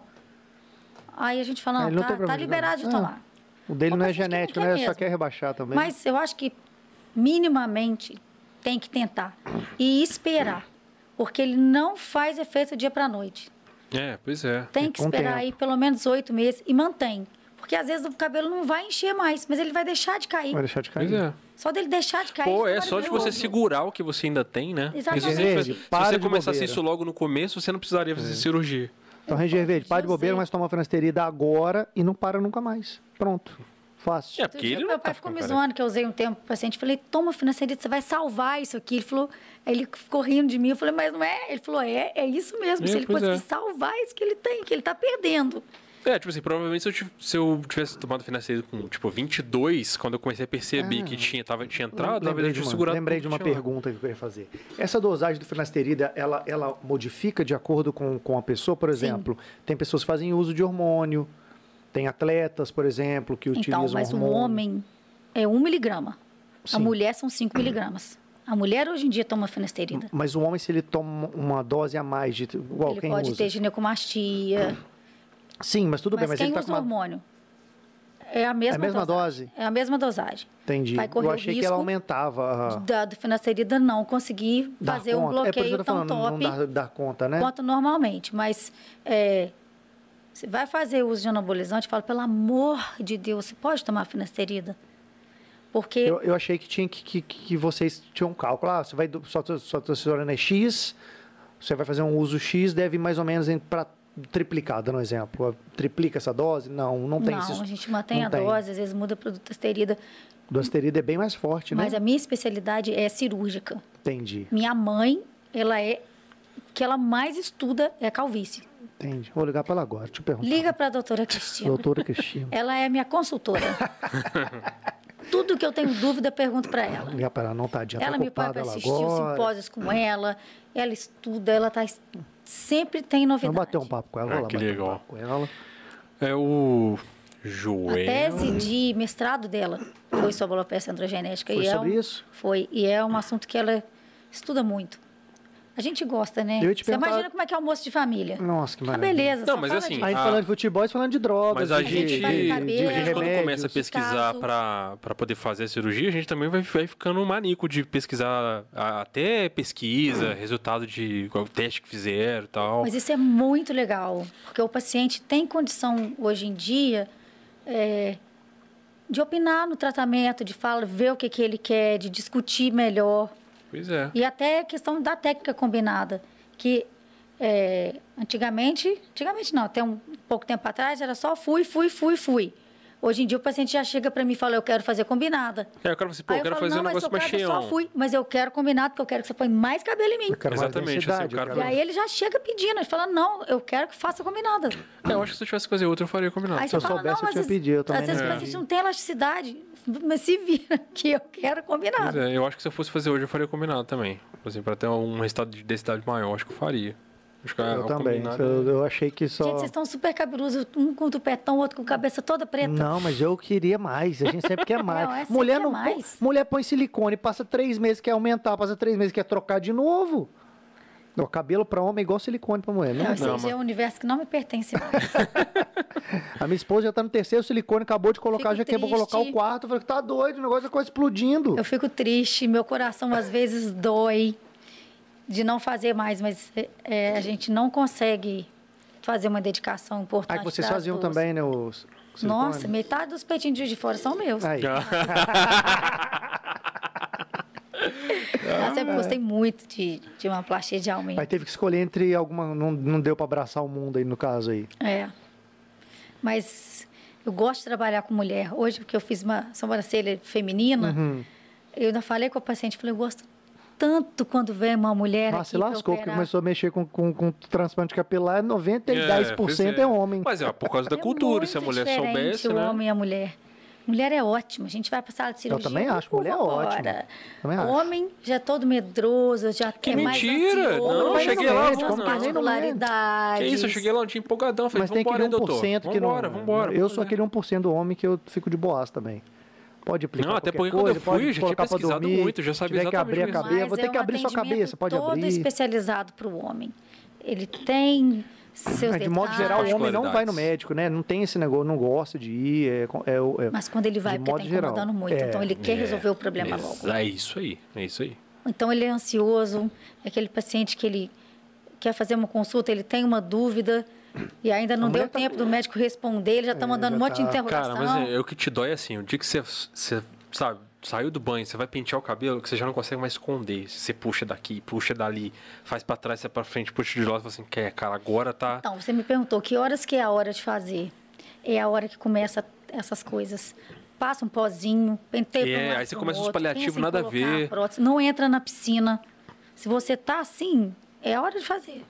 Speaker 3: aí, a gente fala,
Speaker 2: É, ele não
Speaker 3: não, tá,
Speaker 2: tem
Speaker 3: tá
Speaker 2: problema, É,
Speaker 3: liberado de
Speaker 2: não.
Speaker 3: tomar.
Speaker 2: O dele
Speaker 3: Uma
Speaker 2: não é
Speaker 3: pessoa que não
Speaker 2: genético,
Speaker 3: quer
Speaker 2: né? Só
Speaker 3: mesmo.
Speaker 2: quer rebaixar também.
Speaker 3: Mas eu acho que minimamente tem que tentar e esperar, porque ele não faz efeito dia para noite.
Speaker 1: É, pois é.
Speaker 3: Tem
Speaker 2: E
Speaker 3: que
Speaker 2: com
Speaker 3: esperar
Speaker 2: tempo.
Speaker 3: aí pelo menos oito meses e mantém, porque às vezes o cabelo não vai encher mais, mas ele vai deixar de cair.
Speaker 2: Vai deixar de cair.
Speaker 1: Pois é.
Speaker 3: Só dele deixar de cair.
Speaker 1: Pô,
Speaker 3: ele
Speaker 1: é
Speaker 3: já
Speaker 1: só
Speaker 3: vai
Speaker 1: de
Speaker 3: ver
Speaker 1: você
Speaker 3: outro.
Speaker 1: segurar o que você ainda tem, né? Porque se você,
Speaker 2: Exatamente.
Speaker 1: tivesse- se
Speaker 2: Para
Speaker 1: você
Speaker 2: de
Speaker 1: começasse
Speaker 2: bobeira. Uhum.
Speaker 1: isso logo no começo, você não precisaria fazer cirurgia.
Speaker 2: Então, Ranger Verde, para de
Speaker 3: José.
Speaker 2: bobeira, mas toma finasterida agora e não para nunca mais. Pronto. Fácil.
Speaker 1: É,
Speaker 3: Outro
Speaker 1: porque
Speaker 3: dia
Speaker 1: ele
Speaker 3: meu
Speaker 1: não
Speaker 3: pai
Speaker 1: tá
Speaker 3: ficou
Speaker 1: ficando
Speaker 3: me
Speaker 1: careca.
Speaker 3: zoando que eu usei um tempo pro paciente. Falei, toma finasterida, você vai salvar isso aqui. Ele falou, aí ele ficou rindo de mim. Eu falei, mas não é? Ele falou, é, é isso mesmo.
Speaker 1: É,
Speaker 3: se ele
Speaker 1: pois
Speaker 3: conseguir
Speaker 1: é.
Speaker 3: salvar isso que ele tem, que ele tá perdendo.
Speaker 1: É, tipo assim, provavelmente se eu, tiv- se eu tivesse tomado financeiro com, tipo, 22, quando eu comecei a perceber
Speaker 2: Ah.
Speaker 1: que tinha, tava, tinha entrado, na
Speaker 2: Lembrei,
Speaker 1: verdade
Speaker 2: de
Speaker 1: eu tinha
Speaker 2: uma,
Speaker 1: segurado.
Speaker 2: lembrei de
Speaker 1: tudo
Speaker 2: uma
Speaker 1: que tinha lá.
Speaker 2: pergunta que eu ia fazer. Essa dosagem do finasterida, ela, ela modifica de acordo com, com a pessoa, por exemplo? Tem pessoas que fazem uso de hormônio, tem atletas, por exemplo, que utilizam
Speaker 3: Então, mas
Speaker 2: é
Speaker 3: o
Speaker 2: um hormônio.
Speaker 3: homem é 1 miligrama.
Speaker 2: Sim.
Speaker 3: A mulher são 5 miligramas. A mulher hoje em dia toma finasterida.
Speaker 2: Mas o homem, se ele toma uma dose a mais de igual
Speaker 3: ele
Speaker 2: quem
Speaker 3: pode
Speaker 2: usa.
Speaker 3: ter ginecomastia.
Speaker 2: Sim, mas tudo
Speaker 3: mas
Speaker 2: bem, mas
Speaker 3: quem
Speaker 2: ele tá
Speaker 3: usa
Speaker 2: com uma...
Speaker 3: hormônio? É a
Speaker 2: É a
Speaker 3: mesma,
Speaker 2: mesma
Speaker 3: dosagem.
Speaker 2: dose?
Speaker 3: É a mesma dosagem.
Speaker 2: Entendi.
Speaker 3: Vai correr
Speaker 2: Eu
Speaker 3: o
Speaker 2: achei que
Speaker 3: risco
Speaker 2: ela aumentava. a-
Speaker 3: Da, do finasterida não conseguir
Speaker 2: dar
Speaker 3: fazer um
Speaker 2: Ah. conta. é por isso que eu
Speaker 3: bloqueio
Speaker 2: tô
Speaker 3: tão
Speaker 2: falando,
Speaker 3: top.
Speaker 2: não dar, dar conta, né?
Speaker 3: quanto normalmente. Mas é, você vai fazer uso de anabolizante, fala, pelo amor de Deus, você pode tomar finasterida? Porque
Speaker 2: Eu, eu achei que tinha que, que, que vocês tinham um cálculo. Ah, você vai do- sua, sua testosterona é X, você vai fazer um uso X, deve ir mais ou menos para triplicar, dando um exemplo. Triplica essa dose? Não, não tem
Speaker 3: não,
Speaker 2: esse-
Speaker 3: a gente mantém
Speaker 2: não
Speaker 3: a
Speaker 2: tem.
Speaker 3: dose, às vezes muda para finasterida.
Speaker 2: Do asterida é bem mais forte, né?
Speaker 3: Mas a minha especialidade é cirúrgica.
Speaker 2: Entendi,
Speaker 3: Minha mãe, ela é o que ela mais estuda é calvície.
Speaker 2: entendi. Vou ligar para ela agora, deixa eu perguntar.
Speaker 3: Liga para a doutora Cristina.
Speaker 2: Doutora Cristina.
Speaker 3: Ela é minha consultora. Tudo que eu tenho dúvida, pergunto para ela.
Speaker 2: Ligar para ela, não tá adianta.
Speaker 3: Ela
Speaker 2: tá
Speaker 3: me põe
Speaker 2: ocupada,
Speaker 3: para
Speaker 2: ela
Speaker 3: assistir os
Speaker 2: agora.
Speaker 3: simpósios com ela, ela estuda, ela tá sempre tem
Speaker 2: Vamos
Speaker 3: novidade.
Speaker 2: bater um papo com ela,
Speaker 1: Ah,
Speaker 2: vou lá
Speaker 1: que
Speaker 2: bater um
Speaker 1: legal.
Speaker 2: papo com ela.
Speaker 1: É o.
Speaker 3: A
Speaker 1: Joel.
Speaker 3: tese de mestrado dela foi sobre alopecia androgenética
Speaker 2: Foi
Speaker 3: e é
Speaker 2: sobre
Speaker 3: um-
Speaker 2: isso?
Speaker 3: Foi e é um assunto que ela estuda muito. A gente gosta, né?
Speaker 2: Eu ia te
Speaker 3: Você
Speaker 2: perguntar- é
Speaker 3: imagina como é que é almoço de família.
Speaker 2: Nossa, que
Speaker 3: Uma
Speaker 2: maravilha.
Speaker 3: Ah, beleza.
Speaker 1: Não,
Speaker 3: só
Speaker 1: mas
Speaker 3: fala
Speaker 1: assim,
Speaker 3: disso.
Speaker 2: A gente
Speaker 1: Ah.
Speaker 2: falando de futebol, a gente falando de drogas,
Speaker 1: Mas a
Speaker 2: de,
Speaker 1: gente,
Speaker 3: vai
Speaker 2: de,
Speaker 3: no
Speaker 1: a
Speaker 3: cabelo,
Speaker 1: gente quando
Speaker 2: remédios.
Speaker 1: começa a pesquisar
Speaker 3: caso.
Speaker 1: para poder fazer a cirurgia, a gente também vai, vai ficando manico de pesquisar a- até pesquisa, resultado de qual teste que fizeram e tal.
Speaker 3: Hum. Mas isso é muito legal, porque o paciente tem condição hoje em dia é, de opinar no tratamento, de falar, ver o que, que ele quer, de discutir melhor.
Speaker 1: Pois é.
Speaker 3: E até a questão da técnica combinada, que é, antigamente, antigamente não, até um pouco tempo atrás era só fui, fui, fui, fui. Hoje em dia o paciente já chega para mim e fala, eu quero fazer combinada.
Speaker 1: É, eu quero, assim, pô,
Speaker 3: Aí
Speaker 1: eu quero
Speaker 3: falo,
Speaker 1: fazer um
Speaker 3: não, mas
Speaker 1: negócio
Speaker 3: seu
Speaker 1: mais
Speaker 3: cara, eu só
Speaker 1: cheião.
Speaker 3: fui, mas eu quero combinado, porque eu quero que você põe mais cabelo em mim.
Speaker 2: Eu quero mais
Speaker 1: Exatamente, assim,
Speaker 2: densidade,
Speaker 1: o cara
Speaker 2: eu
Speaker 3: E
Speaker 2: quero-
Speaker 3: aí ele já chega pedindo, ele fala, não, eu quero que faça combinada.
Speaker 1: É, eu acho que se eu tivesse que fazer outro, eu faria combinado.
Speaker 3: Aí
Speaker 2: se eu
Speaker 3: você fala,
Speaker 2: soubesse,
Speaker 3: não,
Speaker 2: eu
Speaker 3: mas
Speaker 2: tinha
Speaker 3: as-
Speaker 2: pedido, eu também
Speaker 3: Às vezes
Speaker 2: não
Speaker 3: o
Speaker 2: ia.
Speaker 3: paciente não tem elasticidade, mas se vira que eu quero
Speaker 1: Pois
Speaker 3: combinado.
Speaker 1: é, eu acho que se eu fosse fazer hoje, eu faria combinado também. Tipo Assim, pra ter um resultado de densidade maior, acho que eu faria. Acho que a-
Speaker 2: Eu
Speaker 1: o
Speaker 2: também.
Speaker 1: combinado-
Speaker 2: Eu, eu achei que
Speaker 1: é.
Speaker 2: só.
Speaker 3: Gente, vocês estão super cabeludos, um com tupetão, outro com cabeça toda preta.
Speaker 2: Não, mas eu queria mais. A gente sempre quer mais.
Speaker 3: é Não, é sempre
Speaker 2: mulher
Speaker 3: quer
Speaker 2: não
Speaker 3: mais.
Speaker 2: Põe, mulher põe silicone, passa três meses quer aumentar, passa três meses quer trocar de novo. O cabelo pra homem é igual silicone pra mulher. né?
Speaker 3: Não, esse
Speaker 1: Não,
Speaker 3: já é um universo que não me pertence mais.
Speaker 2: A minha esposa já tá no terceiro silicone, acabou de colocar,
Speaker 3: Fico
Speaker 2: já quebrou
Speaker 3: triste.
Speaker 2: colocar o quarto. Eu falei, tá doido, o negócio é coisa explodindo.
Speaker 3: Eu fico triste, meu coração às vezes dói de não fazer mais, mas é, a gente não consegue fazer uma dedicação importante.
Speaker 2: Ah, que vocês
Speaker 3: das
Speaker 2: faziam
Speaker 3: duas.
Speaker 2: também, né? Os silicone?
Speaker 3: tá assim.
Speaker 2: Ah,
Speaker 3: Nossa, metade dos peitinhos de Juiz de fora são meus.
Speaker 2: Aí.
Speaker 1: Ah,
Speaker 3: Eu sempre
Speaker 2: é.
Speaker 3: gostei muito de, de uma plastia de almíbar.
Speaker 2: Aí teve que escolher entre alguma. Não, não deu pra abraçar o mundo aí, no caso aí.
Speaker 3: É. Mas eu gosto de trabalhar com mulher. Hoje, porque eu fiz uma sobrancelha feminina,
Speaker 2: Uhum.
Speaker 3: eu ainda falei com a paciente, falei, eu gosto tanto quando vem uma mulher
Speaker 2: Nossa, se
Speaker 3: aqui pra
Speaker 2: lascou, porque
Speaker 3: operar."
Speaker 2: começou a mexer com, com, com transplante capilar, é 90% é,
Speaker 1: pois
Speaker 2: homem.
Speaker 1: É, Mas é, por causa da
Speaker 3: É
Speaker 1: cultura, se a
Speaker 3: muito
Speaker 1: mulher
Speaker 3: diferente
Speaker 1: soubesse,
Speaker 3: o
Speaker 1: né?
Speaker 3: homem e a mulher. Mulher é ótima. A gente vai pra sala de cirurgia.
Speaker 2: também acho,
Speaker 3: ufa,
Speaker 2: mulher é ótima.
Speaker 3: bora.
Speaker 2: Também acho.
Speaker 3: Homem já é todo medroso, já
Speaker 1: Que
Speaker 3: é mais
Speaker 1: mentira!
Speaker 3: ansioso,
Speaker 1: Não,
Speaker 2: eu cheguei lá,
Speaker 3: mais
Speaker 2: não, não, não.
Speaker 3: particularidades.
Speaker 1: é? Que isso, eu cheguei lá, não tinha empolgadão. Falei,
Speaker 2: Mas tem
Speaker 1: vambora,
Speaker 2: aquele
Speaker 1: hein, doutor.
Speaker 2: 1% que
Speaker 1: Vambora,
Speaker 2: não. é.
Speaker 1: vambora.
Speaker 2: eu
Speaker 1: vamos
Speaker 2: sou
Speaker 1: fazer.
Speaker 2: aquele 1% do homem que eu fico de boas também. Pode aplicar.
Speaker 1: Não, até
Speaker 2: qualquer
Speaker 1: porque quando eu
Speaker 2: coisa,
Speaker 1: fui,
Speaker 2: pode
Speaker 1: eu já tinha
Speaker 2: colocar pra
Speaker 1: pesquisado
Speaker 2: dormir,
Speaker 1: muito, eu já sabia
Speaker 2: tiver que abrir
Speaker 1: exatamente
Speaker 2: a
Speaker 1: o
Speaker 2: cabeça,
Speaker 1: mesmo.
Speaker 2: vou ter
Speaker 3: é um
Speaker 2: que abrir sua cabeça, pode
Speaker 3: todo
Speaker 2: abrir.
Speaker 3: especializado para o homem. Ele tem seus
Speaker 2: Mas, de modo
Speaker 3: detalhes,
Speaker 2: geral, o homem não
Speaker 1: Particularidades.
Speaker 2: vai no médico, né? Não tem esse negócio, não gosta de ir. É, co- é, o- é-
Speaker 3: Mas quando ele vai,
Speaker 2: de
Speaker 3: porque
Speaker 2: modo
Speaker 3: está
Speaker 2: geral.
Speaker 3: incomodando muito.
Speaker 2: É,
Speaker 3: então, ele quer resolver o problema
Speaker 1: Ex-
Speaker 3: logo. né?
Speaker 1: É isso aí, é isso aí.
Speaker 3: Então ele é ansioso, é aquele paciente que ele quer fazer uma consulta, ele tem uma dúvida e ainda não deu
Speaker 2: mulher tá-
Speaker 3: tempo do médico responder, ele já está mandando
Speaker 2: já
Speaker 3: um monte de
Speaker 2: tá-
Speaker 3: interrogação.
Speaker 1: Cara, mas é, é o que te dói é assim, o dia que você, você, sabe, saiu do banho, você vai pentear o cabelo, que você já não consegue mais esconder. Você puxa daqui, puxa dali, faz pra trás, você pra frente, puxa de lado, fala assim, quer, cara, agora tá...
Speaker 3: Então, você me perguntou que horas que é a hora de fazer. É a hora que começa essas coisas. Passa um pozinho, penteia pra um
Speaker 1: É,
Speaker 3: lado,
Speaker 1: aí você
Speaker 3: pro
Speaker 1: começa os
Speaker 3: outro, pensa em
Speaker 1: paliativos, nada a
Speaker 3: colocar
Speaker 1: ver.
Speaker 3: prótese, não entra na piscina. Se você tá assim, é a hora de fazer.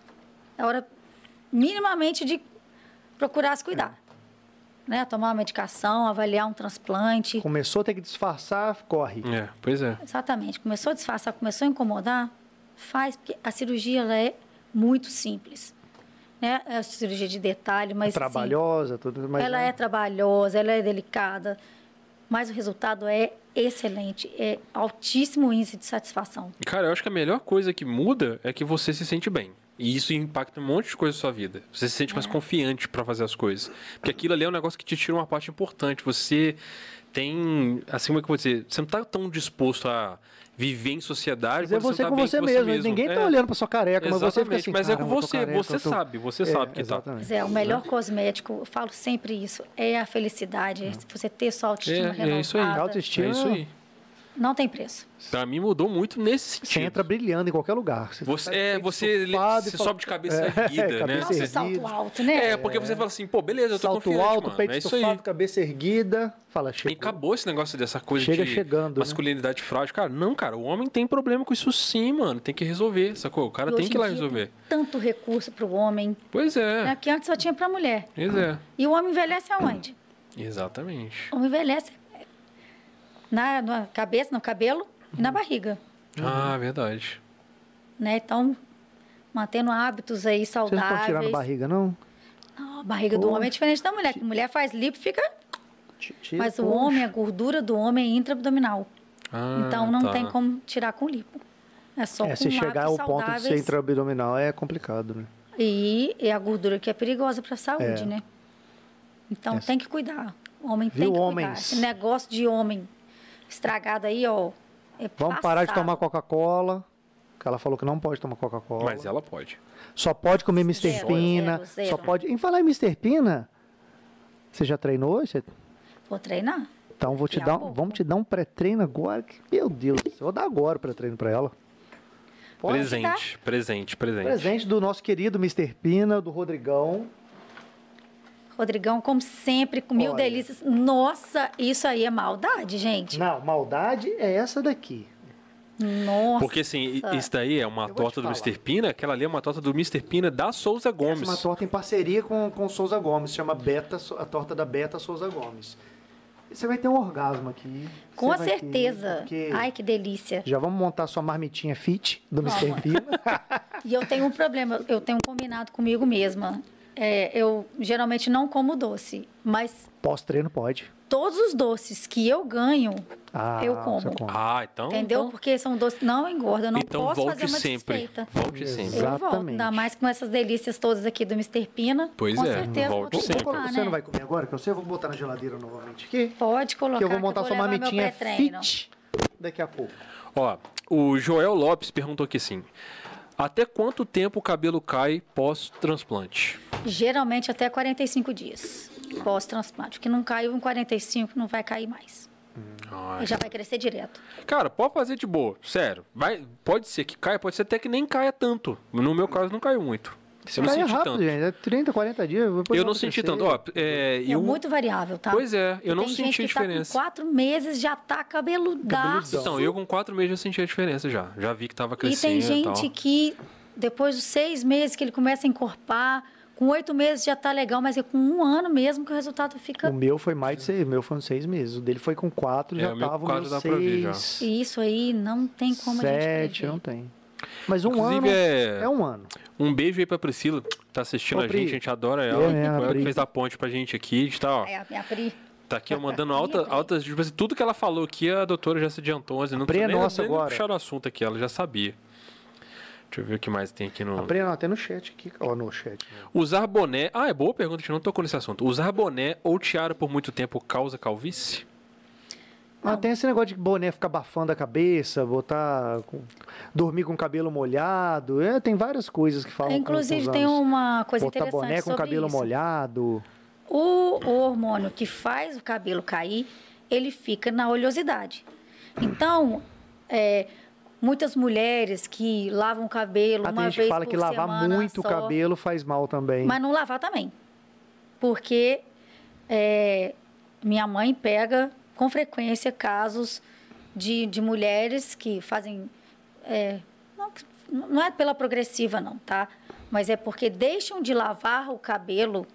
Speaker 3: É a hora minimamente de procurar se cuidar. Né? Tomar uma medicação, avaliar um transplante.
Speaker 2: Começou a ter que disfarçar, corre.
Speaker 3: Então.
Speaker 1: É, pois é.
Speaker 3: Exatamente. Começou a disfarçar, começou a incomodar, faz, porque a cirurgia ela é muito simples. Né? É uma cirurgia de detalhe, mas. assim,
Speaker 2: Trabalhosa, tudo um mais.
Speaker 3: ela é trabalhosa, ela é delicada, mas o resultado é excelente, é altíssimo índice de satisfação.
Speaker 1: Cara, eu acho que a melhor coisa que muda é que você se sente bem. E isso impacta um monte de coisa na sua vida. Você se sente mais
Speaker 2: É.
Speaker 1: confiante pra fazer as coisas. Porque aquilo ali é um negócio que te tira uma parte importante. Você tem. Assim, como é que eu vou dizer? Você não tá tão disposto a viver em sociedade.
Speaker 2: Mas é
Speaker 1: quando
Speaker 2: você
Speaker 1: não tá
Speaker 2: com
Speaker 1: bem
Speaker 2: você mesmo. Ninguém tá
Speaker 1: É,
Speaker 2: olhando pra sua careca, mas você fica
Speaker 1: exatamente,
Speaker 2: assim.
Speaker 1: Mas é com
Speaker 2: "Caramba, eu tô
Speaker 1: você.
Speaker 2: careca,
Speaker 1: você
Speaker 2: eu tô-"
Speaker 1: sabe. Você
Speaker 2: É,
Speaker 1: sabe que tá.
Speaker 2: exatamente.
Speaker 3: Mas é o melhor cosmético, eu falo sempre isso, é a felicidade, é você ter sua autoestima
Speaker 1: É, é isso aí.
Speaker 3: renovada.
Speaker 2: Uhum. Autoestima.
Speaker 1: É isso aí.
Speaker 3: Não tem preço.
Speaker 1: Pra mim mudou muito nesse sentido.
Speaker 2: Você
Speaker 3: assim,
Speaker 2: entra brilhando em qualquer lugar. Você,
Speaker 1: Você,
Speaker 2: tá
Speaker 1: é,
Speaker 2: bem
Speaker 1: você,
Speaker 2: estufado e
Speaker 1: você
Speaker 2: fala-
Speaker 1: sobe de cabeça
Speaker 2: É,
Speaker 1: erguida, né?
Speaker 2: cabeça
Speaker 3: Nossa,
Speaker 1: Você-
Speaker 2: erguida.
Speaker 3: salto
Speaker 2: serviço.
Speaker 3: alto, né?
Speaker 1: É, porque você fala assim, pô, beleza, eu tô
Speaker 2: Salto
Speaker 1: confiante,
Speaker 2: alto,
Speaker 1: mano.
Speaker 2: peito
Speaker 1: é isso aí.
Speaker 2: estufado, cabeça erguida. Fala,
Speaker 1: E
Speaker 2: chega.
Speaker 1: acabou esse negócio dessa coisa
Speaker 2: Chega
Speaker 1: de
Speaker 2: chegando, né?
Speaker 1: masculinidade frágil. Cara, não, cara, o homem tem problema com isso sim, mano. Tem que resolver, sacou? O cara
Speaker 3: E
Speaker 1: tem
Speaker 3: hoje
Speaker 1: que ir
Speaker 3: em
Speaker 1: lá
Speaker 3: dia né?
Speaker 1: resolver.
Speaker 3: tem Tanto recurso para o homem,
Speaker 1: Pois é,
Speaker 3: né? que antes só tinha para a mulher.
Speaker 1: pois é.
Speaker 3: E o homem envelhece aonde?
Speaker 1: Exatamente.
Speaker 3: O homem envelhece é, na, na cabeça, no cabelo e
Speaker 2: Uhum.
Speaker 3: na barriga.
Speaker 1: Ah, verdade.
Speaker 3: né? Então, mantendo hábitos aí
Speaker 2: Vocês não estão
Speaker 3: saudáveis.
Speaker 2: tirando barriga, não?
Speaker 3: Não, a barriga do
Speaker 2: Poxa.
Speaker 3: homem é diferente da mulher. que A mulher faz lipo, fica.
Speaker 2: Ti- tira,
Speaker 3: Mas o
Speaker 2: poxa.
Speaker 3: homem, a gordura do homem é intraabdominal.
Speaker 1: Ah,
Speaker 3: então não
Speaker 1: tá.
Speaker 3: tem como tirar com lipo. É só
Speaker 2: É,
Speaker 3: com
Speaker 2: se chegar ao
Speaker 3: hábitos
Speaker 2: ponto de ser
Speaker 3: saudáveis
Speaker 2: intraabdominal é complicado, né?
Speaker 3: e, e a gordura que é perigosa para a saúde,
Speaker 2: É.
Speaker 3: né? Então
Speaker 2: Essa-
Speaker 3: tem que cuidar. O homem
Speaker 2: Viu,
Speaker 3: tem que cuidar.
Speaker 2: homens?
Speaker 3: Esse negócio de homem estragado aí, ó. é
Speaker 2: Vamos parar de
Speaker 3: passado.
Speaker 2: tomar Coca-Cola. que Ela falou que não pode tomar Coca-Cola.
Speaker 1: Mas ela pode.
Speaker 2: Só pode comer Mr.
Speaker 3: Zero,
Speaker 2: Pina.
Speaker 3: zero, zero.
Speaker 2: Só pode. Em falar em Mr. Pina, você já treinou? Você-
Speaker 3: Vou treinar.
Speaker 2: Então vou te
Speaker 3: Daqui a
Speaker 2: dar, um-
Speaker 3: pouco.
Speaker 2: vamos te dar um pré-treino agora. que- Meu Deus, eu vou dar agora o pré-treino pra ela. Pode?
Speaker 1: Presente, presente, presente.
Speaker 2: Presente do nosso querido Mr. Pina, do Rodrigão.
Speaker 3: Rodrigão, como sempre, com mil
Speaker 2: Olha.
Speaker 3: delícias. Nossa, isso aí é maldade, gente.
Speaker 2: Não, maldade é essa daqui.
Speaker 3: Nossa.
Speaker 1: Porque assim, i- isso daí é uma
Speaker 2: Eu vou
Speaker 1: torta
Speaker 2: te
Speaker 1: do
Speaker 2: falar.
Speaker 1: Mr. Pina, aquela ali é uma torta do Mr. Pina da Souza
Speaker 2: Essa é uma
Speaker 1: Gomes.
Speaker 2: torta em parceria com, com o Souza Gomes. Chama Beta, So- a torta da Beta Souza Gomes. Você vai ter um orgasmo aqui.
Speaker 3: Com
Speaker 2: Você vai ter,
Speaker 3: certeza.
Speaker 2: porque-
Speaker 3: Ai, que delícia.
Speaker 2: Já vamos montar sua marmitinha fit do Mr.
Speaker 3: Vamos.
Speaker 2: Pina.
Speaker 3: E eu tenho um problema, eu tenho um combinado comigo mesma. É, eu geralmente não como doce, mas
Speaker 2: Pós-treino pode.
Speaker 3: todos os doces que eu ganho,
Speaker 1: Então
Speaker 2: Ah,
Speaker 3: Eu como.
Speaker 2: você come.
Speaker 1: Ah, então.
Speaker 3: entendeu? Porque são doces, não engorda, eu não
Speaker 1: então
Speaker 3: posso
Speaker 1: volte
Speaker 3: fazer uma
Speaker 1: sempre.
Speaker 3: desfeita.
Speaker 1: Volte sempre.
Speaker 3: Eu volto,
Speaker 2: Exatamente.
Speaker 3: ainda mais com essas delícias todas aqui do Mr. Pina.
Speaker 1: Pois
Speaker 3: com
Speaker 1: é,
Speaker 3: certeza vou
Speaker 1: volte
Speaker 2: Vou- vou
Speaker 1: sempre.
Speaker 2: colocar-
Speaker 3: tentar,
Speaker 2: Você
Speaker 3: né?
Speaker 2: não vai comer agora, que eu sei, eu vou botar na geladeira novamente aqui.
Speaker 3: Pode colocar
Speaker 2: que eu vou montar sua
Speaker 3: levar meu
Speaker 2: marmitinha
Speaker 3: pré-treino.
Speaker 2: fit daqui a pouco.
Speaker 1: Ó, o Joel Lopes perguntou aqui assim: Até quanto tempo o cabelo cai pós-transplante?
Speaker 3: Geralmente até 45 dias pós-transplante. O que não caiu um em 45 não vai cair mais.
Speaker 1: Ai.
Speaker 3: Ele já vai crescer direto.
Speaker 1: Cara, pode fazer de boa, sério. Vai, pode ser que caia, pode ser até que nem caia tanto. No meu caso, não caiu muito. Eu não
Speaker 2: Cara, é
Speaker 1: senti
Speaker 2: rápido,
Speaker 1: tanto.
Speaker 2: gente. É 30, 40 dias. depois
Speaker 1: Eu
Speaker 2: vai
Speaker 1: não senti
Speaker 2: crescer.
Speaker 1: tanto. Ó, é,
Speaker 3: É
Speaker 1: eu,
Speaker 3: muito variável, tá?
Speaker 1: Pois é, eu não
Speaker 3: Tem gente
Speaker 1: senti a
Speaker 3: que
Speaker 1: diferença.
Speaker 3: Tá com quatro meses já tá cabeludaço.
Speaker 1: Então, assim, é. eu com quatro meses já senti a diferença já. Já vi que tava
Speaker 3: e
Speaker 1: crescendo
Speaker 3: tem
Speaker 1: e tal.
Speaker 3: gente que depois dos seis meses que ele começa a encorpar, com oito meses já tá legal, mas é com um ano mesmo que o resultado
Speaker 2: O
Speaker 3: fica.
Speaker 2: meu foi mais de seis, o meu foi uns seis meses. O dele foi com quatro,
Speaker 1: É,
Speaker 2: já
Speaker 1: o meu
Speaker 2: tava o
Speaker 1: quatro
Speaker 2: meu
Speaker 1: dá pra ver já.
Speaker 2: seis,
Speaker 3: E isso aí não tem como a gente
Speaker 2: sete,
Speaker 3: prever.
Speaker 2: não tem. Mas um
Speaker 1: Inclusive,
Speaker 2: ano
Speaker 1: é-
Speaker 2: é... um ano.
Speaker 1: Um beijo aí pra Priscila, que tá assistindo
Speaker 2: Ô,
Speaker 1: a
Speaker 2: Pri.
Speaker 1: gente, a gente adora ela.
Speaker 2: É, né, a
Speaker 1: Foi ela que
Speaker 2: Pri.
Speaker 1: fez a ponte pra gente aqui. A gente tá, ó,
Speaker 3: É, a minha Pri.
Speaker 1: tá aqui ó, mandando alta,
Speaker 3: Pri.
Speaker 1: altas. Tipo assim, tudo que ela falou aqui, a doutora já se adiantou. Assim, não
Speaker 2: Pri é
Speaker 1: precisa nem,
Speaker 2: nossa
Speaker 1: nem
Speaker 2: agora.
Speaker 1: puxar o assunto aqui, ela já sabia. Deixa eu ver o que mais tem aqui no.
Speaker 2: A Breno, até no chat aqui. Ó, no chat.
Speaker 1: Usar boné. Ah, é boa pergunta, a gente não tocou nesse assunto. Usar boné ou tiara por muito tempo causa calvície?
Speaker 2: Ah, tem esse negócio de boné ficar abafando a cabeça, botar. com- dormir com o cabelo molhado. É, tem várias coisas que falam. com- com os
Speaker 3: Inclusive, tem um
Speaker 2: anos.
Speaker 3: uma coisa
Speaker 2: Botar
Speaker 3: interessante
Speaker 2: boné com o
Speaker 3: sobre
Speaker 2: cabelo
Speaker 3: isso.
Speaker 2: molhado.
Speaker 3: O, o hormônio que faz o cabelo cair, ele fica na oleosidade. Então, é, muitas mulheres que lavam o cabelo
Speaker 2: Ah,
Speaker 3: uma
Speaker 2: tem gente que
Speaker 3: vez
Speaker 2: fala
Speaker 3: por
Speaker 2: que lavar
Speaker 3: semana
Speaker 2: muito
Speaker 3: só,
Speaker 2: o cabelo faz mal também.
Speaker 3: mas não lavar também, porque é, minha mãe pega com frequência casos de, de mulheres que fazem é, não, não é pela progressiva não, tá? Mas é porque deixam de lavar o cabelo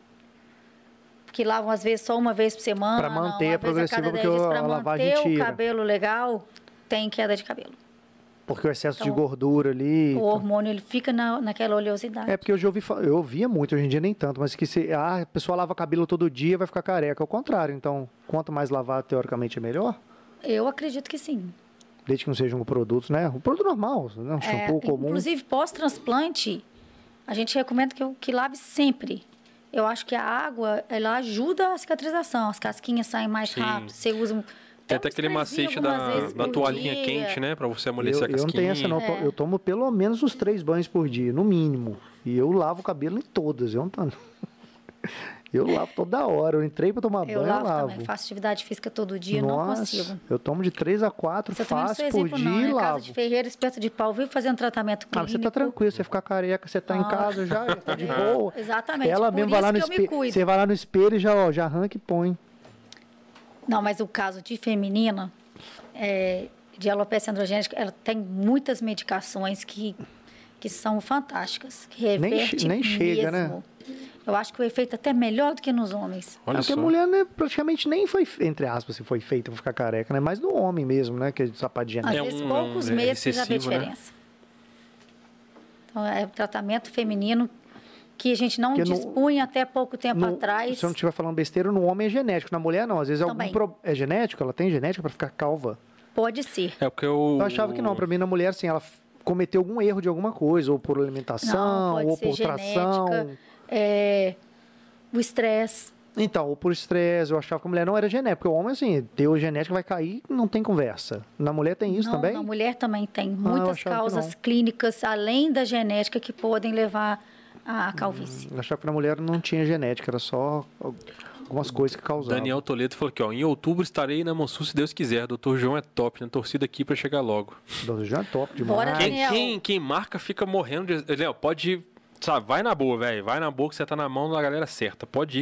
Speaker 3: que lavam às vezes só uma vez por semana,
Speaker 2: Pra manter
Speaker 3: não, uma
Speaker 2: a
Speaker 3: vez
Speaker 2: progressiva,
Speaker 3: a cada 10
Speaker 2: porque
Speaker 3: dias, pra
Speaker 2: a lavagem
Speaker 3: manter
Speaker 2: tira.
Speaker 3: o cabelo legal, tem queda de cabelo.
Speaker 2: Porque o excesso de
Speaker 3: Então,
Speaker 2: gordura ali. então
Speaker 3: O hormônio ele fica na, naquela oleosidade.
Speaker 2: É porque eu já ouvi, fa- eu ouvia muito, hoje em dia nem tanto, mas que se ah, a pessoa lava cabelo todo dia vai ficar careca. É o contrário, então, quanto mais lavar teoricamente é melhor,
Speaker 3: Eu acredito que sim.
Speaker 2: desde que não seja um produto, né? Um produto normal, né? um
Speaker 3: É,
Speaker 2: shampoo comum.
Speaker 3: Inclusive, pós-transplante, a gente recomenda que, que lave sempre. Eu acho que a água, ela ajuda a cicatrização. As casquinhas saem mais
Speaker 1: Sim.
Speaker 3: rápido. Você usa um...
Speaker 1: Tem até aquele macete da, da toalhinha quente, né? Pra você amolecer
Speaker 2: eu,
Speaker 1: a casquinha.
Speaker 2: eu não tenho
Speaker 1: É,
Speaker 2: essa não, eu to- eu tomo pelo menos uns três banhos por dia, no mínimo. E eu lavo o cabelo em todas, eu não tô... Eu lavo toda hora, eu entrei pra tomar
Speaker 3: Eu
Speaker 2: banho,
Speaker 3: lavo,
Speaker 2: eu lavo.
Speaker 3: também. Faço atividade física todo dia, não
Speaker 2: Nossa,
Speaker 3: consigo.
Speaker 2: eu tomo de três a quatro
Speaker 3: Você também não sou
Speaker 2: fácil por
Speaker 3: exemplo,
Speaker 2: dia
Speaker 3: não.
Speaker 2: e
Speaker 3: Né?
Speaker 2: lavo.
Speaker 3: Casa de Ferreira, espeto de pau, vivo fazendo tratamento
Speaker 2: Ah, mas você tá
Speaker 3: clínico.
Speaker 2: tranquilo, você ficar careca, você tá em
Speaker 3: Ah. É,
Speaker 2: casa já, já tá de boa.
Speaker 3: Exatamente.
Speaker 2: Ela
Speaker 3: Por
Speaker 2: mesmo vai lá
Speaker 3: isso
Speaker 2: no
Speaker 3: que eu me
Speaker 2: espelho.
Speaker 3: cuido.
Speaker 2: Você vai lá no espelho e já, ó, já arranca e põe. É
Speaker 3: Não, mas o caso de feminina, é, de alopecia androgênica, ela tem muitas medicações que, que são fantásticas, que
Speaker 2: Nem
Speaker 3: reverte
Speaker 2: che- nem chega, né?
Speaker 3: mesmo. Eu acho que o efeito é até melhor do que nos homens.
Speaker 1: Olha
Speaker 2: é porque
Speaker 1: só.
Speaker 2: a mulher né, praticamente nem foi, fe- entre aspas, se foi feita pra ficar careca, né? Mas do homem mesmo, né? Que é de sapato de
Speaker 3: Às
Speaker 1: É
Speaker 2: anel.
Speaker 3: vezes,
Speaker 1: um- é um-
Speaker 3: poucos
Speaker 1: é
Speaker 3: meses já vê
Speaker 1: excessivo, né?
Speaker 3: diferença. Então, é o tratamento feminino que a gente não
Speaker 2: Porque não-
Speaker 3: dispunha até pouco tempo
Speaker 2: No-
Speaker 3: atrás.
Speaker 2: Se eu não é um estiver falando besteira, no homem é genético, na mulher não. Às vezes é algum
Speaker 3: Também.
Speaker 2: pro... é genético, ela tem genética pra ficar calva.
Speaker 3: Pode ser.
Speaker 1: É porque eu.
Speaker 2: Eu achava que não, pra mim na mulher assim, ela f-
Speaker 1: cometeu algum erro de alguma coisa, ou por alimentação,
Speaker 3: pode
Speaker 1: ou
Speaker 3: ser
Speaker 1: por tração.
Speaker 3: genética. É, o estresse.
Speaker 1: Então, ou por estresse, eu achava que a mulher não era genética. Porque o homem, assim, deu genética, vai cair, não tem conversa. Na mulher tem isso
Speaker 3: Não,
Speaker 1: também?
Speaker 3: Na mulher também tem
Speaker 1: eu
Speaker 3: muitas
Speaker 1: achava que
Speaker 3: causas
Speaker 1: não. é né?
Speaker 2: Hum,
Speaker 1: tá né? tipo
Speaker 3: Ah, tá tá
Speaker 1: é então,
Speaker 3: Ah, é
Speaker 1: É, assim, é assim, tá assim, tipo, um É, então, tá É, né, um né, É assim,
Speaker 3: Ah, É, é
Speaker 1: é Ah,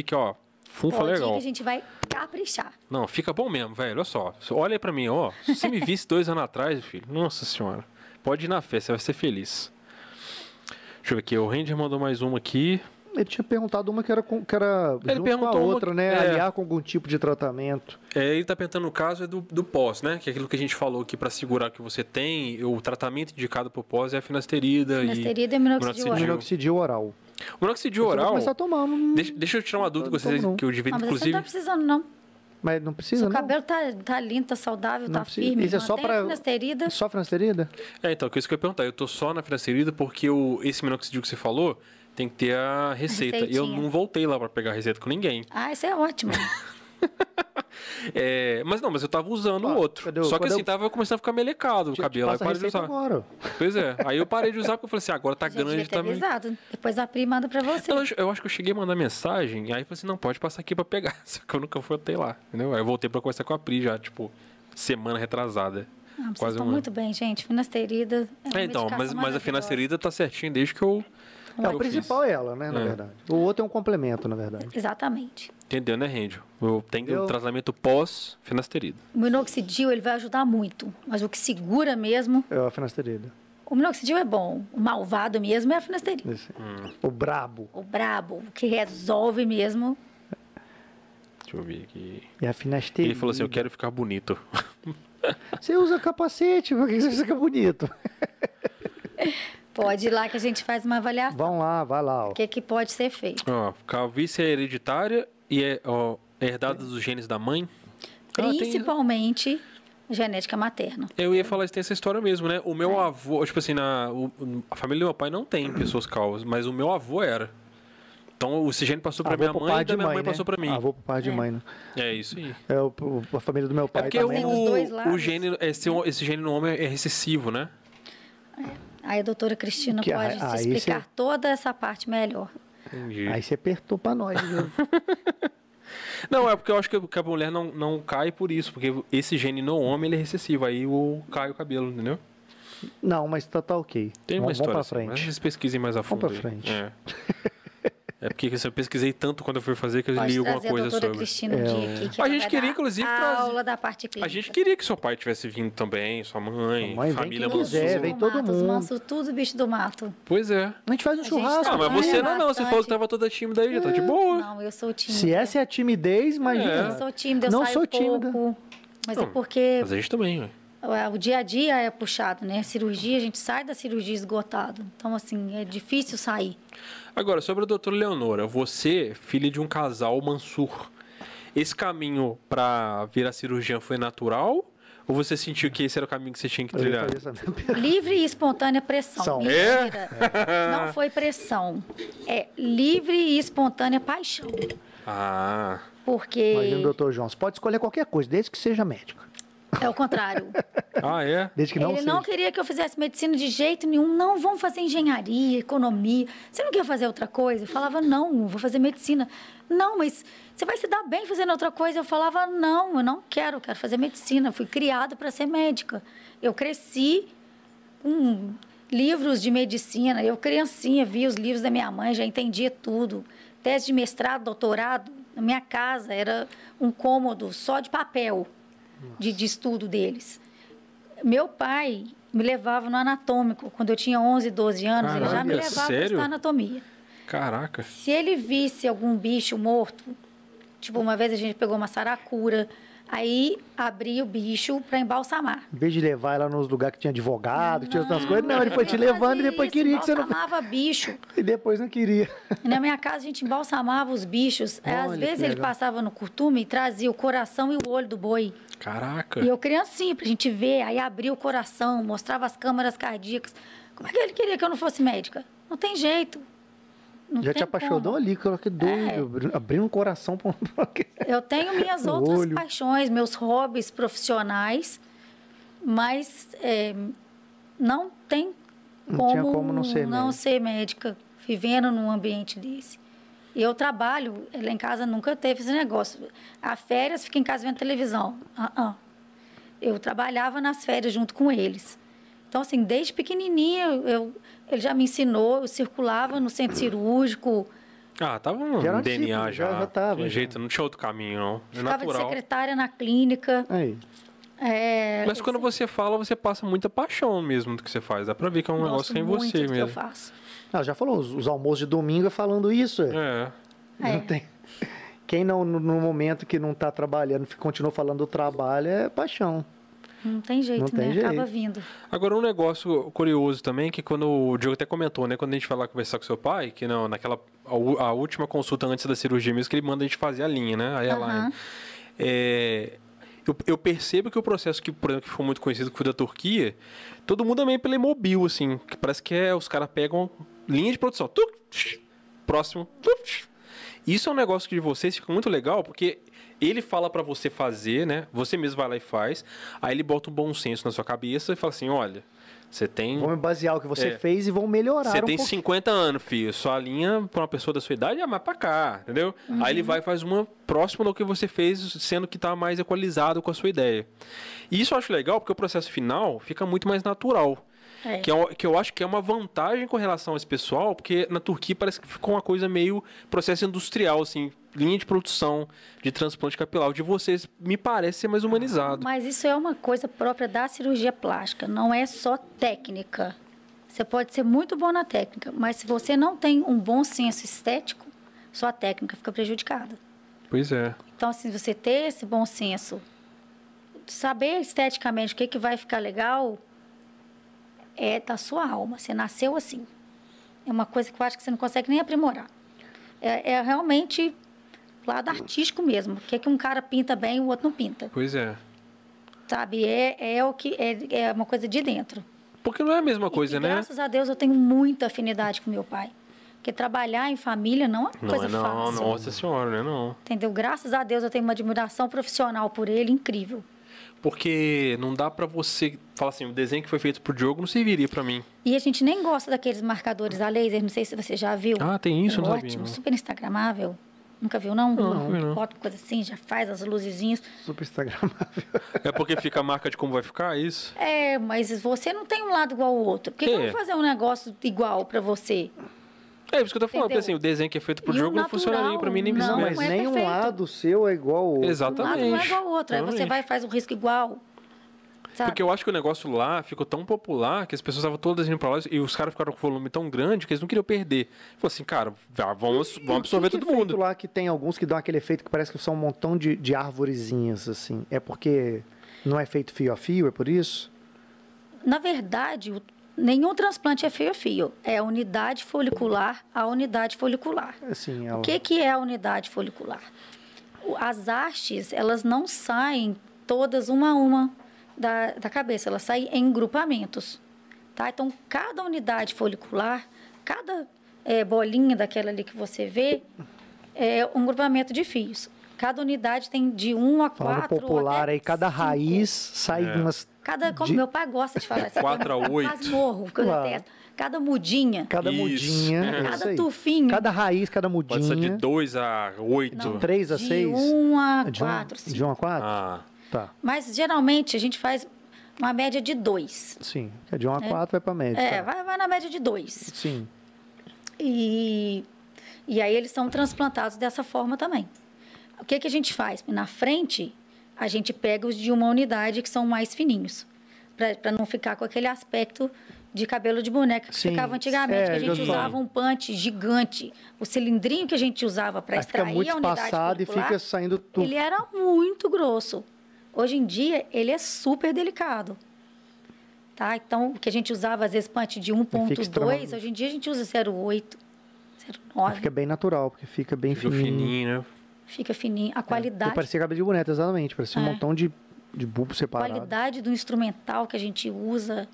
Speaker 1: né? tipo assim, Então, É é né? é é assim, É. É, Ah, tá um Ah. Ah, é?
Speaker 2: Ah, né? É. tá tá, um né? é
Speaker 3: um É. é né? Então, assim, é É é um tipo, Aí abri o bicho para embalsamar.
Speaker 2: Em vez de levar ela nos lugares que tinha advogado, que tinha outras coisas, não, ele foi te levando e depois queria que você não.
Speaker 3: Embalsamava bicho.
Speaker 2: E depois não queria.
Speaker 3: E na minha casa a gente embalsamava os bichos. É, Às
Speaker 2: Olha,
Speaker 3: vezes
Speaker 2: que
Speaker 3: ele
Speaker 2: legal.
Speaker 3: passava no curtume e trazia o coração e o olho do boi.
Speaker 1: Caraca.
Speaker 3: E eu criancinha, pra gente ver, aí abria o coração, mostrava as câmaras cardíacas. Como é que ele queria que eu não fosse médica? Não tem jeito. Não
Speaker 2: Já te
Speaker 3: tem
Speaker 2: apaixonou
Speaker 3: como. É.
Speaker 2: ali, cara, que doido. Abriu um coração pra um. pra alguém.
Speaker 3: Eu tenho minhas
Speaker 2: O
Speaker 3: outras
Speaker 2: olho.
Speaker 3: paixões, meus hobbies profissionais, mas é, não tem
Speaker 2: Não
Speaker 3: como
Speaker 2: tinha como não ser
Speaker 3: não
Speaker 2: médica.
Speaker 3: ser médica vivendo num ambiente desse. E eu trabalho, eh, lá em casa nunca teve esse negócio. A férias fica em casa vendo televisão. Ah, ah. Eu trabalhava nas férias junto com eles. Então, assim, desde pequenininha, eu- eu, ele já me ensinou, eu circulava no centro cirúrgico,
Speaker 1: Ah, tava um
Speaker 2: Já era um
Speaker 1: DNA
Speaker 2: discípulo, já-
Speaker 1: já.
Speaker 2: já tava,
Speaker 1: Tem
Speaker 2: já.
Speaker 1: jeito, não tinha outro caminho, não. É
Speaker 3: ficava de
Speaker 1: natural.
Speaker 3: secretária na clínica.
Speaker 2: Aí.
Speaker 3: É,
Speaker 1: Mas quando você fala, você passa muita paixão mesmo do que você faz. Dá pra ver que é um
Speaker 3: eu
Speaker 1: negócio
Speaker 3: gosto
Speaker 1: que é em
Speaker 3: muito do
Speaker 1: você
Speaker 3: que eu
Speaker 1: mesmo.
Speaker 3: faço.
Speaker 2: Ela já falou, os, os almoços de domingo é falando isso. é.
Speaker 1: É.
Speaker 3: É.
Speaker 2: Não tem. Quem não, no, no momento que não tá trabalhando, fica- continua falando do trabalho, é paixão.
Speaker 3: Não tem jeito,
Speaker 2: Não tem
Speaker 3: né? Acaba
Speaker 2: jeito.
Speaker 3: vindo.
Speaker 1: Agora, um negócio curioso também, que quando o Diogo até comentou, né? Quando a gente foi lá conversar com seu pai, que não, naquela. A, u- a última consulta antes da cirurgia mesmo, que ele manda a gente fazer a linha, né? A airline.
Speaker 3: Aham.
Speaker 1: É, eu, eu percebo que o processo que, por exemplo, que foi muito conhecido, que foi da Turquia, todo mundo é meio pela Imobil, assim. Que parece que é, os caras pegam linha de produção. tuc, tch, próximo. tuc, tch. Isso é um negócio que de vocês fica muito legal, porque ele fala pra você fazer, né? Você mesmo vai lá e faz. Aí ele bota um bom senso na sua cabeça e fala assim: olha, você tem.
Speaker 2: Vamos basear o que você
Speaker 1: É.
Speaker 2: fez e vão melhorar
Speaker 1: Você
Speaker 2: um
Speaker 1: tem
Speaker 2: pouquinho.
Speaker 1: 50 anos, filho. Sua linha, pra uma pessoa da sua idade, é mais pra cá, entendeu?
Speaker 3: Uhum.
Speaker 1: Aí ele vai e faz uma próxima do que você fez, sendo que tá mais equalizado com a sua ideia. E isso eu acho legal, porque o processo final fica muito mais natural.
Speaker 3: É.
Speaker 1: Que, é, o- que eu acho que é uma vantagem com relação a esse pessoal, porque na Turquia parece que ficou uma coisa meio processo industrial, assim, linha de produção, de transplante capilar. O de vocês me parece ser mais humanizado.
Speaker 3: Mas isso é uma coisa própria da cirurgia plástica, não é só técnica. Você pode ser muito bom na técnica, mas se você não tem um bom senso estético, sua técnica fica prejudicada.
Speaker 1: Pois é.
Speaker 3: Então, assim, você ter esse bom senso, saber esteticamente o que, que vai ficar legal, é da sua alma. Você nasceu assim. É uma coisa que eu acho que você não consegue nem aprimorar. É, é realmente o lado artístico mesmo. O que, que um cara pinta bem e o outro não pinta.
Speaker 1: Pois é.
Speaker 3: Sabe? É, é o que é, é uma coisa de dentro.
Speaker 1: Porque não é a mesma coisa,
Speaker 3: e,
Speaker 1: né?
Speaker 3: Graças a Deus eu tenho muita afinidade com meu pai. Porque trabalhar em família não é uma
Speaker 1: Não,
Speaker 3: coisa
Speaker 1: é não,
Speaker 3: fácil.
Speaker 1: nossa senhora, né? Não.
Speaker 3: Entendeu? Graças a Deus eu tenho uma admiração profissional por ele incrível.
Speaker 1: Porque não dá pra você falar assim, o desenho que foi feito pro Diogo não serviria pra mim.
Speaker 3: E a gente nem gosta daqueles marcadores a laser, não sei se você já viu.
Speaker 1: Ah, tem isso,
Speaker 3: é
Speaker 1: eu não sabia,
Speaker 3: Ótimo,
Speaker 1: não.
Speaker 3: super instagramável. Nunca viu, não?
Speaker 1: Não, nunca vi, não.
Speaker 3: Bota uma coisa assim, já faz as luzezinhas.
Speaker 2: Super instagramável.
Speaker 1: É porque fica a marca de como vai ficar, é isso?
Speaker 3: É, mas você não tem um lado igual ao outro. Por que, que eu
Speaker 1: É.
Speaker 3: vou fazer um negócio igual pra você?
Speaker 1: É isso que eu tô falando, porque
Speaker 3: Entendeu?
Speaker 1: assim, o desenho que é feito pro
Speaker 3: E o
Speaker 1: Diogo não
Speaker 3: natural,
Speaker 1: funcionaria pra mim nem
Speaker 3: Não,
Speaker 2: mas
Speaker 1: vice-versa.
Speaker 3: é
Speaker 2: nenhum
Speaker 3: perfeito.
Speaker 2: lado seu é igual ao outro.
Speaker 3: Um lado
Speaker 1: Exatamente.
Speaker 3: não é igual ao outro. Aí você
Speaker 1: Exatamente.
Speaker 3: vai e faz o risco igual. Sabe?
Speaker 1: Porque eu acho que o negócio lá ficou tão popular que as pessoas estavam todas indo pra lá e os caras ficaram com o volume tão grande que eles não queriam perder. Falou assim, cara, vá, vamos, vamos absorver
Speaker 2: que
Speaker 1: todo
Speaker 3: é
Speaker 2: efeito
Speaker 1: mundo.
Speaker 2: lá que tem alguns que dão aquele efeito que parece que são um montão de, de arvorezinhas, assim. É porque não é feito fio a fio, é por isso?
Speaker 3: Na verdade, o- nenhum transplante é fio a fio. É a unidade folicular a unidade folicular.
Speaker 2: Assim, é
Speaker 3: O que, que é a unidade folicular? O- As hastes, elas não saem todas uma a uma da, da cabeça, elas saem em grupamentos. Tá? Então, cada unidade folicular, cada eh, bolinha daquela ali que você vê, é um grupamento de fios. Cada unidade tem de um a
Speaker 2: Falando
Speaker 3: quatro. ou
Speaker 2: popular
Speaker 3: até
Speaker 2: aí, cada
Speaker 3: cinco.
Speaker 2: raiz sai
Speaker 1: É.
Speaker 2: umas...
Speaker 3: Cada, como
Speaker 2: de-
Speaker 3: meu pai gosta de falar isso.
Speaker 1: Quatro a
Speaker 3: eu
Speaker 1: oito.
Speaker 3: Quase morro, que eu
Speaker 2: Claro.
Speaker 3: detesto. Cada mudinha,
Speaker 2: Cada
Speaker 1: Isso.
Speaker 2: mudinha.
Speaker 1: É.
Speaker 2: é isso
Speaker 3: cada
Speaker 2: aí.
Speaker 3: tufinho.
Speaker 2: Cada raiz, cada mudinha.
Speaker 1: Pode ser de 2 a 8.
Speaker 2: 3 a
Speaker 3: de
Speaker 2: 6?
Speaker 3: um a
Speaker 2: De um-
Speaker 3: quatro,
Speaker 2: De 1 a 4?
Speaker 1: Ah,
Speaker 2: Tá.
Speaker 3: Mas geralmente a gente faz uma média de dois.
Speaker 2: Sim. É de 1 a 4 vai pra média.
Speaker 3: É,
Speaker 2: tá.
Speaker 3: vai, vai na média de dois.
Speaker 2: Sim.
Speaker 3: E, e aí eles são transplantados dessa forma também. O que, que a gente faz? Na frente, a gente pega os de uma unidade que são mais fininhos, para não ficar com aquele aspecto de cabelo de boneca que
Speaker 2: Sim.
Speaker 3: ficava antigamente,
Speaker 2: É,
Speaker 3: que a gente
Speaker 2: gostoso.
Speaker 3: usava um punch gigante. O cilindrinho que a gente usava para
Speaker 2: Aí fica
Speaker 3: extrair
Speaker 2: muito
Speaker 3: a unidade
Speaker 2: espaçado e
Speaker 3: folicular,
Speaker 2: fica saindo tudo.
Speaker 3: ele era muito grosso. Hoje em dia, ele é super delicado. Tá? Então, o que a gente usava, às vezes, pante de
Speaker 2: Ele fica
Speaker 3: 1.2,
Speaker 2: extremamente-
Speaker 3: hoje em dia a gente usa 0.8,
Speaker 2: Mas
Speaker 3: 0.9.
Speaker 2: Fica bem natural, porque fica bem
Speaker 1: Fica
Speaker 2: fininho.
Speaker 1: fininho, né?
Speaker 3: Fica fininho.
Speaker 2: É,
Speaker 3: A
Speaker 2: Eu
Speaker 3: qualidade,
Speaker 2: parecia cabelo de boneca, exatamente. Parecia um
Speaker 3: É.
Speaker 2: montão de, de bulbo separado.
Speaker 3: qualidade do instrumental que a gente usa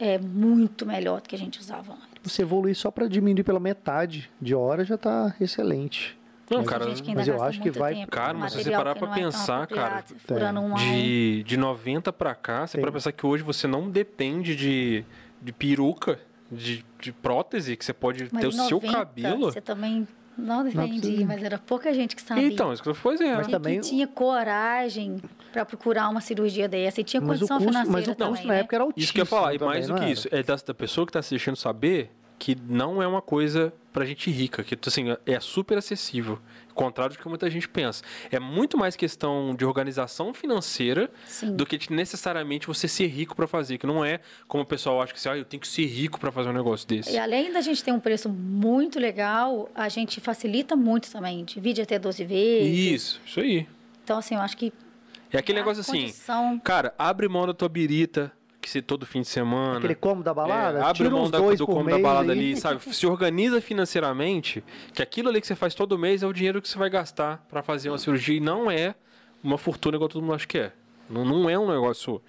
Speaker 3: é muito melhor do que a gente usava antes.
Speaker 2: Você evoluir só pra diminuir pela metade de hora já tá excelente.
Speaker 1: Não,
Speaker 2: Mas
Speaker 1: cara.
Speaker 3: Tem gente que
Speaker 2: mas eu
Speaker 3: gasta
Speaker 2: acho que
Speaker 3: muito
Speaker 2: vai-
Speaker 3: tempo com
Speaker 1: Cara, mas se você
Speaker 3: material
Speaker 1: parar
Speaker 3: que
Speaker 1: pra
Speaker 3: não é tão
Speaker 1: pensar,
Speaker 3: apropriado,
Speaker 1: cara,
Speaker 3: você furando um a um.
Speaker 1: De, de 90 pra cá, você
Speaker 2: Tem.
Speaker 1: para pensar que hoje você não depende de, de peruca, de, de prótese, que você pode
Speaker 3: Mas
Speaker 1: ter
Speaker 3: em
Speaker 1: o seu
Speaker 3: 90,
Speaker 1: cabelo.
Speaker 3: Você tá também não defendia,
Speaker 2: precisa.
Speaker 3: mas era pouca gente que sabia.
Speaker 1: Então, isso que eu falei, pois é.
Speaker 2: Mas
Speaker 3: E
Speaker 2: também-
Speaker 3: que tinha coragem para procurar uma cirurgia dessa. E tinha
Speaker 2: Mas o
Speaker 3: condição
Speaker 2: custo,
Speaker 3: financeira
Speaker 2: mas o custo
Speaker 3: também,
Speaker 2: na
Speaker 3: né?
Speaker 2: época era altíssimo.
Speaker 1: Isso que eu ia falar, e
Speaker 2: também,
Speaker 1: mais do
Speaker 2: não
Speaker 1: que
Speaker 2: era?
Speaker 1: isso, é da, da pessoa que tá assistindo saber que não é uma coisa pra gente rica, que assim, é super acessível, ao contrário do que muita gente pensa. É muito mais questão de organização financeira
Speaker 3: né? Sim.
Speaker 1: do que de necessariamente você ser rico pra fazer, que não é como o pessoal acha que assim, ah, eu tenho que ser rico pra fazer um negócio desse.
Speaker 3: E além da gente ter um preço muito legal, a gente facilita muito também. Divide até 12 vezes.
Speaker 1: Isso, isso aí.
Speaker 3: Então, assim, eu acho que.
Speaker 1: É
Speaker 2: Ah,
Speaker 1: aquele negócio assim,
Speaker 3: Condição,
Speaker 1: cara, abre mão da tua birita, que se todo fim de semana.
Speaker 2: Aquele combo da balada,
Speaker 1: É, abre
Speaker 2: tira
Speaker 1: mão
Speaker 2: uns
Speaker 1: da,
Speaker 2: dois
Speaker 1: do
Speaker 2: por
Speaker 1: combo da
Speaker 2: mês
Speaker 1: balada
Speaker 2: aí.
Speaker 1: ali, sabe? Se organiza financeiramente, que aquilo ali que você faz todo mês é o dinheiro que você vai gastar pra fazer uma cirurgia e não é uma fortuna igual todo mundo acha que é. Não, não é um negócio.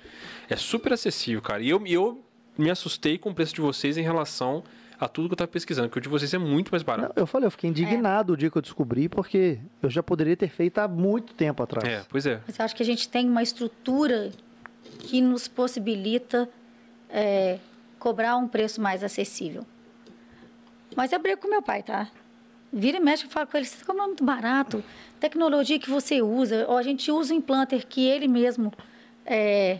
Speaker 1: É super acessível, cara. E eu, e eu me assustei com o preço de vocês em relação a tudo que eu tava pesquisando, que o de vocês é muito mais
Speaker 2: Não,
Speaker 1: barato.
Speaker 2: eu falei, eu
Speaker 3: É.
Speaker 2: fiquei indignado o dia que eu descobri, porque eu já poderia ter feito há muito tempo atrás.
Speaker 1: É, pois é.
Speaker 3: Mas eu acho que a gente tem uma estrutura que nos possibilita é, cobrar um preço mais acessível. Mas eu brigo com meu pai, tá? Vira e mexe, eu falo com ele, você tá comprando muito barato. Tecnologia que você usa, ou a gente usa o implanter que ele mesmo é,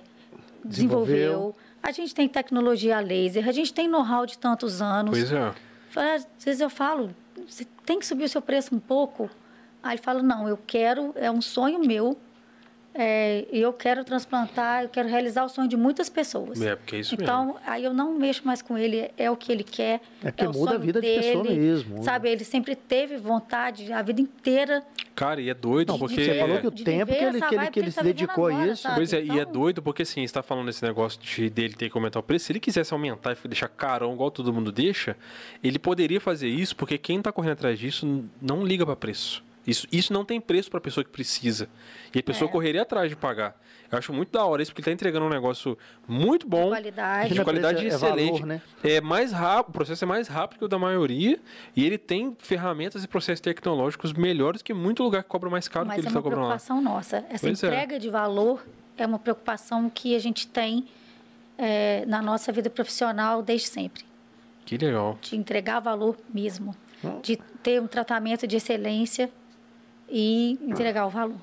Speaker 2: Desenvolveu.
Speaker 3: desenvolveu. A gente tem tecnologia a laser, a gente tem know-how de tantos anos.
Speaker 1: Pois é.
Speaker 3: Fala, Às vezes eu falo, você tem que subir o seu preço um pouco. Aí ele fala, não, eu quero, é um sonho meu, é, e eu quero transplantar, eu quero realizar o sonho de muitas pessoas.
Speaker 1: É, porque é isso mesmo.
Speaker 3: então, aí eu não mexo mais com ele, é o que ele quer.
Speaker 2: É porque
Speaker 3: o
Speaker 2: muda a
Speaker 3: sonho
Speaker 2: vida de
Speaker 3: dele,
Speaker 2: pessoa mesmo.
Speaker 3: Sabe, ele sempre teve vontade a vida inteira.
Speaker 1: Cara, e é doido,
Speaker 3: Não,
Speaker 1: porque.
Speaker 2: Você falou que o
Speaker 3: de
Speaker 2: tempo que
Speaker 3: viver
Speaker 2: ele,
Speaker 3: essa
Speaker 2: que ele,
Speaker 3: vibe
Speaker 2: que
Speaker 3: que
Speaker 2: ele
Speaker 3: ele
Speaker 2: se
Speaker 3: tá vivendo
Speaker 2: dedicou a
Speaker 3: agora,
Speaker 2: isso,
Speaker 3: sabe?
Speaker 1: Pois é, e é
Speaker 3: Então-
Speaker 1: doido porque assim, está falando esse negócio de, dele ter que aumentar o preço. Se ele quisesse aumentar e deixar carão igual todo mundo deixa, ele poderia fazer isso porque quem tá correndo atrás disso n- não liga para preço. Isso, isso não tem preço para pessoa que precisa. E a
Speaker 3: É.
Speaker 1: pessoa correria atrás de pagar. Eu acho muito da hora isso, porque ele tá entregando um negócio muito bom.
Speaker 3: qualidade.
Speaker 1: De
Speaker 2: Não é
Speaker 1: qualidade
Speaker 2: preço, é valor,
Speaker 1: excelente.
Speaker 2: né?
Speaker 1: É mais rápido, o processo é mais rápido que o da maioria. E ele tem ferramentas e processos tecnológicos melhores que muito lugar que cobra mais caro do que
Speaker 3: Mas
Speaker 1: ele
Speaker 3: é
Speaker 1: está
Speaker 3: uma
Speaker 1: cobrando lá.
Speaker 3: preocupação nossa. Essa
Speaker 1: Pois é.
Speaker 3: entrega de valor é uma preocupação que a gente tem é, na nossa vida profissional desde sempre.
Speaker 1: Que legal.
Speaker 3: De entregar valor mesmo.
Speaker 2: Hum.
Speaker 3: De ter um tratamento de excelência e entregar o valor.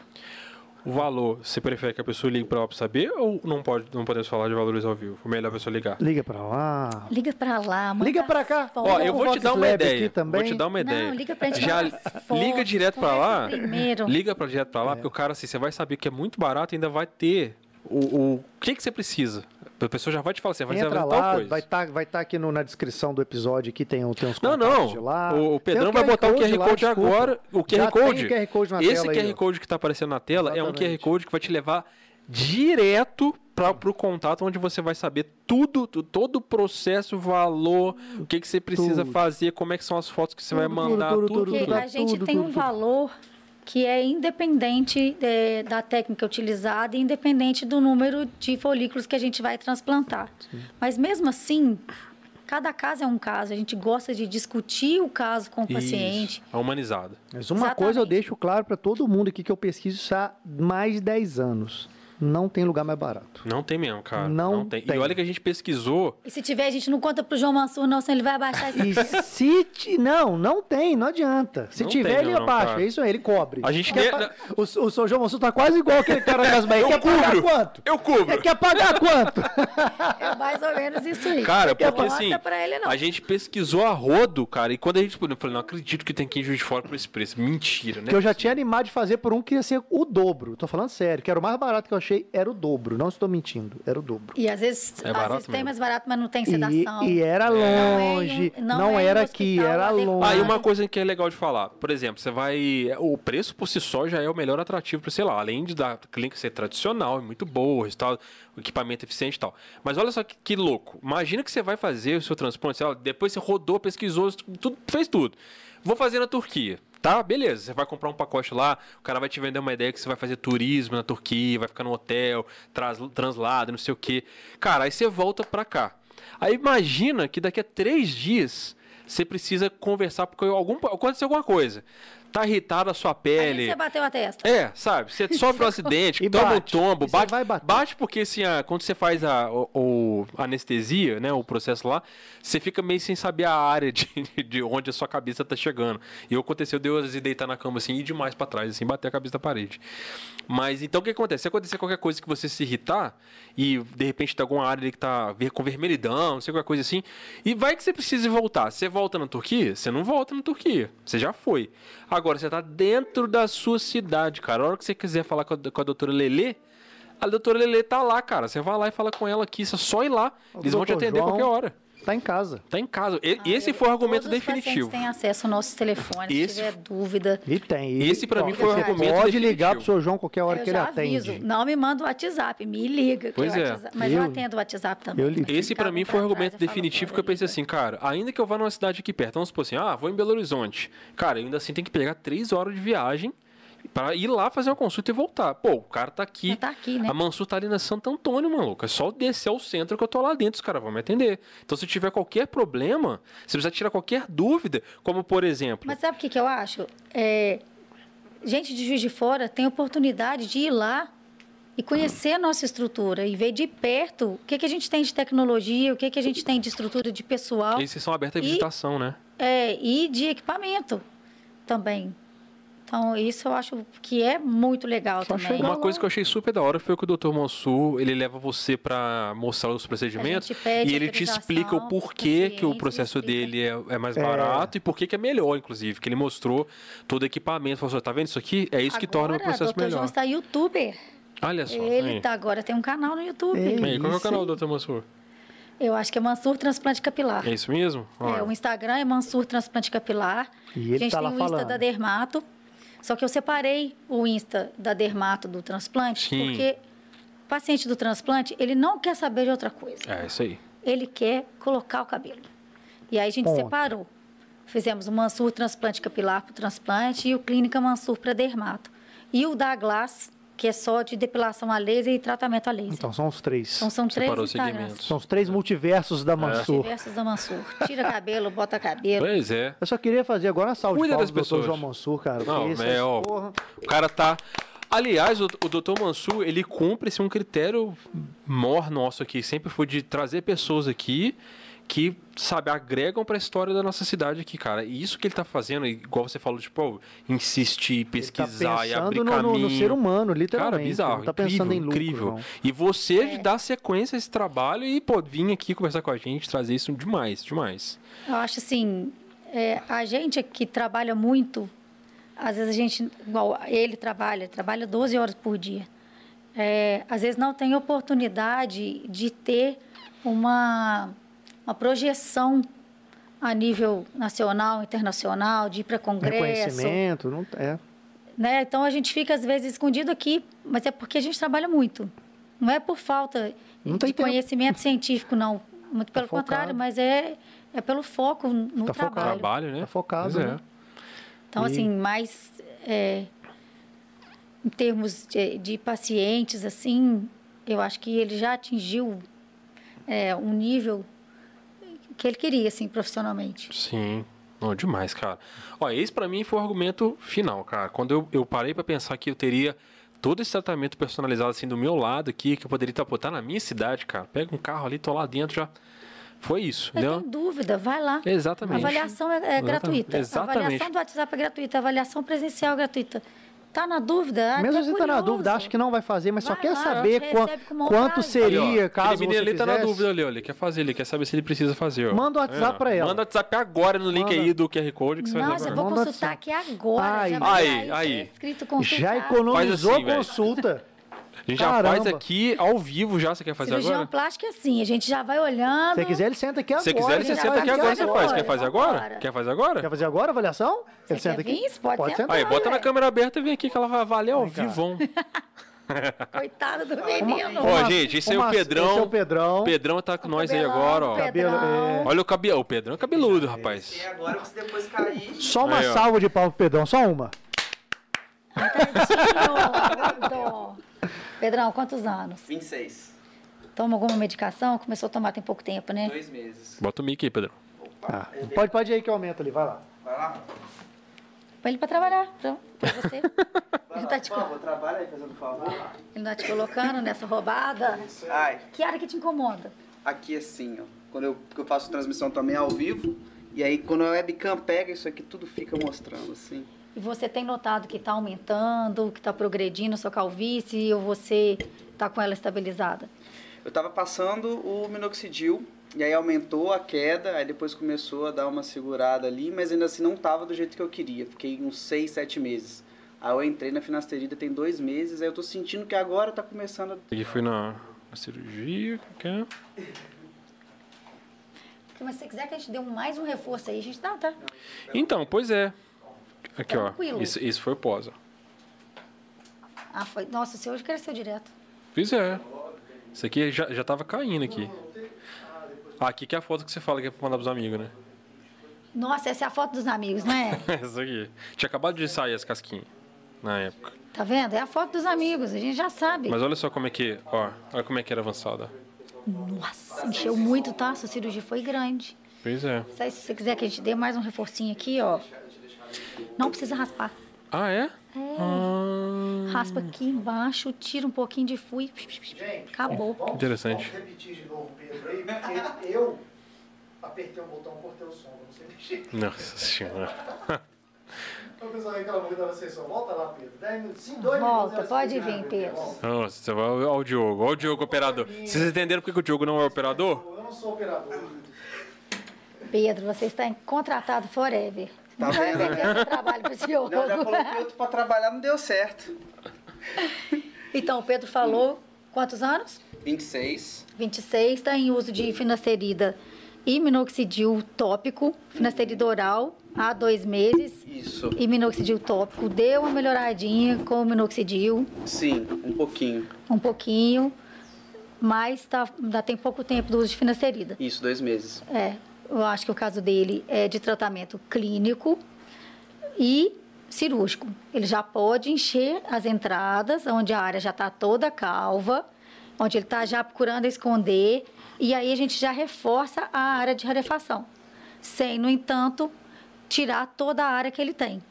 Speaker 1: O valor, você prefere que a pessoa ligue pra lá pra saber ou não, pode, não podemos falar de valores ao vivo? Ou melhor a pessoa ligar?
Speaker 2: Liga pra lá.
Speaker 3: Liga pra lá, manda
Speaker 2: Liga pra cá.
Speaker 3: foto.
Speaker 1: Ó, eu vou te
Speaker 2: então Vox
Speaker 1: dar uma
Speaker 2: Lab
Speaker 1: ideia.
Speaker 2: aqui também.
Speaker 1: Vou te dar uma ideia.
Speaker 3: Não, liga pra gente
Speaker 1: Já
Speaker 3: mandar foto,
Speaker 1: liga direto pra lá.
Speaker 3: conversa primeiro.
Speaker 1: Liga pra direto
Speaker 2: É.
Speaker 1: pra lá, porque o cara assim, você vai saber que é muito barato e ainda vai ter o, o que que você precisa. A pessoa já vai te falar, você vai fazer
Speaker 2: Entra
Speaker 1: tal
Speaker 2: lá,
Speaker 1: coisa.
Speaker 2: vai estar vai tá aqui no- na descrição do episódio aqui, tem, um- tem uns
Speaker 1: Não,
Speaker 2: contatos de
Speaker 1: não.
Speaker 2: lá.
Speaker 1: O, o
Speaker 2: Tem
Speaker 1: Pedrão vai botar o QR
Speaker 2: lá,
Speaker 1: Code
Speaker 2: desculpa.
Speaker 1: agora. O QR
Speaker 2: Já tem
Speaker 1: Code.
Speaker 2: o QR Code na
Speaker 1: esse
Speaker 2: tela aí,
Speaker 1: QR
Speaker 2: ó.
Speaker 1: Code que tá aparecendo na tela é um QR
Speaker 2: Exatamente.
Speaker 1: Code que vai te levar direto para pro contato onde você vai saber tudo, tu- todo o processo, valor, o que que você precisa
Speaker 2: Tudo.
Speaker 1: fazer, como é que são as fotos que você vai
Speaker 2: Tudo, tudo,
Speaker 1: mandar,
Speaker 2: tudo,
Speaker 1: tudo,
Speaker 2: tudo,
Speaker 1: tudo.
Speaker 3: Porque
Speaker 2: tudo.
Speaker 3: a gente
Speaker 2: tudo,
Speaker 3: tem
Speaker 2: tudo,
Speaker 3: um
Speaker 2: tudo.
Speaker 3: valor que é independente eh, da técnica utilizada e independente do número de folículos que a gente vai transplantar. Mas mesmo assim, cada caso é um caso. A gente gosta de discutir o caso com o
Speaker 1: Isso,
Speaker 3: é
Speaker 1: é
Speaker 3: paciente.
Speaker 1: a humanizada.
Speaker 2: Mas uma coisa eu
Speaker 3: Exatamente.
Speaker 2: deixo claro pra todo mundo aqui que eu pesquiso isso há mais de 10 anos. Não tem lugar mais barato.
Speaker 1: Não tem mesmo, cara.
Speaker 2: Não tem.
Speaker 1: E olha que a gente pesquisou.
Speaker 3: E se tiver, a gente não conta pro João Mansur, não, senão ele vai abaixar esse
Speaker 2: E se... ti- Não, não tem, não adianta. Se
Speaker 1: Não
Speaker 2: tiver,
Speaker 1: tem,
Speaker 2: ele
Speaker 1: não, não,
Speaker 2: abaixa.
Speaker 1: cara.
Speaker 2: É isso aí, ele cobre.
Speaker 1: A gente
Speaker 2: Quer
Speaker 1: quer-
Speaker 2: pa- O, o seu João Mansur tá quase igual aquele cara das Bahia. Quer pagar quanto?
Speaker 1: Eu cubro. Né?
Speaker 2: Quer pagar quanto?
Speaker 3: É mais ou menos isso aí.
Speaker 1: Cara,
Speaker 3: Não
Speaker 1: porque
Speaker 3: conta
Speaker 1: assim,
Speaker 3: pra ele, não.
Speaker 1: a gente pesquisou a rodo, cara, e quando a gente, tipo, eu falei, não acredito que tem quem juiz de fora por esse preço. Mentira, né?
Speaker 2: Que eu já tinha animado de fazer por um que ia ser o dobro. Tô falando sério, que era o mais barato que eu achei achei era o dobro. Não estou mentindo, era o dobro.
Speaker 3: E às vezes,
Speaker 1: É
Speaker 3: às
Speaker 1: barato
Speaker 3: vezes tem
Speaker 1: mesmo.
Speaker 3: mais barato, mas não tem
Speaker 2: E,
Speaker 3: sedação.
Speaker 2: e era
Speaker 3: é em-
Speaker 2: longe, não,
Speaker 3: não é em
Speaker 2: era
Speaker 3: um
Speaker 2: aqui,
Speaker 3: hospital
Speaker 2: era
Speaker 3: adequado.
Speaker 2: longe.
Speaker 1: Aí
Speaker 3: Claro.
Speaker 1: uma coisa que é legal de falar, por exemplo, você vai. O preço por si só já é o melhor atrativo para, sei lá, além de da clínica ser tradicional, é muito boa, o resultado, o equipamento é eficiente e tal. Mas olha só que, que louco. Imagina que você vai fazer o seu transplante, sei lá, depois você rodou, pesquisou, tudo, fez tudo. Vou fazer na Turquia. Tá, beleza. Você vai comprar um pacote lá, o cara vai te vender uma ideia que você vai fazer turismo na Turquia, vai ficar num hotel, tras, translado, não sei o quê. Cara, aí você volta pra cá. Aí imagina que daqui a três dias você precisa conversar porque algum, aconteceu alguma coisa. Tá irritada a sua
Speaker 3: Aí
Speaker 1: pele.
Speaker 3: você bateu a testa.
Speaker 1: É, sabe? Você sofre um acidente,
Speaker 2: E
Speaker 1: toma um
Speaker 2: bate.
Speaker 1: tombo,
Speaker 2: E você
Speaker 1: bate,
Speaker 2: vai bater.
Speaker 1: bate porque assim, a- quando você faz a, o, o- a anestesia, né, o processo lá, você fica meio sem saber a área de, de onde a sua cabeça tá chegando. E aconteceu de eu às vezes, deitar na cama assim, e ir demais pra trás, assim, bater a cabeça na parede. Mas então o que acontece? Se acontecer qualquer coisa que você se irritar e de repente tem alguma área ali que tá ver- com vermelhidão, não sei qualquer coisa assim, e vai que você precisa voltar. Você volta na Turquia? Você não volta na Turquia. Você já foi. Agora você tá dentro da sua cidade, cara. A hora que você quiser falar com a, com a doutora Lelê, a doutora Lelê tá lá, cara. Você vai lá e fala com ela aqui, você só ir lá.
Speaker 2: O
Speaker 1: Eles vão te
Speaker 2: Dr.
Speaker 1: atender
Speaker 2: João.
Speaker 1: qualquer hora.
Speaker 2: Tá em casa.
Speaker 1: Tá em casa. E-
Speaker 3: Ah,
Speaker 1: esse
Speaker 3: eu-
Speaker 1: foi o argumento
Speaker 3: todos os
Speaker 1: definitivo.
Speaker 3: pacientes têm acesso ao nosso telefone,
Speaker 1: Esse-
Speaker 3: se tiver dúvida.
Speaker 2: E tem. E,
Speaker 1: Esse pra mim foi o
Speaker 2: você
Speaker 1: argumento
Speaker 2: Pode
Speaker 1: definitivo.
Speaker 2: ligar pro seu João qualquer hora
Speaker 3: eu
Speaker 2: que ele
Speaker 3: já
Speaker 2: atende.
Speaker 3: aviso, não me manda o WhatsApp, me liga. que
Speaker 1: Pois
Speaker 3: eu
Speaker 1: é.
Speaker 3: WhatsApp- mas eu,
Speaker 2: Eu-
Speaker 3: atendo o WhatsApp também.
Speaker 2: eu li-
Speaker 3: mas
Speaker 1: Esse
Speaker 3: fica
Speaker 1: pra mim
Speaker 3: pra
Speaker 1: foi o
Speaker 3: trás,
Speaker 1: argumento
Speaker 3: eu falo,
Speaker 1: definitivo
Speaker 3: "Olha,
Speaker 1: que eu pensei
Speaker 3: liga".
Speaker 1: assim, cara, ainda que eu vá numa cidade aqui perto, vamos supor assim, ah, vou em Belo Horizonte. Cara, eu ainda assim tenho que pegar três horas de viagem pra ir lá fazer uma consulta e voltar. Pô, o cara tá aqui.
Speaker 3: Já tá aqui, né?
Speaker 1: A Mansur tá ali na Santo Antônio, maluco. É só descer ao centro que eu tô lá dentro, os caras vão me atender. Então, se tiver qualquer problema, se precisar tirar qualquer dúvida, como por exemplo.
Speaker 3: Mas sabe o que, que eu acho? É, gente de Juiz de Fora tem oportunidade de ir lá e conhecer a nossa estrutura e ver de perto o que, que a gente tem de tecnologia, o que, que a gente tem de estrutura de pessoal
Speaker 1: Esses são abertos à
Speaker 3: E-
Speaker 1: visitação, né?
Speaker 3: é, e de equipamento também. Então, isso eu acho que é muito legal
Speaker 2: Só
Speaker 3: também.
Speaker 2: chegar
Speaker 1: Uma coisa que eu achei super da hora foi que o Dr. Mansur, ele leva você pra mostrar os procedimentos
Speaker 3: A gente pede
Speaker 1: e ele te
Speaker 3: É, autorização
Speaker 1: explica o
Speaker 3: dos
Speaker 1: porquê que o
Speaker 3: pacientes,
Speaker 1: processo
Speaker 3: explica.
Speaker 1: dele é, é mais
Speaker 2: É.
Speaker 1: barato e por que que é melhor, inclusive, que ele mostrou todo o equipamento, falou assim, "Ó, tá vendo isso aqui? É isso que torna o processo
Speaker 3: Dr. João
Speaker 1: melhor.
Speaker 3: está youtuber.
Speaker 1: Olha só.
Speaker 3: Ele
Speaker 1: aí.
Speaker 3: tá, agora tem um canal no YouTube.
Speaker 2: Ei.
Speaker 1: Aí, qual que é o
Speaker 2: Isso
Speaker 1: canal do Dr. Mansur?
Speaker 3: Eu acho que é Mansur Transplante Capilar.
Speaker 1: É isso mesmo? Olha.
Speaker 3: É, o Instagram é Mansur Transplante Capilar.
Speaker 2: E ele
Speaker 3: a gente
Speaker 2: tá
Speaker 3: tem
Speaker 2: lá
Speaker 3: o
Speaker 2: falando.
Speaker 3: Insta da Dermato. Só que eu separei o Insta da Dermato do transplante,
Speaker 1: Sim.
Speaker 3: porque o paciente do transplante, ele não quer saber de outra coisa.
Speaker 1: É, isso aí.
Speaker 3: Ele quer colocar o cabelo. E aí a gente
Speaker 2: Ponto.
Speaker 3: separou. Fizemos o Mansur Transplante Capilar para o transplante e o Clínica Mansur para Dermato. E o da Glass, que é só de depilação a laser e tratamento a laser. Então,
Speaker 2: Então são os três.
Speaker 3: são três
Speaker 1: Separou os
Speaker 3: Instagrams.
Speaker 1: segmentos.
Speaker 2: São os três multiversos
Speaker 1: É.
Speaker 2: da Mansur.
Speaker 3: Diversos da Mansur. Tira cabelo, bota cabelo.
Speaker 1: Pois é.
Speaker 2: Eu só queria fazer agora uma salva
Speaker 1: Cuida
Speaker 2: de
Speaker 1: das
Speaker 2: palmas pro doutor
Speaker 1: pessoas.
Speaker 2: João Mansur, cara.
Speaker 1: Não,
Speaker 2: porque
Speaker 1: é,
Speaker 2: essas
Speaker 1: ó,
Speaker 2: porra-
Speaker 1: O cara tá. Aliás, o, o Dr. Mansur, ele cumpre assim, um critério mor nosso aqui, sempre foi de trazer pessoas aqui que, sabe, agregam pra história da nossa cidade aqui, cara. E isso que ele tá fazendo, igual você falou, tipo, ó, insistir,
Speaker 2: ele tá
Speaker 1: pesquisar e
Speaker 2: pensando
Speaker 1: abrir
Speaker 2: no, no-
Speaker 1: caminho.
Speaker 2: no ser hum- humano, literalmente.
Speaker 1: Cara, bizarro,
Speaker 2: Não tá
Speaker 1: incrível,
Speaker 2: pensando em lucro,
Speaker 1: incrível.
Speaker 2: João.
Speaker 1: E você
Speaker 2: É.
Speaker 1: dar sequência a esse trabalho e, pô, vir aqui conversar com a gente, trazer isso demais, demais.
Speaker 3: Eu acho assim, é, a gente que trabalha muito, às vezes a gente, igual ele trabalha, trabalha 12 horas por dia. É, às vezes não tem oportunidade de ter uma, uma projeção a nível nacional, internacional, de ir para congresso,
Speaker 2: Reconhecimento, não é.
Speaker 3: né? Então a gente fica às vezes escondido aqui, mas é porque a gente trabalha muito. Não é por falta
Speaker 2: Não tem
Speaker 3: de
Speaker 2: tempo. Tá
Speaker 3: conhecimento científico, não. Muito pelo
Speaker 2: focado.
Speaker 3: contrário, mas é, é pelo foco no
Speaker 2: Tá focado.
Speaker 3: trabalho.
Speaker 1: Trabalho, né?
Speaker 2: Tá focado,
Speaker 1: Pois é.
Speaker 2: né?
Speaker 3: Então,
Speaker 2: E-
Speaker 3: assim, mais é, em termos de, de pacientes, assim, eu acho que ele já atingiu é, um nível que ele queria, assim, profissionalmente.
Speaker 1: Sim. Não, demais, cara. Ó, esse pra mim foi o argumento final, cara. Quando eu, eu parei pra pensar que eu teria todo esse tratamento personalizado assim do meu lado aqui, que eu poderia estar tá na minha cidade, cara. Pega um carro ali, tô lá dentro já. Foi isso,
Speaker 3: Mas
Speaker 1: entendeu?
Speaker 3: tem dúvida, vai lá. A
Speaker 1: Exatamente.
Speaker 3: É, avaliação é, é
Speaker 1: Exatamente.
Speaker 3: gratuita.
Speaker 1: Exatamente.
Speaker 3: A avaliação do WhatsApp é gratuita. A avaliação presencial é gratuita. Tá na dúvida? Ah,
Speaker 2: Mesmo
Speaker 3: tô
Speaker 2: você tá na
Speaker 3: curioso.
Speaker 2: dúvida, acho que não vai fazer, mas só
Speaker 3: Vai
Speaker 2: quer
Speaker 3: lá,
Speaker 2: saber
Speaker 3: recebe
Speaker 2: quan-
Speaker 3: com maior
Speaker 2: quanto
Speaker 3: prazo.
Speaker 1: Ali,
Speaker 2: seria,
Speaker 1: ó, aquele
Speaker 2: caso você
Speaker 1: menino ali tá na
Speaker 2: quisesse.
Speaker 1: dúvida ali, ó. Ele quer fazer, ele quer saber se ele precisa fazer, ó.
Speaker 2: Manda o
Speaker 1: ó.
Speaker 2: WhatsApp pra ela.
Speaker 1: Manda o WhatsApp agora no link
Speaker 2: Manda.
Speaker 1: aí do QR Code que você vai
Speaker 3: Nossa, eu
Speaker 1: resolver.
Speaker 3: vou
Speaker 2: Manda
Speaker 3: consultar
Speaker 2: assim.
Speaker 3: aqui agora.
Speaker 2: Ai.
Speaker 3: já vai
Speaker 1: Aí,
Speaker 3: lá,
Speaker 1: aí.
Speaker 3: tá Escrito consultar.
Speaker 2: Já economizou
Speaker 1: assim,
Speaker 2: a
Speaker 1: velho.
Speaker 2: consulta.
Speaker 1: A gente já
Speaker 2: Caramba.
Speaker 1: faz aqui ao vivo já. Você quer fazer
Speaker 3: Cirurgião
Speaker 1: agora?
Speaker 3: plástica é assim, a gente já vai
Speaker 2: Se
Speaker 3: olhando.
Speaker 2: você quiser, ele senta aqui agora.
Speaker 1: Se quiser, ele
Speaker 2: já
Speaker 1: você
Speaker 3: já
Speaker 1: senta
Speaker 2: faz
Speaker 1: aqui
Speaker 3: vai
Speaker 1: agora,
Speaker 3: fazer
Speaker 1: você faz. Quer
Speaker 3: agora,
Speaker 1: fazer
Speaker 3: vambora.
Speaker 1: agora? Quer fazer
Speaker 2: Quer
Speaker 1: agora?
Speaker 2: fazer agora a avaliação?
Speaker 3: Você quer vir? Você pode sentar.
Speaker 1: Aí, bota na
Speaker 3: velho.
Speaker 1: câmera aberta e vem aqui que ela vai valer ao
Speaker 2: Vem cá.
Speaker 1: vivão.
Speaker 3: Coitado do menino.
Speaker 1: Ó, gente, esse é o Pedrão.
Speaker 2: Esse é o Pedrão.
Speaker 1: O Pedrão tá com nós aí
Speaker 3: Cabelão,
Speaker 1: agora, ó.
Speaker 2: Pedrão. Cabelo, é.
Speaker 1: Olha o cabelo. O Pedrão é cabeludo, rapaz.
Speaker 4: E agora você depois cair.
Speaker 2: Só uma
Speaker 1: Aí, ó.
Speaker 2: salva de palmas pro Pedrão, só uma.
Speaker 3: Tadinho, dó. Pedrão, quantos anos?
Speaker 4: 26.
Speaker 3: Toma alguma medicação? Começou a tomar tem pouco tempo, né?
Speaker 4: Dois meses.
Speaker 1: Bota o mic aí, Pedrão.
Speaker 2: Ah, pode, pode ir aí que aumenta ali, vai lá.
Speaker 4: Vai lá.
Speaker 3: Põe ele pra trabalhar, pra, pra você.
Speaker 4: Vai
Speaker 3: Ele
Speaker 4: lá.
Speaker 3: tá te
Speaker 4: Por favor, trabalha aí fazendo um favor.
Speaker 3: Ele não tá te colocando nessa roubada?
Speaker 4: Ai,
Speaker 3: Que área que te incomoda?
Speaker 4: aqui assim, ó. Quando eu, porque eu faço transmissão também ao vivo. E aí quando a webcam pega, isso aqui tudo fica mostrando, assim.
Speaker 3: E você tem notado que tá aumentando, que tá progredindo a sua calvície, ou você tá com ela estabilizada?
Speaker 4: Eu tava passando o minoxidil. E aí aumentou a queda, aí depois começou a dar uma segurada ali, mas ainda assim não tava do jeito que eu queria. Fiquei uns 6, 7 meses. Aí eu entrei na finasterida tem dois meses, aí eu tô sentindo que agora tá começando a
Speaker 1: Aqui fui na, na cirurgia. que é?
Speaker 3: Mas se você quiser que a gente dê um- mais um reforço aí, a gente dá, tá?
Speaker 1: Então, pois é. Aqui, ó.
Speaker 3: Tranquilo.
Speaker 1: Isso, isso foi pós. ó.
Speaker 3: Ah, foi. Nossa, o seu hoje cresceu direto.
Speaker 1: Pois é. Isso aqui já, já tava caindo aqui. Ah, aqui que é a foto que você fala que é pra mandar pros amigos, né?
Speaker 3: Nossa, essa é a foto dos amigos, não é?
Speaker 1: Essa aqui. Tinha acabado de sair as casquinhas na época.
Speaker 3: Tá vendo? É a foto dos amigos, a gente já sabe.
Speaker 1: Mas olha só como é que. Ó, olha como é que era avançada.
Speaker 3: Nossa, encheu muito, tá? Sua cirurgia foi grande.
Speaker 1: Pois é.
Speaker 3: Se você quiser que a gente dê mais um reforcinho aqui, ó. Não precisa raspar.
Speaker 1: Ah, é? Ah,
Speaker 3: Raspa aqui embaixo, tira um pouquinho de fui. Acabou.
Speaker 1: interessante.
Speaker 5: repetir de novo, Pedro, aí, porque eu apertei o botão, cortei o som, eu não sei mexer.
Speaker 1: Nossa senhora.
Speaker 5: Então, pessoal, aí que ela tava sem som, volta lá, Pedro. 10 minutos, sim, 2 minutos.
Speaker 3: Volta,
Speaker 5: ela
Speaker 3: pode
Speaker 5: explica,
Speaker 3: vir,
Speaker 5: né,
Speaker 3: Pedro.
Speaker 1: Nossa, olha o Diogo. Olha o Diogo operador. Vocês entenderam por que que o Diogo não é operador?
Speaker 5: Eu não sou operador.
Speaker 3: Pedro, você está em- contratado forever.
Speaker 4: Tá
Speaker 3: não vai
Speaker 4: vendo, né?
Speaker 3: perder esse trabalho pro Diogo.
Speaker 4: Não, já coloquei outro pra trabalhar, não deu certo.
Speaker 3: Então, o Pedro falou quantos anos?
Speaker 4: 26.
Speaker 3: 26 está tá em uso de finasterida e minoxidil tópico, finasterida oral há dois meses.
Speaker 4: Isso.
Speaker 3: E minoxidil tópico deu uma melhoradinha com o minoxidil,
Speaker 4: Sim, um pouquinho.
Speaker 3: um pouquinho, mas tá, ainda tem pouco tempo do uso de finasterida.
Speaker 4: Isso, dois meses.
Speaker 3: É, eu acho que o caso dele é de tratamento clínico e cirúrgico. Ele já pode encher as entradas, onde a área já está toda calva, onde ele está já procurando esconder, e aí a gente já reforça a área de rarefação, sem, no entanto, tirar toda a área que ele tem.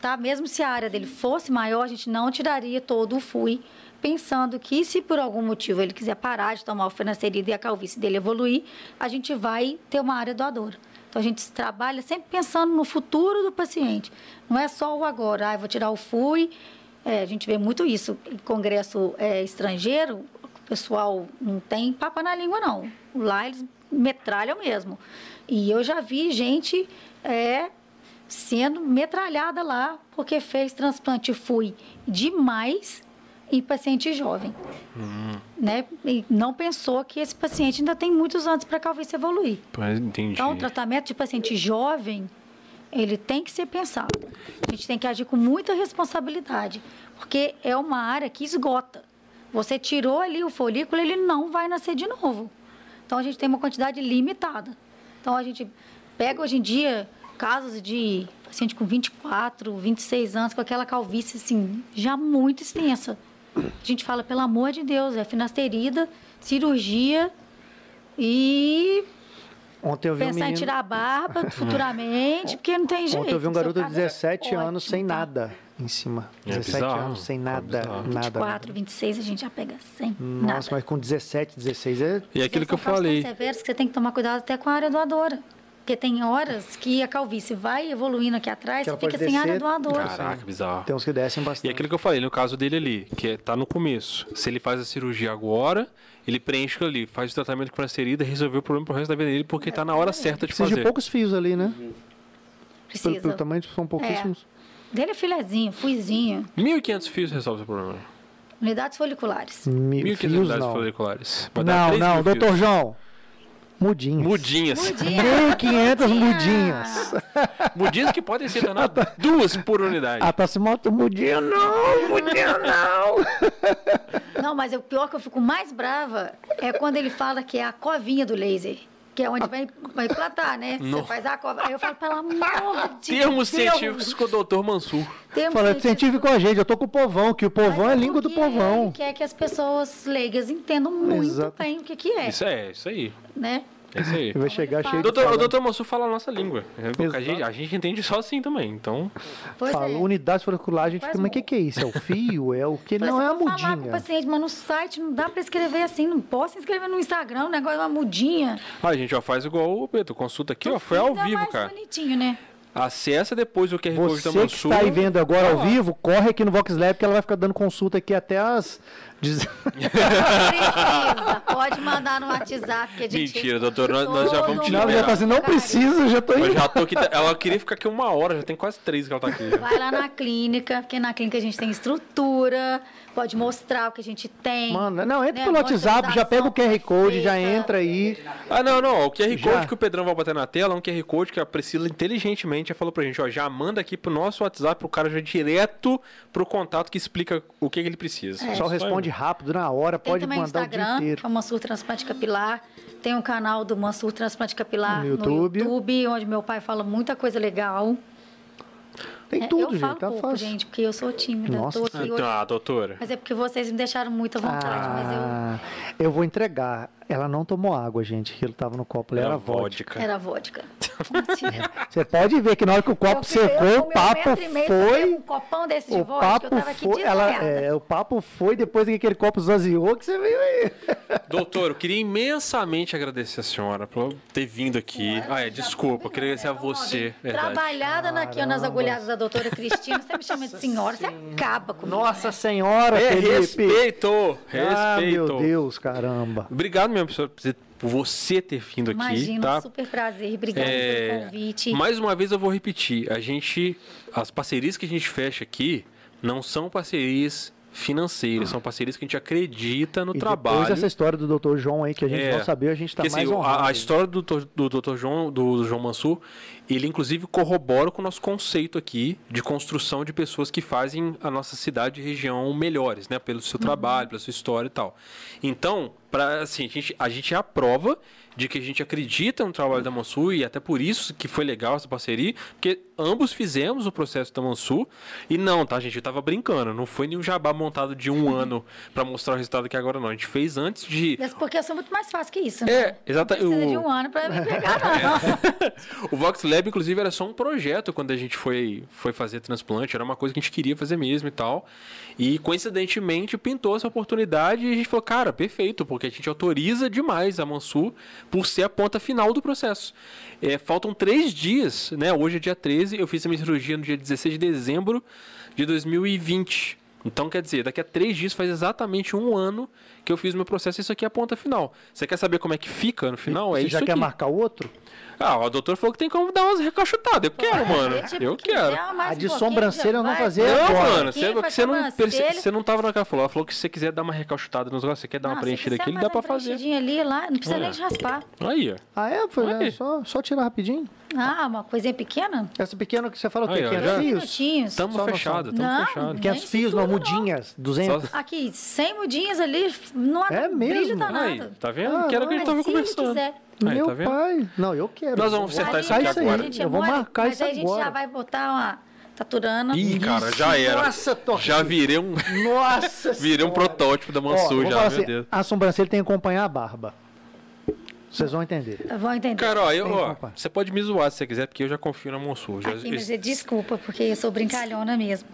Speaker 3: Tá? Mesmo se a área dele fosse maior, a gente não tiraria todo o fui, pensando que se por algum motivo ele quiser parar de tomar o finasterida e a calvície dele evoluir, a gente vai ter uma área doadora. Então a gente trabalha sempre pensando no futuro do paciente. Não é só o agora, ah, eu vou tirar o fui. É, a gente vê muito isso em congresso é, estrangeiro, o pessoal não tem papa na língua, não. Lá eles metralham mesmo. E eu já vi gente é, sendo metralhada lá porque fez transplante fui demais em paciente jovem. Né? E não pensou que esse paciente ainda tem muitos anos para a calvície evoluir.
Speaker 1: Pô, Entendi.
Speaker 3: Então, o tratamento de paciente jovem, ele tem que ser pensado. A gente tem que agir com muita responsabilidade, porque é uma área que esgota. Você tirou ali o folículo, ele não vai nascer de novo. Então, a gente tem uma quantidade limitada. Então, a gente pega hoje em dia casos de paciente com 24, 26 anos, com aquela calvície, assim, já muito extensa. A gente fala, pelo amor de Deus, é finasterida, cirurgia e
Speaker 2: Ontem eu vi um
Speaker 3: pensar em
Speaker 2: menino...
Speaker 3: tirar a barba futuramente, porque não tem jeito.
Speaker 2: Ontem eu vi um
Speaker 3: Seu
Speaker 2: garoto de
Speaker 3: caso é
Speaker 2: 17
Speaker 3: ótimo,
Speaker 2: anos sem
Speaker 3: tá?
Speaker 2: nada em cima.
Speaker 1: É
Speaker 2: 17
Speaker 1: bizarro,
Speaker 2: anos sem
Speaker 1: é
Speaker 2: nada, né? Hum.
Speaker 1: bizarro.
Speaker 2: nada.
Speaker 3: 24, 26, a gente já pega 100.
Speaker 2: Nossa,
Speaker 3: nada.
Speaker 2: mas com 17, 16 é...
Speaker 1: E aquilo que eu
Speaker 3: São casos tão
Speaker 1: falei.
Speaker 3: severos que você tem que tomar cuidado até com a área doadora. Porque tem horas que a calvície vai evoluindo aqui atrás,
Speaker 2: Que
Speaker 3: você
Speaker 2: ela
Speaker 3: fica
Speaker 2: pode
Speaker 3: sem área
Speaker 2: descer.
Speaker 3: doadora.
Speaker 1: Caraca, bizarro.
Speaker 2: Tem uns que descem
Speaker 1: E é
Speaker 2: bastante.
Speaker 1: aquilo que eu falei, no caso dele ali, que é- tá no começo. Se ele faz a cirurgia agora, ele preenche aquilo ali, faz o tratamento com a serida, resolveu o problema pro resto da vida dele, porque tá na hora certa de
Speaker 2: Precisa de
Speaker 1: fazer.
Speaker 2: poucos fios ali, né? Pelo, pelo
Speaker 3: Precisa.
Speaker 2: tamanho, são pouquíssimos.
Speaker 3: Dele é filezinho, fuizinho.
Speaker 1: 1.500 fios resolve o problema.
Speaker 3: Unidades foliculares.
Speaker 2: Mi-
Speaker 1: 1.500
Speaker 2: fios,
Speaker 1: unidades
Speaker 2: não.
Speaker 1: foliculares. Vai dar
Speaker 2: Não,
Speaker 1: 3
Speaker 2: não,
Speaker 1: mil
Speaker 2: doutor
Speaker 1: fios.
Speaker 2: João. Mudinhas.
Speaker 1: Mudinhas.
Speaker 3: Ah,
Speaker 2: 1.500 mudinhas.
Speaker 1: Mudinhas que podem ser
Speaker 2: tá.
Speaker 1: tornadas duas por unidade.
Speaker 2: Ah, tá se moto mudinha não, mudinha não.
Speaker 3: Não, mas o pior que eu fico mais brava é quando ele fala que é a covinha do laser. Que é onde vai, vai implantar, né?
Speaker 1: Não.
Speaker 3: Você faz a cova. Aí eu falo, pelo amor de
Speaker 1: Termos
Speaker 3: Deus.
Speaker 1: científicos com o doutor Mansur.
Speaker 3: Termos
Speaker 2: Falando
Speaker 3: científicos.
Speaker 2: científico com a gente, eu tô com o povão, que o povão é a língua do
Speaker 3: Porque Ele
Speaker 2: povão.
Speaker 3: quer que as pessoas leigas entendam muito
Speaker 2: Exato.
Speaker 3: bem o que, que é,
Speaker 1: Isso é, isso aí.
Speaker 3: né?
Speaker 1: É isso aí.
Speaker 2: Ele vai chegar
Speaker 3: fala.
Speaker 2: cheio de
Speaker 1: Doutor, o
Speaker 2: falando.
Speaker 1: doutor Mansur fala a nossa língua. É, porque A
Speaker 2: Exato.
Speaker 1: gente, a gente entende só assim também. Então,
Speaker 3: Pois é.
Speaker 2: Falou unidade folicular, a gente
Speaker 3: Faz
Speaker 2: fica, mas o
Speaker 3: um-
Speaker 2: que, que é isso? É o fio? É o que?
Speaker 3: Mas
Speaker 2: Não,
Speaker 3: eu
Speaker 2: é a
Speaker 3: vou falar com o
Speaker 2: mudinha.
Speaker 3: paciente, mas no site não dá pra escrever assim, não posso escrever no Instagram, o negócio é uma mudinha.
Speaker 1: Ah, a gente ó, faz igual o Pedro. Consulta aqui, ó.
Speaker 3: No
Speaker 1: Foi
Speaker 3: fim,
Speaker 1: ao
Speaker 3: dá
Speaker 1: vivo,
Speaker 3: mais
Speaker 1: cara.
Speaker 3: bonitinho, né?
Speaker 1: Acessa depois um o QR Code da
Speaker 2: Você que
Speaker 1: Mansur.
Speaker 2: está aí vendo agora ao
Speaker 1: Ó.
Speaker 2: vivo, corre aqui no Vox Lab que ela vai ficar dando consulta aqui até as... dez-
Speaker 3: Precisa, pode mandar no WhatsApp. Que a gente
Speaker 1: Mentira, doutor, nós- nós já vamos te
Speaker 2: Não, já tá assim, não
Speaker 3: Cara,
Speaker 2: precisa, já tô
Speaker 1: Eu
Speaker 2: indo.
Speaker 1: já tô aqui. Ela queria ficar aqui uma hora, já tem quase três que ela tá aqui. já.
Speaker 3: Vai lá na clínica, porque na clínica a gente tem estrutura, pode mostrar o que a gente tem.
Speaker 2: Manda. Não, entra
Speaker 3: né?
Speaker 2: pelo WhatsApp, já pega o QR Code, já
Speaker 3: perfeita.
Speaker 2: entra aí.
Speaker 1: Ah, não, não. ó, O QR
Speaker 2: Já?
Speaker 1: Code que o Pedrão vai botar na tela é um QR Code que a Priscila inteligentemente já falou pra gente, ó. Já manda aqui pro nosso WhatsApp pro cara já direto pro contato que explica o que, que ele precisa.
Speaker 2: Só responde rápido, na hora,
Speaker 3: Tem
Speaker 2: pode
Speaker 3: também o
Speaker 2: mandar o dia
Speaker 3: Instagram,
Speaker 2: inteiro.
Speaker 3: que é o Mansur Transplante Capilar. Tem o canal do Mansur Transplante Capilar
Speaker 2: No YouTube.
Speaker 3: YouTube, onde meu pai fala muita coisa legal.
Speaker 2: Tem
Speaker 3: É,
Speaker 2: tudo,
Speaker 3: eu
Speaker 2: gente,
Speaker 3: falo
Speaker 2: tá
Speaker 3: pouco,
Speaker 2: fácil.
Speaker 3: gente, porque eu sou tímida.
Speaker 2: Nossa.
Speaker 3: tô aqui hoje.
Speaker 1: Ah, doutora.
Speaker 3: Mas é porque vocês me deixaram muito à vontade, mas
Speaker 2: Ah, eu vou entregar. Ela não tomou água, gente, que ele tava no copo, ele era vodka.
Speaker 3: eu era vodka. Mentira.
Speaker 2: Você pode ver que na hora que o copo
Speaker 3: Eu fiquei- eu
Speaker 2: secou, o
Speaker 3: com meu
Speaker 2: papo
Speaker 3: metro e meio, você pega
Speaker 2: foi.
Speaker 3: Um copão desse de
Speaker 2: O
Speaker 3: vodka, eu
Speaker 2: papo
Speaker 3: tava aqui
Speaker 2: foi, ela, é, o papo foi depois que aquele copo esvaziou que você veio aí.
Speaker 1: Doutor, eu queria imensamente agradecer a senhora por ter vindo aqui. Ah, é, desculpa, eu queria agradecer a você. É Verdade.
Speaker 3: Trabalhada naqui, nas agulhadas da doutora Cristina, você me chama de senhora, você acaba comigo.
Speaker 2: Nossa senhora,
Speaker 1: É,
Speaker 2: Felipe.
Speaker 1: respeito!
Speaker 2: Ah,
Speaker 1: Respeito!
Speaker 2: meu Deus, caramba.
Speaker 1: Obrigado mesmo por você- por você ter vindo aqui,
Speaker 3: Imagina,
Speaker 1: tá?
Speaker 3: um super prazer. Obrigada
Speaker 1: É,
Speaker 3: pelo convite.
Speaker 1: Mais uma vez eu vou repetir, a gente, as parcerias que a gente fecha aqui não são parcerias financeiras, são parcerias que a gente acredita no
Speaker 2: e
Speaker 1: trabalho.
Speaker 2: depois essa história do Dr. João aí que a gente
Speaker 1: É.
Speaker 2: não sabia, a gente tá
Speaker 1: Porque, assim,
Speaker 2: mais
Speaker 1: o-
Speaker 2: honrado.
Speaker 1: a, a história do, Dr. do Dr. João, do João Mansur, ele inclusive corrobora com o nosso conceito aqui de construção de pessoas que fazem a nossa cidade e região melhores, né? Pelo seu trabalho, pela sua história e tal. Então, pra, assim, a gente, a gente é a prova de que a gente acredita no trabalho da Mansur e até por isso que foi legal essa parceria, porque ambos fizemos o processo da Mansur e não, tá, gente? Eu tava brincando, não foi nenhum jabá montado de um ano pra mostrar o resultado aqui agora, não. A gente fez antes de.
Speaker 3: Mas assim, Porque eu sou muito mais fácil que isso, né?
Speaker 1: É, exatamente.
Speaker 3: Não precisa de um ano pra me pegar, não.
Speaker 1: O Vox Lab, inclusive, era só um projeto quando a gente foi, foi fazer transplante, era uma coisa que a gente queria fazer mesmo e tal. E coincidentemente pintou essa oportunidade e a gente falou, cara, perfeito, porque a gente autoriza demais a Mansur por ser a ponta final do processo. É, faltam três dias, né? Hoje é dia 13, eu fiz a minha cirurgia no dia 16 de dezembro de 2020. Então, quer dizer, daqui a três dias faz exatamente um ano que eu fiz o meu processo e isso aqui é a ponta final. Você quer saber como é que fica no final? é
Speaker 2: Você
Speaker 1: isso
Speaker 2: já quer
Speaker 1: aqui.
Speaker 2: marcar outro?
Speaker 1: Ah, o doutor falou que tem como dar umas recachutadas. Eu quero, mano.
Speaker 3: Tipo,
Speaker 1: Eu
Speaker 3: quiser
Speaker 1: quero.
Speaker 3: mais
Speaker 2: A
Speaker 3: um
Speaker 2: de
Speaker 3: pouquinho,
Speaker 2: sobrancelha
Speaker 3: já
Speaker 2: eu não
Speaker 3: vai.
Speaker 2: fazia.
Speaker 1: Não,
Speaker 2: Agora.
Speaker 1: mano,
Speaker 3: Aqui,
Speaker 1: você, é
Speaker 3: faz
Speaker 1: você, não, perce-
Speaker 3: sobrancelha.
Speaker 1: você não tava naquela falou. Ela falou que se você quiser dar uma recalchutada nos negócios, você quer dar uma
Speaker 3: Não, se
Speaker 1: preenchida
Speaker 3: quiser
Speaker 1: aqui, ele
Speaker 3: mais
Speaker 1: dá pra
Speaker 3: uma
Speaker 1: fazer.
Speaker 3: preenchidinha ali, lá, não precisa
Speaker 1: É.
Speaker 3: nem raspar.
Speaker 1: Aí, ó.
Speaker 2: Ah, é? Foi,
Speaker 1: Olha aí.
Speaker 2: né? só, só tirar rapidinho.
Speaker 3: Ah, uma coisinha pequena?
Speaker 2: Essa pequena é que você fala o quê?
Speaker 1: Aí, ó, já-
Speaker 2: 500
Speaker 3: Dois
Speaker 2: fios?
Speaker 3: minutinhos.
Speaker 1: Tamo
Speaker 2: Só noção.
Speaker 1: fechado,
Speaker 3: Não,
Speaker 1: tamo fechado.
Speaker 3: nem
Speaker 2: 500 fios,
Speaker 3: isso tudo
Speaker 2: não,
Speaker 3: não.
Speaker 2: mudinhas, 200.
Speaker 1: Só-
Speaker 3: Aqui, 100 mudinhas ali, não há
Speaker 2: É
Speaker 3: brilho
Speaker 2: mesmo?
Speaker 1: Aí,
Speaker 3: danado.
Speaker 1: tá vendo?
Speaker 2: Ah,
Speaker 1: que era o que a gente
Speaker 3: mas
Speaker 1: tava
Speaker 3: se ele
Speaker 1: conversando.
Speaker 3: quiser.
Speaker 1: Aí,
Speaker 2: Meu
Speaker 1: tá vendo?
Speaker 2: pai. Não, eu quero.
Speaker 1: Nós vamos
Speaker 2: Eu vou
Speaker 1: acertar isso aqui
Speaker 2: marcar isso
Speaker 1: agora.
Speaker 2: aí. Eu vou marcar
Speaker 3: mas
Speaker 2: isso
Speaker 3: aí a gente já
Speaker 2: agora.
Speaker 3: vai botar uma tá taturana.
Speaker 1: Ih, cara, já era.
Speaker 2: Nossa, Torre.
Speaker 1: Já virei um,
Speaker 2: Nossa
Speaker 1: virei um
Speaker 2: Senhora.
Speaker 1: protótipo da
Speaker 2: Ó,
Speaker 1: Mansur,
Speaker 2: vou
Speaker 1: já,
Speaker 2: falar
Speaker 1: meu
Speaker 2: assim,
Speaker 1: Deus.
Speaker 2: A sobrancelha tem que acompanhar a barba. Vocês vão entender.
Speaker 3: Vão entender.
Speaker 1: Cara, ó, eu,
Speaker 2: Tem,
Speaker 1: ó,
Speaker 2: compa.
Speaker 1: você pode me zoar se você quiser, porque eu já confio na Mansur. Já,
Speaker 3: Aqui, mas é desculpa, porque eu sou brincalhona mesmo.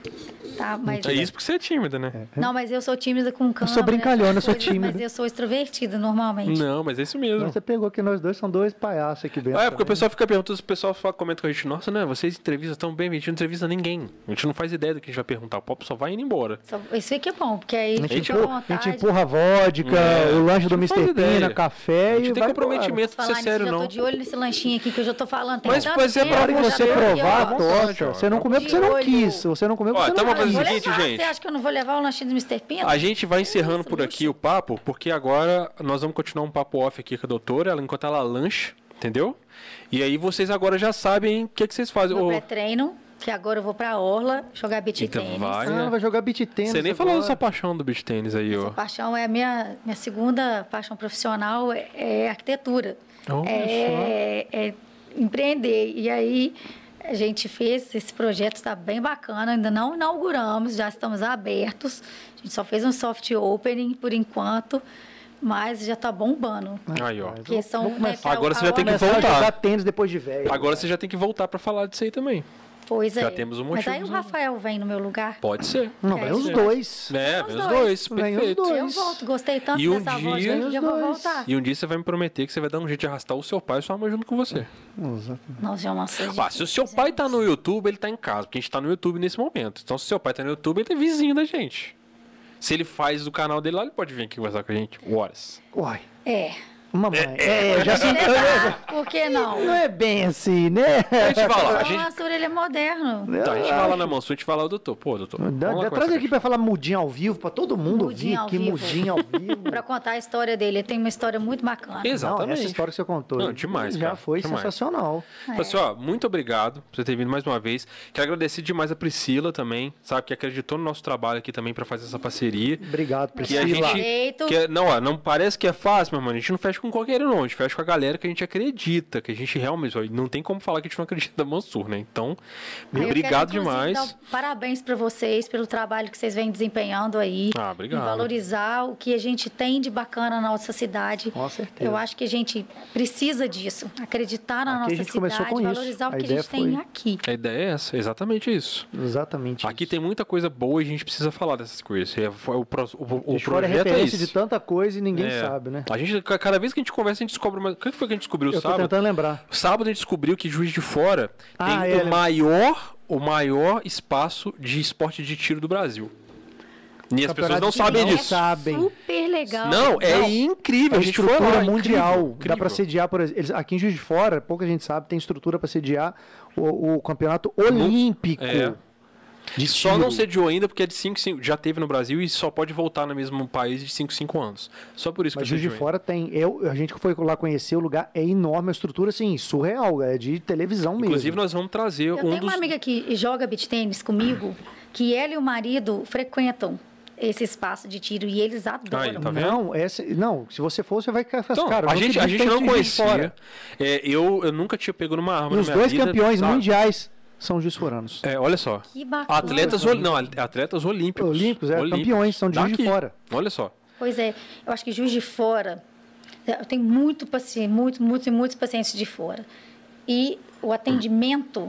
Speaker 3: Tá, mas...
Speaker 1: é isso porque você é tímida, né?
Speaker 3: Não, mas eu sou tímida com câmera.
Speaker 2: sou brincalhona,
Speaker 3: essas
Speaker 2: eu sou
Speaker 3: coisas,
Speaker 2: tímida.
Speaker 3: Mas eu sou extrovertida normalmente.
Speaker 1: Não, mas é isso mesmo.
Speaker 2: Você pegou que nós dois são dois palhaços aqui dentro.
Speaker 1: Ah, é, porque o
Speaker 2: também.
Speaker 1: pessoal fica perguntando, o pessoal fala, comenta com a gente, nossa, né, vocês entrevistam tão bem, a gente não entrevista ninguém. A gente não faz ideia do que a gente vai perguntar, o pop só vai indo embora.
Speaker 3: Só- Isso aqui é bom, porque aí
Speaker 2: A gente,
Speaker 3: fica à
Speaker 2: empurra, a gente
Speaker 3: vontade.
Speaker 2: empurra a vodka,
Speaker 1: É,
Speaker 2: o lanche do
Speaker 1: não faz
Speaker 2: Mr.
Speaker 1: ideia.
Speaker 2: Pina, café
Speaker 1: A gente
Speaker 2: É, e
Speaker 1: tem
Speaker 2: vai
Speaker 1: comprometimento de
Speaker 3: Falar
Speaker 1: ser
Speaker 3: nisso,
Speaker 1: é sério,
Speaker 3: já
Speaker 1: não.
Speaker 3: tô de olho nesse lanchinho aqui que eu já tô falando. Tem
Speaker 1: Mas,
Speaker 3: tanto
Speaker 1: pois é,
Speaker 3: tempo,
Speaker 2: Na hora que
Speaker 3: eu já
Speaker 2: você
Speaker 3: tô aqui,
Speaker 2: provar,
Speaker 3: ó.
Speaker 2: tocha. Você não comeu porque você não
Speaker 3: De olho.
Speaker 2: quis. Você não comeu
Speaker 1: Ó, então
Speaker 2: porque você
Speaker 1: tamo
Speaker 2: não
Speaker 3: Eu
Speaker 1: fazendo
Speaker 2: quis.
Speaker 3: vou
Speaker 1: o seguinte,
Speaker 3: levar.
Speaker 1: gente.
Speaker 3: Você acha que eu não vou levar o lanchinho do Mr. Pinto?
Speaker 1: A gente vai encerrando
Speaker 3: Nossa,
Speaker 1: por
Speaker 3: luxo.
Speaker 1: aqui o papo, porque agora nós vamos continuar um papo off aqui com a doutora, ela enquanto ela lancha, entendeu? E aí vocês agora já sabem o que, que vocês fazem.
Speaker 3: Meu
Speaker 1: Ô,
Speaker 2: tá
Speaker 3: pré-treino, que agora eu vou pra Orla jogar beat
Speaker 1: Então
Speaker 3: tênis.
Speaker 1: vai.
Speaker 2: Ah, vai jogar beat tênis.
Speaker 1: você nem falou da sua paixão do beach tênis aí,
Speaker 3: Essa
Speaker 1: ó.
Speaker 3: paixão é a minha, minha segunda paixão profissional, é, é arquitetura.
Speaker 1: Olha
Speaker 3: É, é empreender. E aí a gente fez esse projeto, está bem bacana, ainda não inauguramos, já estamos abertos. A gente só fez um soft opening por enquanto, mas já está bombando.
Speaker 1: Aí, ó.
Speaker 3: Porque são, né,
Speaker 2: vamos começar.
Speaker 3: que a-
Speaker 1: Agora
Speaker 3: a
Speaker 1: você já tem que
Speaker 3: obra-
Speaker 2: Começar a
Speaker 1: voltar.
Speaker 2: jogar tênis depois de velho.
Speaker 1: Agora você já tem que voltar pra falar disso aí também.
Speaker 3: Pois
Speaker 1: já
Speaker 3: é.
Speaker 1: temos um
Speaker 3: Mas aí
Speaker 1: motivo,
Speaker 3: o
Speaker 1: né?
Speaker 3: Rafael vem no meu lugar.
Speaker 1: Pode ser.
Speaker 2: Não, vem
Speaker 3: É,
Speaker 2: os
Speaker 3: sim.
Speaker 2: dois.
Speaker 1: É,
Speaker 3: Os
Speaker 1: vem os
Speaker 3: dois.
Speaker 1: dois,
Speaker 2: Vem os
Speaker 1: perfeito.
Speaker 2: dois.
Speaker 3: Eu volto, gostei tanto
Speaker 1: E um
Speaker 3: dessa voz
Speaker 1: dia-
Speaker 3: aqui que eu vou
Speaker 2: Os dois.
Speaker 3: voltar.
Speaker 1: E um dia você vai me prometer que você vai dar um jeito de arrastar o seu pai e sua mãe junto com você.
Speaker 2: Nossa,
Speaker 3: Nossa, é uma surpresa.
Speaker 1: Ah, se o seu
Speaker 2: é
Speaker 1: pai tá no YouTube, ele tá em casa, porque a gente tá no YouTube nesse momento. Então, se o seu pai tá no YouTube, ele é vizinho da gente. Se ele faz o canal dele lá, ele pode vir aqui conversar com a gente horas.
Speaker 2: Uai.
Speaker 3: É.
Speaker 2: Mamãe. É, já se
Speaker 3: Por que não?
Speaker 2: Não é bem assim, né?
Speaker 1: A gente vai lá, a
Speaker 3: Então,
Speaker 1: gente,
Speaker 3: Mansur, ele é moderno.
Speaker 1: tá, a gente vai lá na mansão, a gente fala, doutor, pô, doutor, vamos
Speaker 2: Dá-
Speaker 1: lá
Speaker 2: dá-
Speaker 1: conversar
Speaker 2: traz
Speaker 1: com a
Speaker 2: aqui
Speaker 1: gente."
Speaker 2: pra falar mudinho ao vivo, pra todo mundo
Speaker 3: Mudinho ao
Speaker 2: ouvir aqui,
Speaker 3: vivo.
Speaker 2: mudinho ao vivo.
Speaker 3: Pra contar a história dele. Ele tem uma história muito bacana.
Speaker 1: Exatamente.
Speaker 2: Não, essa história que você contou.
Speaker 1: Não,
Speaker 2: aí
Speaker 1: demais,
Speaker 2: Já
Speaker 1: cara,
Speaker 2: foi
Speaker 1: demais.
Speaker 2: sensacional.
Speaker 1: Então, assim, ó, muito obrigado por você ter vindo mais uma vez. Quero agradecer demais a Priscila também, sabe, que acreditou no nosso trabalho aqui também pra fazer essa parceria.
Speaker 2: Obrigado,
Speaker 1: Que a
Speaker 2: Priscila.
Speaker 1: gente.
Speaker 3: Direito.
Speaker 1: que é- não, ó, não parece que é fácil, mas, mano, a gente não fecha com qualquer um, não. A gente fecha com a galera que a gente acredita, que a gente realmente. ó, Não tem como falar que a gente não acredita no Mansur, né? Então,
Speaker 3: Aí eu
Speaker 1: obrigado
Speaker 3: quero, inclusive,
Speaker 1: demais.
Speaker 3: dar parabéns pra vocês pelo trabalho que vocês vêm desempenhando aí.
Speaker 1: Ah, obrigado.
Speaker 3: E valorizar o que a gente tem de bacana na nossa cidade.
Speaker 2: Com certeza.
Speaker 3: Eu acho que a gente precisa disso. Acreditar na
Speaker 2: Aqui a
Speaker 3: nossa
Speaker 2: gente
Speaker 3: cidade,
Speaker 2: começou com isso.
Speaker 3: valorizar
Speaker 2: A
Speaker 3: o que a
Speaker 2: ideia
Speaker 3: gente tem
Speaker 2: foi-
Speaker 3: aqui.
Speaker 1: A ideia é essa, exatamente isso.
Speaker 2: Exatamente.
Speaker 1: Aqui
Speaker 2: isso.
Speaker 1: tem muita coisa boa e a gente precisa falar dessas coisas. É, foi o, pro- o- o
Speaker 2: A gente fora
Speaker 1: projeto é
Speaker 2: referência
Speaker 1: esse.
Speaker 2: de tanta coisa e ninguém
Speaker 1: É.
Speaker 2: sabe, né?
Speaker 1: A gente, ca- cada vez que a gente conversa, a gente descobre. Uma... O que foi que a gente descobriu
Speaker 2: Eu tô
Speaker 1: sábado?
Speaker 2: tentando lembrar.
Speaker 1: Sábado a gente descobriu que Juiz de Fora tem
Speaker 2: Ah,
Speaker 1: o
Speaker 2: é, lembra-
Speaker 1: maior, o maior espaço de esporte de tiro do Brasil. E as pessoas
Speaker 2: Campeonato
Speaker 1: não
Speaker 2: de
Speaker 1: sabem
Speaker 2: tiro.
Speaker 1: disso.
Speaker 2: sabem.
Speaker 3: é Super legal.
Speaker 1: Não, é
Speaker 2: Não.
Speaker 1: incrível.
Speaker 2: É
Speaker 1: a gente foi lá,
Speaker 2: estrutura
Speaker 1: incrível,
Speaker 2: mundial. Dá
Speaker 1: incrível.
Speaker 2: pra sediar, por exemplo, eles- aqui em Juiz de Fora, pouca gente sabe, tem estrutura pra sediar o, o campeonato olímpico.
Speaker 1: é.
Speaker 2: De
Speaker 1: Só
Speaker 2: tiro.
Speaker 1: não sediou ainda porque é de 5 5 já teve no Brasil e só pode voltar no mesmo país de 5 5 anos. Só por isso
Speaker 2: Mas
Speaker 1: que eu
Speaker 2: Juiz de
Speaker 1: sediou.
Speaker 2: Fora tem. Eu, a gente que foi lá conhecer o lugar é enorme, a estrutura assim, surreal, é de televisão mesmo.
Speaker 1: Inclusive nós vamos trazer
Speaker 3: Eu
Speaker 1: um
Speaker 3: tenho
Speaker 1: dos
Speaker 3: uma amiga que joga beach tênis comigo, que ela e o marido frequentam esse espaço de tiro e eles adoram.
Speaker 1: Aí, tá vendo?
Speaker 2: Não, essa, não, se você for, você vai cascar
Speaker 1: Então,
Speaker 2: cara.
Speaker 1: a gente, a gente não conhecia.
Speaker 2: Fora.
Speaker 1: É, eu, eu nunca tinha pego numa arma
Speaker 2: E
Speaker 1: na
Speaker 2: os
Speaker 1: minha
Speaker 2: dois
Speaker 1: vida, tá.
Speaker 2: campeões
Speaker 1: sabe?
Speaker 2: mundiais são Juiz Foranos.
Speaker 1: É, olha só.
Speaker 3: Que bacana.
Speaker 1: Atletas, ol... não, atletas olímpicos.
Speaker 2: Olímpicos, é, campeões, são de Juiz de
Speaker 1: Daqui.
Speaker 2: Fora.
Speaker 1: Olha só.
Speaker 3: Pois é, eu acho que Juiz de Fora, é, eu tenho muito paciente, muito, muitos e muitos pacientes de fora. E o atendimento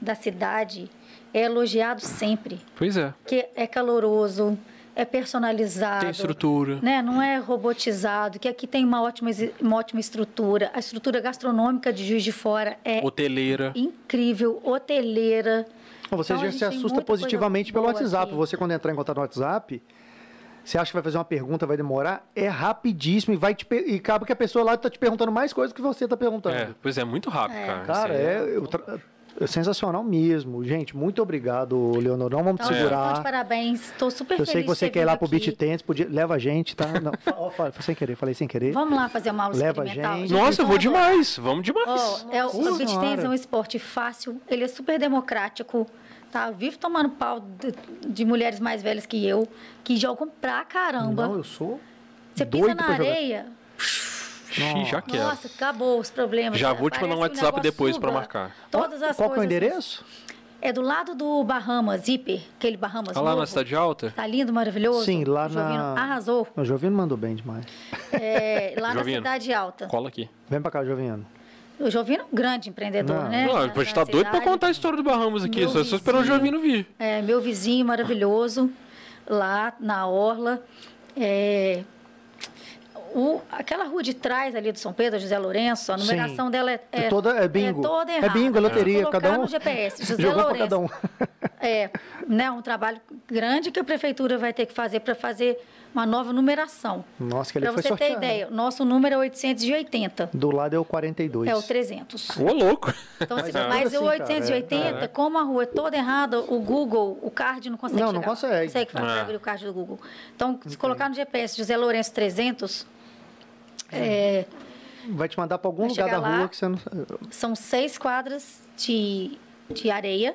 Speaker 3: da cidade é elogiado sempre,
Speaker 1: Pois é.
Speaker 3: que é caloroso, é personalizado.
Speaker 1: Tem estrutura.
Speaker 3: né? Não é robotizado, que aqui tem uma ótima, exi- uma ótima estrutura. A estrutura gastronômica de Juiz de Fora é
Speaker 1: Hoteleira.
Speaker 3: incrível, hoteleira.
Speaker 2: Então, Você
Speaker 3: Então, a
Speaker 2: já se
Speaker 3: gente tem
Speaker 2: assusta
Speaker 3: muita coisa
Speaker 2: positivamente pelo
Speaker 3: boa
Speaker 2: WhatsApp.
Speaker 3: aqui.
Speaker 2: Você, quando entrar em contato no WhatsApp, você acha que vai fazer uma pergunta, vai demorar, é rapidíssimo e vai te per- e acaba que a pessoa lá tá te perguntando mais coisas que você tá perguntando.
Speaker 1: É, pois é, muito rápido,
Speaker 3: É.
Speaker 1: cara.
Speaker 2: Cara,
Speaker 1: Isso aí
Speaker 2: é, eu tra- é sensacional mesmo. Gente, muito obrigado, Leonor. Não vamos te
Speaker 3: Então, vocês estão de
Speaker 2: segurar.
Speaker 3: parabéns. Estou super
Speaker 2: Eu
Speaker 3: feliz.
Speaker 2: sei que
Speaker 3: de
Speaker 2: você
Speaker 3: ter
Speaker 2: quer ir lá
Speaker 3: vindo
Speaker 2: pro
Speaker 3: aqui.
Speaker 2: beat tênis, podia... leva a gente, tá? Não, fa- fa- sem querer, falei sem querer.
Speaker 3: Vamos lá fazer uma aula
Speaker 2: Leva a
Speaker 3: experimental.
Speaker 2: gente.
Speaker 1: Nossa, eu vou
Speaker 3: vamos lá.
Speaker 1: demais. Vamos demais.
Speaker 3: Ó, Então, é, o-
Speaker 2: Nossa
Speaker 3: o beat
Speaker 2: Senhora.
Speaker 3: tennis é um esporte fácil, ele é super democrático, tá? Vivo tomando pau de, de mulheres mais velhas que eu, que jogam pra caramba.
Speaker 2: Não, eu sou.
Speaker 3: você pisa
Speaker 2: doido
Speaker 3: na
Speaker 2: pra jogar.
Speaker 3: areia,
Speaker 1: Ixi, já quero.
Speaker 3: nossa, acabou os problemas.
Speaker 1: Já vou te
Speaker 3: Parece
Speaker 1: mandar um
Speaker 3: que o
Speaker 1: WhatsApp
Speaker 3: negócio
Speaker 1: depois pra
Speaker 3: suba.
Speaker 1: marcar.
Speaker 3: Todas as
Speaker 2: Qual que é o
Speaker 3: coisas-
Speaker 2: endereço?
Speaker 3: É do lado do Bahamas, Zipper, aquele Bahamas
Speaker 1: Ah, lá na
Speaker 3: novo.
Speaker 1: Cidade Alta?
Speaker 3: Tá lindo, maravilhoso.
Speaker 2: Sim, lá
Speaker 3: O Jovino
Speaker 2: na-
Speaker 3: Arrasou.
Speaker 2: O Jovino mandou bem demais.
Speaker 3: É, lá na
Speaker 1: Jovino.
Speaker 3: Cidade Alta.
Speaker 1: Cola aqui.
Speaker 2: Vem pra cá, Jovino.
Speaker 3: O Jovino é um grande empreendedor,
Speaker 2: Não.
Speaker 3: né?
Speaker 1: Não, a
Speaker 3: Na-
Speaker 1: gente
Speaker 3: na
Speaker 1: tá doido pra
Speaker 3: cidade.
Speaker 1: contar a história do Bahamas aqui.
Speaker 3: Meu
Speaker 1: Só, só esperando o
Speaker 3: vizinho.
Speaker 1: Jovino vir.
Speaker 3: É, meu vizinho maravilhoso, lá na Orla. É, o- aquela rua de trás ali do São Pedro, José Lourenço, a
Speaker 2: Sim.
Speaker 3: numeração dela é,
Speaker 2: É toda- é bingo.
Speaker 3: toda
Speaker 2: É
Speaker 3: errada.
Speaker 2: bingo, é
Speaker 3: Se
Speaker 2: loteria,
Speaker 3: colocar
Speaker 2: cada um-
Speaker 3: no GPS, José
Speaker 2: Jogou pra
Speaker 3: Lourenço.
Speaker 2: cada um.
Speaker 3: É, né, um trabalho grande que a prefeitura vai ter que fazer para fazer uma nova numeração.
Speaker 2: Nossa, que ele
Speaker 3: Para
Speaker 2: foi
Speaker 3: você
Speaker 2: sorteado.
Speaker 3: ter ideia, o nosso número é 880,
Speaker 2: Do lado é o 42.
Speaker 3: é o 300.
Speaker 1: Ô, louco.
Speaker 3: Então, assim,
Speaker 2: ainda
Speaker 3: mas o
Speaker 2: assim, cara,
Speaker 3: 880,
Speaker 1: é.
Speaker 3: como a rua é toda errada, o Google, o card não consegue
Speaker 2: Não, não
Speaker 3: chegar lá.
Speaker 2: consegue.
Speaker 3: consegue fazer
Speaker 1: É.
Speaker 3: abrir o card do Google. Então, se colocar no GPS José Lourenço 300, é,
Speaker 2: Vai te mandar pra algum
Speaker 3: Vai
Speaker 2: lugar da
Speaker 3: chegar lá.
Speaker 2: rua que você não.
Speaker 3: são seis quadras de, de areia,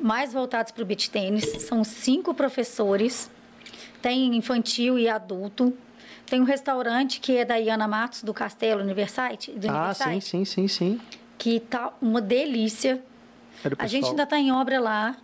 Speaker 3: mais voltados para o beach tênis. São cinco professores, tem infantil e adulto. Tem um restaurante que é da Iana Matos, do Castelo Universite, do
Speaker 2: Ah, sim,
Speaker 3: Universite,
Speaker 2: sim, sim, sim.
Speaker 3: que tá uma delícia.
Speaker 2: É do
Speaker 3: A gente
Speaker 2: pessoal.
Speaker 3: ainda está em obra lá,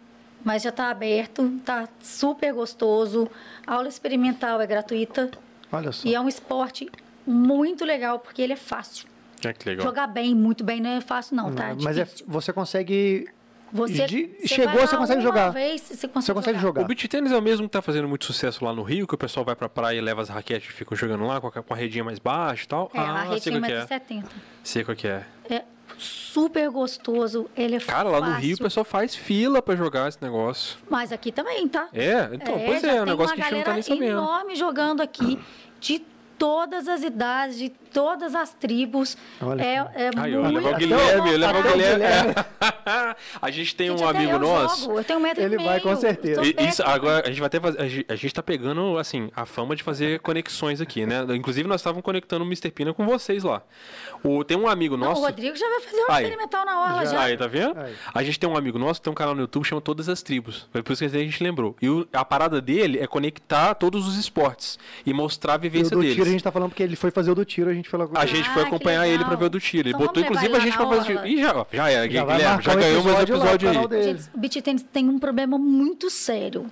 Speaker 3: mas já está aberto, está super gostoso. A aula experimental é gratuita
Speaker 2: Olha só.
Speaker 3: e é um esporte muito legal porque ele é fácil.
Speaker 1: É que legal.
Speaker 3: Jogar bem, muito bem, não é fácil não, tá? É
Speaker 2: Mas é-
Speaker 3: difícil.
Speaker 2: você consegue.
Speaker 3: você,
Speaker 2: de-
Speaker 3: você
Speaker 2: chegou,
Speaker 3: vai lá
Speaker 2: você consegue
Speaker 3: uma
Speaker 2: jogar.
Speaker 3: Vez, você consegue,
Speaker 2: Você consegue
Speaker 1: O
Speaker 2: jogar.
Speaker 1: beat tênis é o mesmo que tá fazendo muito sucesso lá no Rio, que o pessoal vai pra praia e leva as raquetes e ficam jogando lá com a, com a redinha mais baixa e tal.
Speaker 3: É, a rede
Speaker 1: sei
Speaker 3: tem
Speaker 1: qual que
Speaker 3: mais de
Speaker 1: é.
Speaker 3: 70.
Speaker 1: Sei qual que é.
Speaker 3: É super gostoso, ele é
Speaker 1: Cara, lá
Speaker 3: fácil.
Speaker 1: no Rio o pessoal faz fila pra jogar esse negócio.
Speaker 3: Mas aqui também, tá?
Speaker 1: É, então, pois
Speaker 3: já
Speaker 1: é, é
Speaker 3: tem
Speaker 1: um negócio que
Speaker 3: uma
Speaker 1: a gente não tá nem
Speaker 3: galera
Speaker 1: sabendo.
Speaker 3: enorme jogando aqui, de todas as idades, de todas as tribos.
Speaker 2: Olha
Speaker 3: é é
Speaker 1: Aí, ó,
Speaker 3: muito
Speaker 1: levar o
Speaker 2: até
Speaker 1: Guilherme,
Speaker 2: o-
Speaker 1: levar o
Speaker 2: até o
Speaker 1: Guilherme.
Speaker 2: Guilherme.
Speaker 1: a gente tem
Speaker 3: Gente,
Speaker 1: um
Speaker 3: até
Speaker 1: amigo
Speaker 3: eu
Speaker 1: nosso.
Speaker 3: jogo, eu tenho um metro e
Speaker 2: Ele vai,
Speaker 3: meio,
Speaker 2: com certeza.
Speaker 3: sou
Speaker 1: E- Isso,
Speaker 3: péssima.
Speaker 1: agora a gente vai até fazer. A gente, a gente tá pegando, assim, a fama de fazer conexões aqui, né? Inclusive, nós estávamos conectando o Mr. Pina com vocês lá. O, tem um amigo
Speaker 3: Não,
Speaker 1: nosso.
Speaker 3: o Rodrigo já vai fazer um
Speaker 1: Aí.
Speaker 3: experimental na orla já.
Speaker 1: Aí, tá vendo?
Speaker 2: Aí.
Speaker 1: A gente tem um amigo nosso, tem um canal no YouTube que chama Todas as Tribos. Foi por isso que a gente lembrou. E o- a parada dele é conectar todos os esportes e mostrar a
Speaker 2: E o
Speaker 1: vivência
Speaker 2: do tiro a
Speaker 1: é deles.
Speaker 2: gente tá falando porque ele foi fazer o do tiro, a gente falou.
Speaker 1: A gente foi
Speaker 3: Ah, que
Speaker 1: acompanhar ele
Speaker 3: legal.
Speaker 1: pra ver o do tiro. Ele
Speaker 3: Então
Speaker 1: botou,
Speaker 3: vamos
Speaker 1: inclusive, a
Speaker 3: levar ele lá
Speaker 1: gente
Speaker 3: na
Speaker 1: pra fazer.
Speaker 3: orla.
Speaker 1: Ih, já, ó, já era,
Speaker 2: Já vai
Speaker 1: Guilherme.
Speaker 2: marcar
Speaker 1: Já
Speaker 2: um
Speaker 1: ganhou mais um
Speaker 2: episódio lá no
Speaker 1: episódio
Speaker 2: canal
Speaker 1: aí.
Speaker 2: dele.
Speaker 3: Gente, o beat tênis tem um problema muito sério.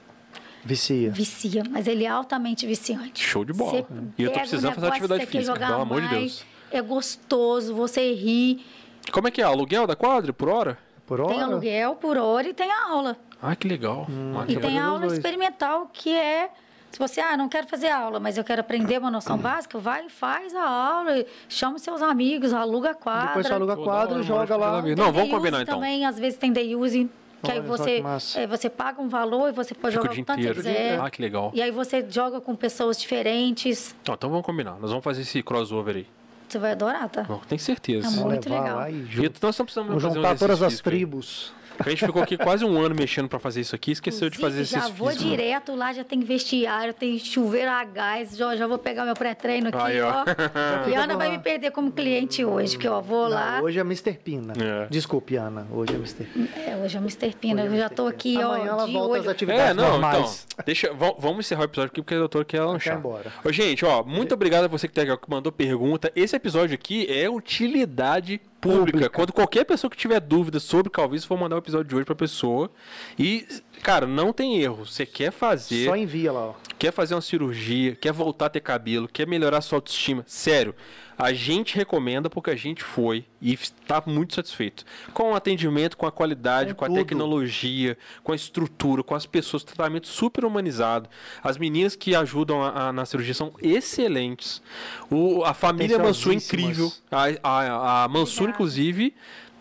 Speaker 2: Vicia.
Speaker 3: Vicia, mas ele é altamente viciante.
Speaker 1: Show de bola.
Speaker 3: Você
Speaker 1: E eu tô
Speaker 3: pega o
Speaker 1: precisando fazer
Speaker 3: negócio,
Speaker 1: atividade
Speaker 3: você quer
Speaker 1: física,
Speaker 3: jogar
Speaker 1: pelo amor de
Speaker 3: mais,
Speaker 1: Deus.
Speaker 3: É gostoso, você ri.
Speaker 1: Como é que é? Aluguel da quadra por hora?
Speaker 2: Por hora?
Speaker 3: Tem aluguel por hora e tem a aula.
Speaker 1: Ah, que legal. Maravilha.
Speaker 2: Trabalhou
Speaker 3: E tem a
Speaker 2: nos
Speaker 3: aula
Speaker 2: dois.
Speaker 3: experimental, que é. Se você, ah, não quero fazer aula, mas eu quero aprender uma noção básica, vai e faz a aula, chama os seus amigos, aluga a quadra.
Speaker 2: Depois você aluga
Speaker 1: Pô, da
Speaker 2: quadro e
Speaker 1: hora,
Speaker 2: joga
Speaker 1: maravilha,
Speaker 2: lá.
Speaker 1: maravilha.
Speaker 3: Tem
Speaker 1: Não, vamos
Speaker 3: day use
Speaker 1: combinar, então.
Speaker 3: também, às vezes tem day use, que aí
Speaker 2: Olha só
Speaker 3: você,
Speaker 2: que massa.
Speaker 3: eh, você paga um valor e você pode
Speaker 1: Fica o
Speaker 3: jogar
Speaker 1: dia
Speaker 3: o tanto que
Speaker 1: inteiro.
Speaker 3: quiser.
Speaker 1: Ah, que legal.
Speaker 3: E aí você joga com pessoas diferentes.
Speaker 1: Ó, então vamos combinar. Nós vamos fazer esse crossover aí.
Speaker 3: Você vai adorar, tá?
Speaker 1: Bom, Tenho certeza.
Speaker 3: Tá
Speaker 2: Vamos
Speaker 3: Muito
Speaker 2: levar
Speaker 3: legal.
Speaker 2: lá e
Speaker 1: E
Speaker 2: junto.
Speaker 1: nós estamos precisando
Speaker 2: Vamos
Speaker 1: fazer um
Speaker 2: juntar todas
Speaker 1: exercício
Speaker 2: as
Speaker 1: físico aí.
Speaker 2: tribos.
Speaker 1: A gente ficou aqui quase um ano mexendo pra fazer isso aqui, esqueceu de fazer
Speaker 3: Inclusive,
Speaker 1: esses
Speaker 3: já vou
Speaker 1: físicos.
Speaker 3: direto lá, já tem vestiário, tem chuveiro a gás, já, já vou pegar meu pré-treino aqui,
Speaker 1: Aí, ó.
Speaker 3: ó. E a Ana vai
Speaker 2: lá.
Speaker 3: me perder como cliente hoje, que eu vou
Speaker 2: Não,
Speaker 3: lá.
Speaker 2: hoje é Mr. Pina.
Speaker 1: É.
Speaker 2: Desculpe, Ana. Hoje é Mr. Pina.
Speaker 3: É, hoje é Mr. Pina,
Speaker 2: Hoje é
Speaker 3: eu já
Speaker 2: Mr.
Speaker 3: tô
Speaker 2: Pina.
Speaker 3: aqui,
Speaker 2: Amanhã
Speaker 3: ó,
Speaker 2: ela
Speaker 3: de
Speaker 2: volta às
Speaker 3: olho.
Speaker 2: atividades
Speaker 1: É, não,
Speaker 2: normais.
Speaker 1: então. Deixa, va- vamos encerrar o episódio aqui porque a doutora quer lanchar.
Speaker 2: embora.
Speaker 1: Ô, gente, ó, muito obrigado a você que tá aqui, que mandou pergunta. Esse episódio aqui é utilidade pública.
Speaker 2: Pública.
Speaker 1: Quando qualquer pessoa que tiver dúvida sobre calvície, for mandar o episódio de hoje pra pessoa. E, cara, não tem erro. Você quer fazer,
Speaker 2: Só envia lá, ó.
Speaker 1: quer fazer uma cirurgia, quer voltar a ter cabelo, quer melhorar a sua autoestima. Sério, a gente recomenda porque a gente foi e está muito satisfeito. Com o atendimento, com a qualidade,
Speaker 2: Com
Speaker 1: com, a
Speaker 2: tudo.
Speaker 1: tecnologia, com a estrutura, com as pessoas, tratamento super humanizado. As meninas que ajudam a- a- na cirurgia são excelentes. O, a família Mansur é incrível. A, a, a Mansur,
Speaker 3: Obrigada.
Speaker 1: inclusive,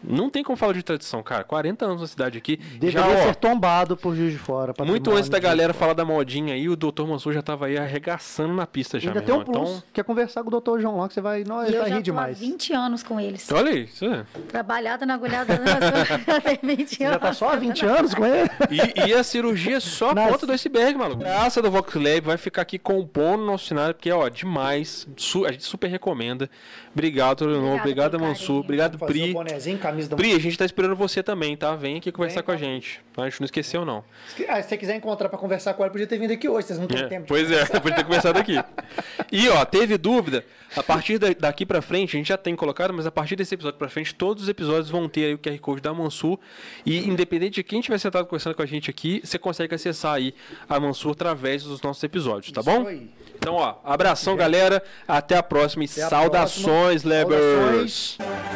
Speaker 1: não tem como falar de tradição, cara. 40 anos na cidade aqui.
Speaker 2: Deveria
Speaker 1: ó,
Speaker 2: ser tombado por Juiz de Fora.
Speaker 1: muito
Speaker 2: patrimônio
Speaker 1: antes da
Speaker 2: de-
Speaker 1: galera falar da modinha aí, o Dr. Mansur já tava aí arregaçando na pista já,
Speaker 2: Ainda
Speaker 1: meu
Speaker 2: tem um
Speaker 1: irmão.
Speaker 2: plus.
Speaker 1: Então,
Speaker 2: Quer conversar com o doutor João lá, que você vai... Não,
Speaker 3: E
Speaker 2: ele
Speaker 3: eu
Speaker 2: vai
Speaker 3: já
Speaker 2: rir
Speaker 3: tô há
Speaker 2: tá demais.
Speaker 3: 20 anos com eles.
Speaker 1: olha isso. é.
Speaker 3: Trabalhada na agulhada né? da já tem 20
Speaker 2: Você
Speaker 3: anos.
Speaker 2: já tá só há 20 anos com ele?
Speaker 1: E, e a cirurgia é só a
Speaker 2: Nossa.
Speaker 1: ponta do iceberg, maluco. Graça do Vox Lab vai ficar aqui compondo nosso cenário, porque, ó, demais. Su- a gente super recomenda. Obrigado, Torinão.
Speaker 3: Obrigada
Speaker 1: Obrigado,
Speaker 3: pelo
Speaker 1: Mansur.
Speaker 3: carinho.
Speaker 1: Obrigado,
Speaker 2: Fazer um o
Speaker 1: Pri.
Speaker 2: bonezinho, camisa do...
Speaker 1: Pri, a gente tá esperando você também, tá? Vem aqui conversar
Speaker 2: Vem,
Speaker 1: com a
Speaker 2: tá.
Speaker 1: gente. A gente não esqueceu, não.
Speaker 2: Ah, se você quiser encontrar pra conversar com ela, podia ter vindo aqui hoje. Vocês não têm
Speaker 1: É,
Speaker 2: tempo. de
Speaker 1: pois é, depois de ter começado aqui. E ó, teve dúvida? A partir da- daqui pra frente, a gente já tem colocado, mas a partir desse episódio pra frente, todos os episódios vão ter aí o QR Code da Mansur. E independente de quem tiver sentado conversando com a gente aqui, você consegue acessar aí a Mansur através dos nossos episódios, tá
Speaker 2: Isso
Speaker 1: bom?
Speaker 2: aí.
Speaker 1: Então, ó, abração, galera. Até a próxima e
Speaker 2: a
Speaker 1: saudações,
Speaker 2: próxima.
Speaker 1: Lebers!
Speaker 2: Saudações.